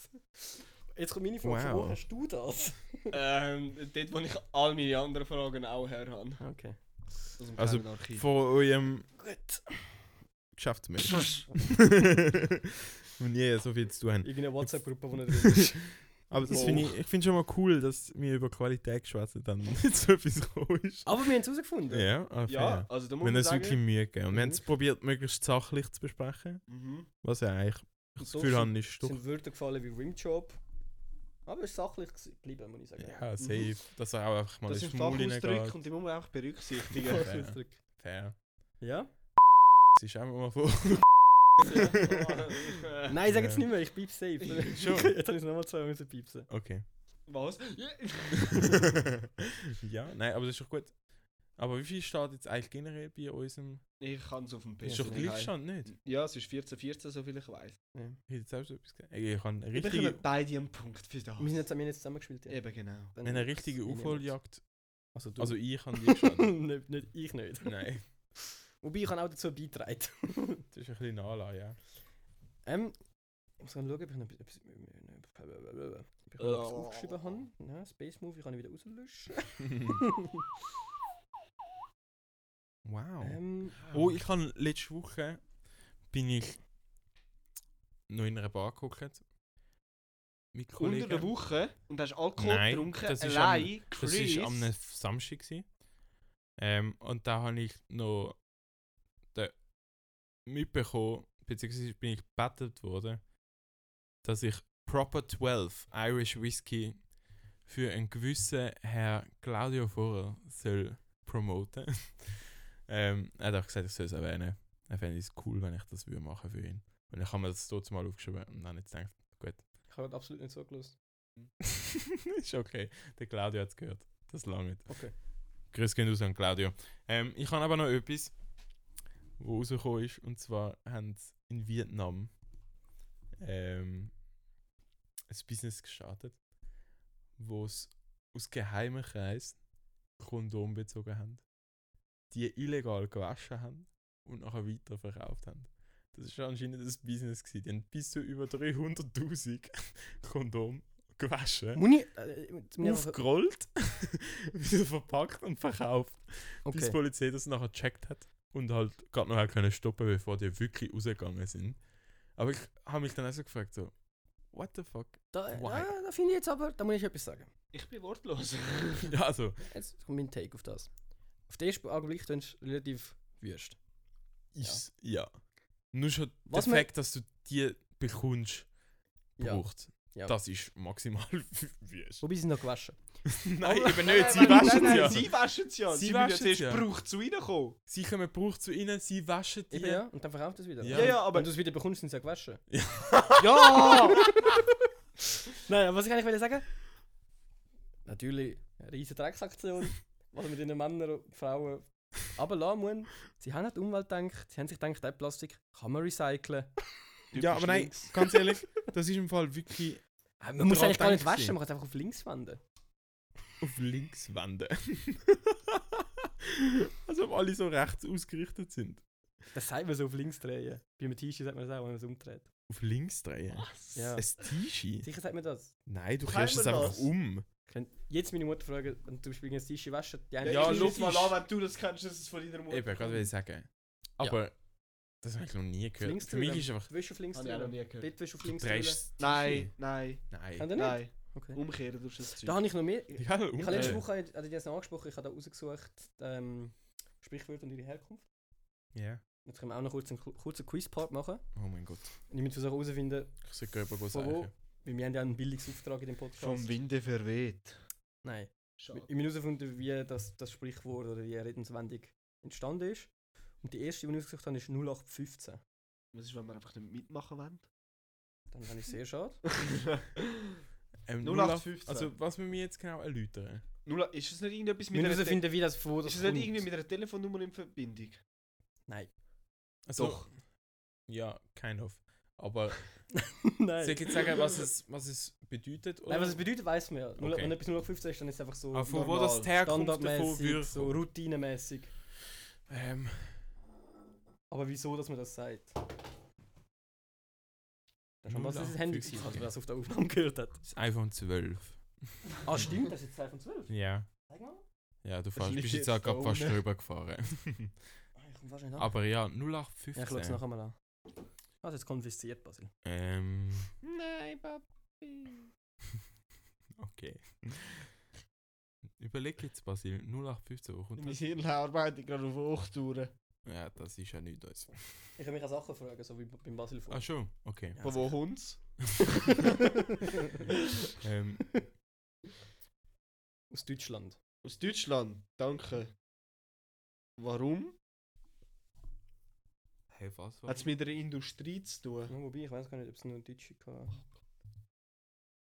[SPEAKER 2] Jetzt kommt meine Frage,
[SPEAKER 3] Wow.
[SPEAKER 2] wo hast du das?
[SPEAKER 4] ähm, dort, wo ich all meine anderen Fragen auch her habe.
[SPEAKER 2] Okay.
[SPEAKER 4] Aus dem
[SPEAKER 3] Also,
[SPEAKER 4] kleinen Archiv.
[SPEAKER 3] Von eurem
[SPEAKER 2] Gut.
[SPEAKER 3] Geschäftsmensch. Und nie so viel zu tun haben.
[SPEAKER 5] Irgendeine WhatsApp-Gruppe, wo er drin ist.
[SPEAKER 3] Aber das
[SPEAKER 4] Wow.
[SPEAKER 3] finde ich, ich finde schon mal cool, dass wir über Qualität geschwätzt haben und nicht so etwas gekommen ist.
[SPEAKER 5] Aber wir haben es herausgefunden.
[SPEAKER 3] Ja, ah,
[SPEAKER 4] ja,
[SPEAKER 3] fair.
[SPEAKER 4] also da
[SPEAKER 3] Wir haben
[SPEAKER 4] muss man
[SPEAKER 3] uns
[SPEAKER 4] sagen...
[SPEAKER 3] wirklich Mühe gegeben. Und wir haben es probiert, möglichst sachlich zu besprechen.
[SPEAKER 4] Mhm.
[SPEAKER 3] Was ja eigentlich ich das
[SPEAKER 5] so
[SPEAKER 3] Gefühl
[SPEAKER 5] sind-
[SPEAKER 3] habe, ist doch.
[SPEAKER 5] sind Wörter gefallen wie Rimjob.
[SPEAKER 2] Aber es ist sachlich gewesen geblieben, muss ich sagen.
[SPEAKER 3] Ja, safe. Dass er auch einfach mal
[SPEAKER 4] Das
[SPEAKER 3] ins
[SPEAKER 4] sind
[SPEAKER 3] Maul
[SPEAKER 4] Fachausdrücke
[SPEAKER 3] reingeht.
[SPEAKER 4] und die muss man einfach berücksichtigen.
[SPEAKER 3] Fachausdrücke. Fair.
[SPEAKER 2] Ja?
[SPEAKER 3] Das ist auch mal vor.
[SPEAKER 2] Nein, sag jetzt
[SPEAKER 3] Ja.
[SPEAKER 2] nicht mehr, ich piep safe.
[SPEAKER 3] Schon.
[SPEAKER 2] jetzt habe ich es nochmal zwei müssen piepsen.
[SPEAKER 3] Okay.
[SPEAKER 4] Was?
[SPEAKER 3] ja, nein, aber das ist doch gut. Aber wie viel steht jetzt eigentlich generell bei unserem.
[SPEAKER 4] Ich kann es auf dem
[SPEAKER 3] Ist
[SPEAKER 4] PC
[SPEAKER 3] doch
[SPEAKER 4] nicht
[SPEAKER 3] gleich
[SPEAKER 4] heim.
[SPEAKER 3] stand, nicht?
[SPEAKER 4] Ja, es ist 14, 14, soviel ich weiß.
[SPEAKER 3] Ich hätte jetzt auch so etwas gesagt. Ey, Ich habe eine
[SPEAKER 4] Wir bekommen
[SPEAKER 3] richtige,
[SPEAKER 4] beide einen Punkt für das.
[SPEAKER 2] Wir sind jetzt, wir haben jetzt zusammengespielt, ja.
[SPEAKER 4] Eben genau.
[SPEAKER 2] Dann-
[SPEAKER 3] eine richtige
[SPEAKER 2] wir nehmen
[SPEAKER 3] Aufholjagd.
[SPEAKER 2] jetzt. Also du.
[SPEAKER 3] Also ich habe die gestanden.
[SPEAKER 2] nicht, nicht, ich nicht.
[SPEAKER 3] nein,
[SPEAKER 2] Wobei, ich habe auch dazu beitragen.
[SPEAKER 3] das ist ein bisschen Nala, ja.
[SPEAKER 2] Ähm, ich muss schauen, ob ich noch ob ich- ob ich noch etwas aufgeschrieben habe. Nein, Space Movie kann ich wieder rauslöschen.
[SPEAKER 3] wow.
[SPEAKER 2] ähm,
[SPEAKER 3] Oh, ich habe letzte Woche bin ich noch in einer Bar geguckt. Mit
[SPEAKER 4] Unter
[SPEAKER 3] Kollegen.
[SPEAKER 4] der Woche und hast Alkohol
[SPEAKER 3] Nein,
[SPEAKER 4] getrunken,
[SPEAKER 3] das ist
[SPEAKER 4] allein,
[SPEAKER 3] Das
[SPEAKER 4] Chris.
[SPEAKER 3] war am Samstag. Gewesen. Ähm, und da habe ich noch den mitbekommen, beziehungsweise bin ich gebettelt worden, dass ich Proper 12 Irish Whiskey für einen gewissen Herr Claudio Forer soll promoten. ähm, er hat auch gesagt, ich soll es erwähnen. Er fände es cool, wenn ich das würde machen für ihn. Und ich habe mir das dort mal aufgeschrieben und dann jetzt gedacht, gut.
[SPEAKER 5] Ich
[SPEAKER 2] halt
[SPEAKER 5] habe absolut nicht so gelöst.
[SPEAKER 3] ist okay. Der Claudio hat es gehört. Das lange.
[SPEAKER 5] Okay.
[SPEAKER 3] Grüß gehen raus an Claudio. Ähm, ich habe aber noch etwas, wo rausgekommen ist. Und zwar haben sie in Vietnam ähm, ein Business gestartet, wo sie aus geheimen Kreisen Kondom bezogen haben, die illegal gewaschen haben und nachher weiterverkauft haben. Das war anscheinend das Business. Gewesen. Die haben bis zu über 300'000 Kondom gewaschen,
[SPEAKER 2] Muni. Äh, jetzt muss ich einfach-
[SPEAKER 3] aufgerollt, wieder verpackt und verkauft. Bis die
[SPEAKER 2] okay.
[SPEAKER 3] Polizei das nachher gecheckt hat und halt gerade noch hat können stoppen, bevor die wirklich rausgegangen sind. Aber ich habe mich dann auch so gefragt, so, what the fuck?
[SPEAKER 2] Da,
[SPEAKER 3] Why?
[SPEAKER 2] ah, da finde ich jetzt aber, da muss ich etwas sagen.
[SPEAKER 4] Ich bin wortlos.
[SPEAKER 3] Ja, also,
[SPEAKER 2] Jetzt kommt mein Take auf das. Auf den ersten Augenblick klingt es relativ wüst.
[SPEAKER 3] ist, ja. Nur schon
[SPEAKER 2] Was
[SPEAKER 3] der
[SPEAKER 2] man-
[SPEAKER 3] Fakt, dass du die bekommst,
[SPEAKER 2] Ja.
[SPEAKER 3] braucht.
[SPEAKER 2] Ja.
[SPEAKER 3] Das ist maximal wüst.
[SPEAKER 2] Wobei sie sind noch gewaschen.
[SPEAKER 3] Nein, eben
[SPEAKER 4] Nein,
[SPEAKER 3] nicht, sie
[SPEAKER 4] nein, nein,
[SPEAKER 3] waschen
[SPEAKER 4] nein,
[SPEAKER 3] es ja.
[SPEAKER 4] Sie waschen es ja.
[SPEAKER 3] Sie
[SPEAKER 4] Sie, müssen
[SPEAKER 3] waschen
[SPEAKER 4] jetzt
[SPEAKER 3] es
[SPEAKER 4] erst
[SPEAKER 3] ja.
[SPEAKER 4] Brauch zu reinkommen.
[SPEAKER 3] Sie kommen Bruch zu ihnen, sie waschen die.
[SPEAKER 2] Eben ja, und dann verkauft es wieder.
[SPEAKER 3] Ja.
[SPEAKER 4] Ja, ja,
[SPEAKER 2] Aber
[SPEAKER 4] aber...
[SPEAKER 2] Wenn du es wieder bekommst, sind sie ja gewaschen.
[SPEAKER 4] Ja!
[SPEAKER 2] Nein, aber was ich eigentlich wollte sagen Natürlich, eine riesige Drecksaktion, was mit den Männern und Frauen aber lassen muss. Sie haben an die Umwelt gedacht, sie haben sich gedacht, der Plastik kann man recyceln.
[SPEAKER 3] Ja, aber nein, ganz ehrlich, das ist im Fall wirklich
[SPEAKER 2] Äh, Man
[SPEAKER 3] man
[SPEAKER 2] muss
[SPEAKER 3] dran
[SPEAKER 2] eigentlich gar nicht
[SPEAKER 3] gedacht
[SPEAKER 2] waschen,
[SPEAKER 3] sein.
[SPEAKER 2] man kann es einfach auf links wenden.
[SPEAKER 3] auf links wenden. Als Also, ob alle so rechts ausgerichtet sind.
[SPEAKER 2] Das sagt man so, auf links drehen. Bei einem T-Shirt sagt man das auch, wenn man es umdreht.
[SPEAKER 3] Auf links drehen?
[SPEAKER 2] Ja.
[SPEAKER 3] Ein T-Shirt?
[SPEAKER 2] Sicher sagt man das.
[SPEAKER 3] Nein, du
[SPEAKER 4] Kann
[SPEAKER 3] kehrst es
[SPEAKER 4] man
[SPEAKER 3] einfach
[SPEAKER 4] das?
[SPEAKER 3] um.
[SPEAKER 2] Könnt jetzt meine Mutter fragen, wenn du übrigens ein T-Shirt waschen, die eine
[SPEAKER 3] Ja,
[SPEAKER 4] Ja, ich
[SPEAKER 3] logisch.
[SPEAKER 4] schau mal an, wenn du das kennst, dass es von deiner Mutter
[SPEAKER 3] Eben, gerade will ich sagen. Aber das habe ich noch nie gehört.
[SPEAKER 2] Links
[SPEAKER 3] Für mich
[SPEAKER 2] drehen.
[SPEAKER 3] ist einfach.
[SPEAKER 2] Wäsche auf links
[SPEAKER 4] Habe ich auch noch
[SPEAKER 2] drehen.
[SPEAKER 4] nie gehört.
[SPEAKER 2] Bettwäsche auf
[SPEAKER 3] Du
[SPEAKER 2] links drehen.
[SPEAKER 3] drehst das
[SPEAKER 4] Nein,
[SPEAKER 3] T-Shirt.
[SPEAKER 2] Haben
[SPEAKER 4] nein,
[SPEAKER 3] Nein.
[SPEAKER 2] die nicht?
[SPEAKER 4] nein.
[SPEAKER 2] Okay.
[SPEAKER 4] Umkehren durch das Zeug.
[SPEAKER 2] Da habe ich noch mehr. Ich
[SPEAKER 3] Ja, um,
[SPEAKER 2] habe letzte
[SPEAKER 3] okay.
[SPEAKER 2] Woche, hatte ich das noch angesprochen, ich habe da rausgesucht, ähm, Sprichwörter und ihre Herkunft.
[SPEAKER 3] äh, Ja.
[SPEAKER 2] Jetzt können wir auch noch kurz einen Ku- kurzen Quiz-Part machen.
[SPEAKER 3] Oh mein Gott.
[SPEAKER 2] Und ich muss versuchen herausfinden,
[SPEAKER 3] Ich sollte jemanden
[SPEAKER 2] Von wo?
[SPEAKER 3] sagen.
[SPEAKER 2] weil wir haben ja einen Bildungsauftrag in dem Podcast.
[SPEAKER 6] Vom Winde verweht.
[SPEAKER 2] Nein.
[SPEAKER 4] Schade.
[SPEAKER 2] Ich bin herausgefunden, wie das, das Sprichwort oder die Redenswendung entstanden ist. Und die erste, die ich ausgesucht habe, ist 0815.
[SPEAKER 4] Was ist, wenn wir einfach nicht mitmachen wollen?
[SPEAKER 2] Dann fand ich sehr schade.
[SPEAKER 3] Ähm,
[SPEAKER 4] 0815.
[SPEAKER 3] Also, was müssen wir jetzt genau erläutern?
[SPEAKER 4] Null, ist es nicht irgendetwas
[SPEAKER 2] Wir
[SPEAKER 4] mit
[SPEAKER 2] müssen
[SPEAKER 4] einer, Te
[SPEAKER 2] herausfinden, wie das wo das
[SPEAKER 4] ist es nicht
[SPEAKER 2] kommt.
[SPEAKER 4] irgendwie mit einer Telefonnummer in Verbindung?
[SPEAKER 3] Also,
[SPEAKER 4] Doch.
[SPEAKER 3] Ja, kind of. Aber soll
[SPEAKER 2] Nein.
[SPEAKER 3] ich jetzt sagen, was es, was es bedeutet? Oder?
[SPEAKER 2] Nein, was es bedeutet, weiß man ja. Null-
[SPEAKER 3] Okay.
[SPEAKER 2] Wenn etwas 0815 ist, dann ist es einfach so
[SPEAKER 3] Ah, von wo
[SPEAKER 4] normal,
[SPEAKER 3] das die Herkunft davon
[SPEAKER 2] standardmäßig,
[SPEAKER 3] wird.
[SPEAKER 2] so routinemäßig.
[SPEAKER 3] Ähm,
[SPEAKER 2] Aber wieso, dass man das sagt? Das ist schon was ist das
[SPEAKER 3] 0815.
[SPEAKER 2] Handy, gewesen, als man das auf der Aufnahme gehört hat.
[SPEAKER 3] das iPhone 12.
[SPEAKER 2] Ah, stimmt, das ist jetzt 2 von 12.
[SPEAKER 3] Ja.
[SPEAKER 2] Zeig mal.
[SPEAKER 3] Ja, du fährst,
[SPEAKER 4] liegt
[SPEAKER 3] bist jetzt
[SPEAKER 4] jetzt
[SPEAKER 3] auch gerade
[SPEAKER 4] da
[SPEAKER 3] fast
[SPEAKER 4] unten.
[SPEAKER 3] drüber gefahren.
[SPEAKER 2] Ah, ich komme fast nicht an.
[SPEAKER 3] Aber
[SPEAKER 2] ja,
[SPEAKER 3] ja,
[SPEAKER 2] ich schaue es
[SPEAKER 3] 0815.
[SPEAKER 2] nachher mal an. Ah, das ist jetzt konfisziert, Basil.
[SPEAKER 3] ähm,
[SPEAKER 4] Nein, Papi.
[SPEAKER 3] okay. Überleg jetzt, Basil. 0815, wo kommt
[SPEAKER 6] Mein
[SPEAKER 3] das?
[SPEAKER 6] Hirn arbeitet gerade auf Hochtouren.
[SPEAKER 3] Ja, das ist ja nicht uns.
[SPEAKER 2] Ich kann mich an Sachen fragen, so wie beim Basil
[SPEAKER 3] Ah,
[SPEAKER 2] vorher.
[SPEAKER 3] schon? Okay.
[SPEAKER 2] Ja,
[SPEAKER 4] Von wo Hunds?
[SPEAKER 3] ähm,
[SPEAKER 2] Aus Deutschland.
[SPEAKER 4] Aus Deutschland. Danke. Warum?
[SPEAKER 3] hey, was war
[SPEAKER 4] Hat es mit der Industrie zu tun?
[SPEAKER 2] Ja, wobei, ich weiß gar nicht, ob es nur Deutsche kann.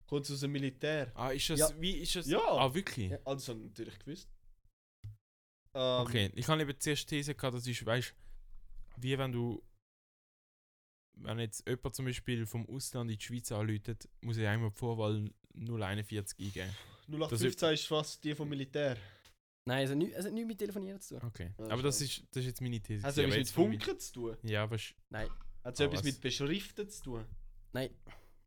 [SPEAKER 4] Kommt es aus dem Militär?
[SPEAKER 3] Ah, ist das,
[SPEAKER 2] Ja.
[SPEAKER 3] wie ist das?
[SPEAKER 4] Ja.
[SPEAKER 3] Ah, wirklich?
[SPEAKER 2] Ja.
[SPEAKER 4] Also natürlich gewusst. Ähm,
[SPEAKER 3] Okay, ich habe eben zuerst die These gehabt, das ist, weißt du, wie wenn du, wenn jetzt jemand zum Beispiel vom Ausland in die Schweiz anläutet, muss er einmal die Vorwahl 041 eingeben.
[SPEAKER 4] 0815 ist fast die vom Militär.
[SPEAKER 2] Nein, es hat nichts nicht mit Telefonieren zu tun.
[SPEAKER 3] Okay.
[SPEAKER 4] Ja,
[SPEAKER 3] aber das
[SPEAKER 4] schau.
[SPEAKER 3] ist, das ist jetzt meine These.
[SPEAKER 4] Hat es
[SPEAKER 2] Also,
[SPEAKER 3] gewesen,
[SPEAKER 4] etwas
[SPEAKER 3] aber
[SPEAKER 4] mit
[SPEAKER 3] jetzt von
[SPEAKER 4] Funken zu tun?
[SPEAKER 3] meinem- Ja, was?
[SPEAKER 4] Hat es
[SPEAKER 3] Ah,
[SPEAKER 4] etwas
[SPEAKER 3] was?
[SPEAKER 4] mit Beschriften zu tun?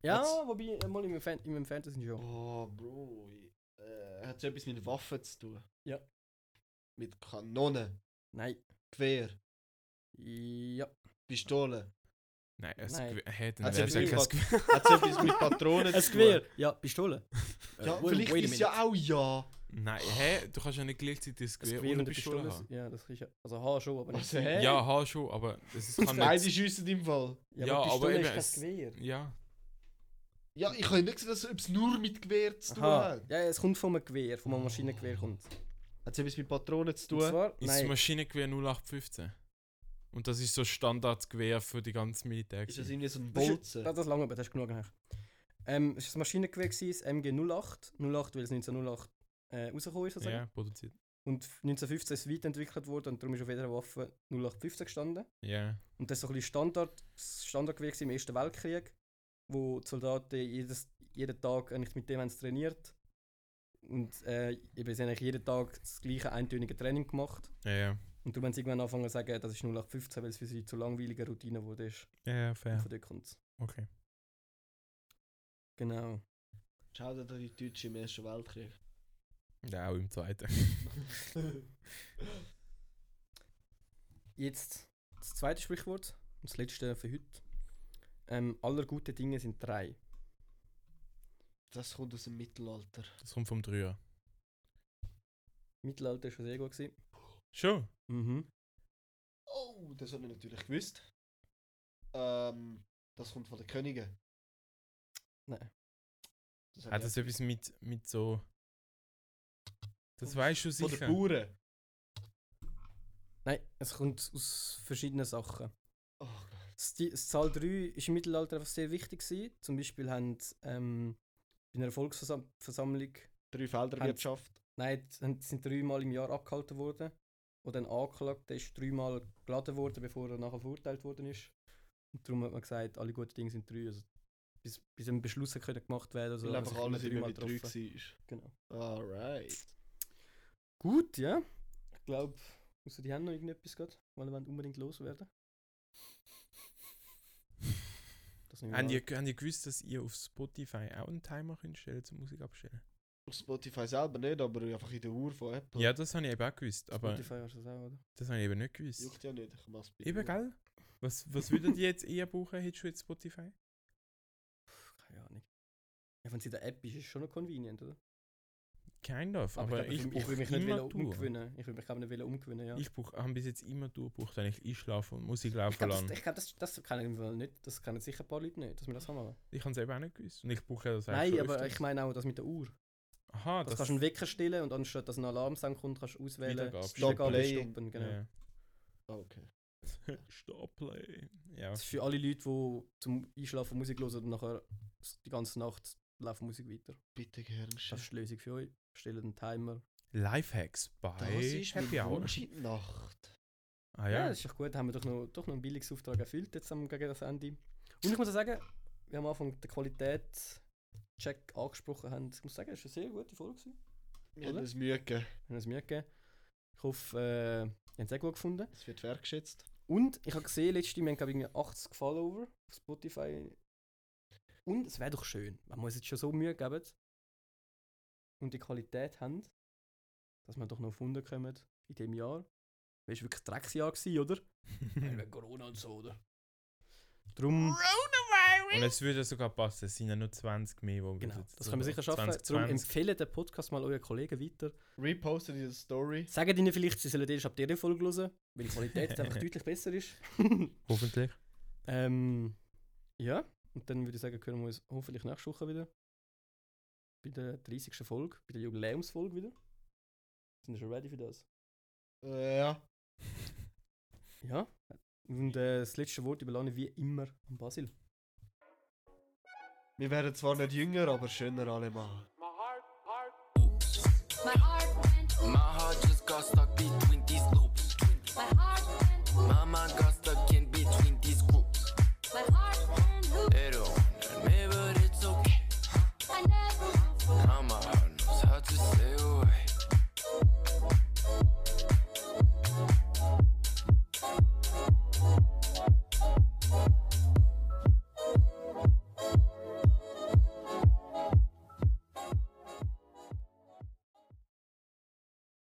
[SPEAKER 2] Ja,
[SPEAKER 4] Hat's-
[SPEAKER 2] wobei, äh, mal im, Fan in meinem Fantasy schon.
[SPEAKER 4] Oh, Bro. Äh, hat es etwas mit Waffen zu tun?
[SPEAKER 2] Ja.
[SPEAKER 4] Mit Kanonen,
[SPEAKER 2] Nein.
[SPEAKER 4] Gewehr,
[SPEAKER 2] Ja.
[SPEAKER 4] Pistolen?
[SPEAKER 3] Nein, es
[SPEAKER 2] Nein. Also,
[SPEAKER 3] hätte
[SPEAKER 4] Hat es etwas, mit
[SPEAKER 3] es
[SPEAKER 4] Pat- hat's etwas mit Patronen
[SPEAKER 2] Ein
[SPEAKER 4] zu tun?
[SPEAKER 2] Gewehr. Ja, Pistole.
[SPEAKER 4] Ja,
[SPEAKER 2] Äh, wait-
[SPEAKER 4] vielleicht
[SPEAKER 2] wait a
[SPEAKER 4] ist ja
[SPEAKER 2] minute.
[SPEAKER 4] auch ja.
[SPEAKER 3] Nein, hä? Du kannst ja nicht gleichzeitig das
[SPEAKER 2] Ein
[SPEAKER 3] Gewehr
[SPEAKER 2] Gewehr und
[SPEAKER 3] ohne
[SPEAKER 2] eine
[SPEAKER 3] Pistole,
[SPEAKER 2] Pistole.
[SPEAKER 3] haben.
[SPEAKER 2] Ja, das ist ja. Also, Haar schon, aber nicht.
[SPEAKER 4] Also, hä?
[SPEAKER 3] Ja, ha schon, aber es ist, kann
[SPEAKER 4] Beide
[SPEAKER 3] nicht...
[SPEAKER 4] schiessen im Fall.
[SPEAKER 3] ja, aber
[SPEAKER 2] Pistole
[SPEAKER 3] eben,
[SPEAKER 2] ist kein
[SPEAKER 3] es-
[SPEAKER 2] Gewehr.
[SPEAKER 3] Ja,
[SPEAKER 4] Ja, ich habe nicht gesehen, ob es nur mit Gewehr zu tun
[SPEAKER 2] Aha.
[SPEAKER 4] hat.
[SPEAKER 2] Ja, es kommt vom Gewehr, vom Maschinengewehr kommt.
[SPEAKER 4] Hat es etwas mit Patronen zu
[SPEAKER 2] Und
[SPEAKER 4] tun?
[SPEAKER 2] zwar,
[SPEAKER 3] ist das
[SPEAKER 2] nein,
[SPEAKER 3] Maschinengewehr 0815. Und das ist so Standardgewehr für die ganze Militär.
[SPEAKER 4] Ist das
[SPEAKER 3] gewesen.
[SPEAKER 4] irgendwie so ein
[SPEAKER 2] Das ist-
[SPEAKER 4] Bolzen?
[SPEAKER 2] das, das lange, aber das ist genug. eigentlich. Ähm, es war ein Maschinengewehr, gewesen, das MG 08. 08, weil es 1908 äh, rausgekommen ist, sozusagen.
[SPEAKER 3] Ja, produziert.
[SPEAKER 2] Und 1915 ist es weiterentwickelt worden und darum ist auf jeder Waffe 0815 gestanden.
[SPEAKER 3] Ja.
[SPEAKER 2] Und das war so ein bisschen Standard, das Standardgewehr gewesen im Ersten Weltkrieg, wo die Soldaten jedes, jeden Tag eigentlich mit dem haben sie trainiert. Und äh, eben, sie haben eigentlich jeden Tag das gleiche eintönige Training gemacht.
[SPEAKER 3] Ja, ja.
[SPEAKER 2] Und darum haben sie irgendwann angefangen zu sagen, das ist 0815, weil es für sie zu langweiliger Routine wurde. Ist.
[SPEAKER 3] Ja, ja,
[SPEAKER 2] Und
[SPEAKER 3] fair.
[SPEAKER 2] Von dort kommt's.
[SPEAKER 3] Okay.
[SPEAKER 2] Genau.
[SPEAKER 4] Schau dir die Deutschen im Ersten Weltkrieg.
[SPEAKER 3] Ja, auch im zweiten.
[SPEAKER 2] Jetzt das zweite Sprichwort und das letzte für heute. Ähm, aller guten Dinge sind drei.
[SPEAKER 4] Das kommt aus dem Mittelalter.
[SPEAKER 3] Das kommt vom Dreier.
[SPEAKER 2] Mittelalter war schon sehr gut. Gewesen.
[SPEAKER 3] Schon?
[SPEAKER 2] Mhm.
[SPEAKER 4] Oh, das hat man natürlich gewusst. Ähm, das kommt von den Königen.
[SPEAKER 2] Nein.
[SPEAKER 4] Das
[SPEAKER 3] Hat das etwas mit, mit so. Das weißt du
[SPEAKER 4] von den
[SPEAKER 3] sicher.
[SPEAKER 4] Bauern.
[SPEAKER 2] Nein, es kommt aus verschiedenen Sachen.
[SPEAKER 4] Oh,
[SPEAKER 2] Das, die, das Zahl 3 ist im Mittelalter einfach sehr wichtig. Gewesen. Zum Beispiel haben ähm, bei einer Volksversammlung
[SPEAKER 4] drei Felderwirtschaft.
[SPEAKER 2] nein, die haben- sind dreimal im Jahr abgehalten worden. Oder ein Angeklagter ist dreimal geladen worden, bevor er nachher verurteilt worden ist. Und darum hat man gesagt, alle guten Dinge sind drei. Also, bis, bis ein Beschluss hat können gemacht werden also,
[SPEAKER 4] Weil einfach alles immer mit drei
[SPEAKER 2] getroffen.
[SPEAKER 4] war.
[SPEAKER 2] Genau.
[SPEAKER 4] Alright.
[SPEAKER 2] Gut, ja. Ich glaube, außer die haben noch irgendetwas gerade, weil wir wollen unbedingt loswerden. Das nehmen wir
[SPEAKER 3] Haben
[SPEAKER 2] an.
[SPEAKER 3] die, haben die gewusst, dass ihr auf Spotify auch einen Timer könnt stellen zum Musik abstellen?
[SPEAKER 4] Auf Spotify selber nicht, aber einfach in der Uhr von Apple.
[SPEAKER 3] Ja, das habe ich eben auch gewusst, aber
[SPEAKER 2] Spotify hast du das auch, oder?
[SPEAKER 3] das habe ich eben nicht gewusst.
[SPEAKER 4] Juckt ja nicht, ich mach's bei
[SPEAKER 3] Eben,
[SPEAKER 4] der Uhr.
[SPEAKER 3] gell? Was, was würdet ihr jetzt eher brauchen? Hättest du jetzt Spotify?
[SPEAKER 2] Keine Ahnung. Ja, wenn sie in der App ist, ist es schon noch convenient, oder?
[SPEAKER 3] Kind of,
[SPEAKER 2] Aber,
[SPEAKER 3] aber,
[SPEAKER 2] ich,
[SPEAKER 3] ich
[SPEAKER 2] glaub, ich, ich will
[SPEAKER 3] brauche
[SPEAKER 2] mich nicht
[SPEAKER 3] immer
[SPEAKER 2] wollen
[SPEAKER 3] Tour.
[SPEAKER 2] umgewöhnen. Ich will mich glaub, nicht wollen umgewöhnen, ja.
[SPEAKER 3] Ich brauche, habe bis jetzt immer Tour gebraucht, wenn ich einschlafe und Musik
[SPEAKER 2] Ich
[SPEAKER 3] laufen
[SPEAKER 2] glaube, das,
[SPEAKER 3] lasse.
[SPEAKER 2] ich glaub, das, das kann ich im Fall nicht. Das kennen sicher ein paar Leute nicht, dass wir das haben. wollen.
[SPEAKER 3] Ich habe es eben auch nicht gewusst. Und ich brauche das eigentlich
[SPEAKER 2] Nein,
[SPEAKER 3] schon
[SPEAKER 2] aber
[SPEAKER 3] öfters.
[SPEAKER 2] ich meine auch das mit der Uhr.
[SPEAKER 3] Aha,
[SPEAKER 2] Das, kannst du einen Wecker stellen und anstatt dass ein Alarmsound kommt, kannst du auswählen.
[SPEAKER 3] Wiedergabe.
[SPEAKER 2] die Wiedergabe
[SPEAKER 7] Stop playing.
[SPEAKER 2] stoppen, genau.
[SPEAKER 3] Ja.
[SPEAKER 4] Ah,
[SPEAKER 7] Okay.
[SPEAKER 3] Stop play. Ja.
[SPEAKER 2] Das ist für alle Leute, die zum Einschlafen Musik hören und nachher s- die ganze Nacht läuft Musik weiter.
[SPEAKER 7] Bitte Gehirnschäden.
[SPEAKER 2] Das ist die Lösung für euch. Stellt einen Timer.
[SPEAKER 3] Lifehacks bei
[SPEAKER 7] Das ist
[SPEAKER 3] Happy
[SPEAKER 7] meine
[SPEAKER 3] Hour.
[SPEAKER 7] Wunschnacht.
[SPEAKER 3] Ah
[SPEAKER 2] Ja,
[SPEAKER 3] ja.
[SPEAKER 2] das ist doch gut. Haben wir doch noch, doch noch einen Bildungsauftrag erfüllt jetzt am, gegen das Ende. Und ich muss auch sagen, wir haben am Anfang den Qualitätscheck angesprochen. Haben. Ich muss sagen, es war eine sehr gute Folge. gewesen.
[SPEAKER 7] Wir haben
[SPEAKER 2] Oder?
[SPEAKER 7] es Mühe gegeben.
[SPEAKER 2] Wir haben es mir gegeben. Ich hoffe, äh, ihr habt es auch gut gefunden.
[SPEAKER 7] Es wird wertgeschätzt.
[SPEAKER 2] Und ich habe gesehen, letztes wir haben glaub ich, irgendwie 80 Follower auf Spotify. Und es wäre doch schön, wenn wir uns jetzt schon so Mühe geben und die Qualität haben, dass wir doch noch gefunden kommen in diesem Jahr. Das war wirklich ein Drecksjahr, gewesen, oder? Wegen Corona und so, oder? Hm. Drum,
[SPEAKER 3] Und es würde sogar passen, es sind ja nur 20 mehr, die wir
[SPEAKER 2] genau,
[SPEAKER 3] jetzt
[SPEAKER 2] das können wir sicher schaffen. Darum
[SPEAKER 3] 2020.
[SPEAKER 2] empfehlen den Podcast mal euren Kollegen weiter.
[SPEAKER 7] Repostet diese Story.
[SPEAKER 2] Sagen ihnen vielleicht, sie sollen erst ab dieser Folge hören, weil die Qualität jetzt einfach deutlich besser ist.
[SPEAKER 3] Hoffentlich.
[SPEAKER 2] Ähm, ja, und dann würde ich sagen, können wir uns hoffentlich nächste Woche wieder. Bei der 30. Folge, bei der Jubiläumsfolge wieder. Sind wir schon ready für das?
[SPEAKER 7] Äh, ja.
[SPEAKER 2] Ja. Und äh, das letzte Wort überlasse ich wie immer an Basil.
[SPEAKER 7] Wir werden zwar nicht jünger, aber schöner allemal.
[SPEAKER 8] My heart went,
[SPEAKER 9] My heart just got stuck between these loops.
[SPEAKER 8] my heart went,
[SPEAKER 9] My mind got stuck in between these groups.
[SPEAKER 8] my heart went hoop.
[SPEAKER 9] It all hurt me, but it's okay.
[SPEAKER 8] I never will
[SPEAKER 9] Now my heart knows how to stay away.
[SPEAKER 8] forget.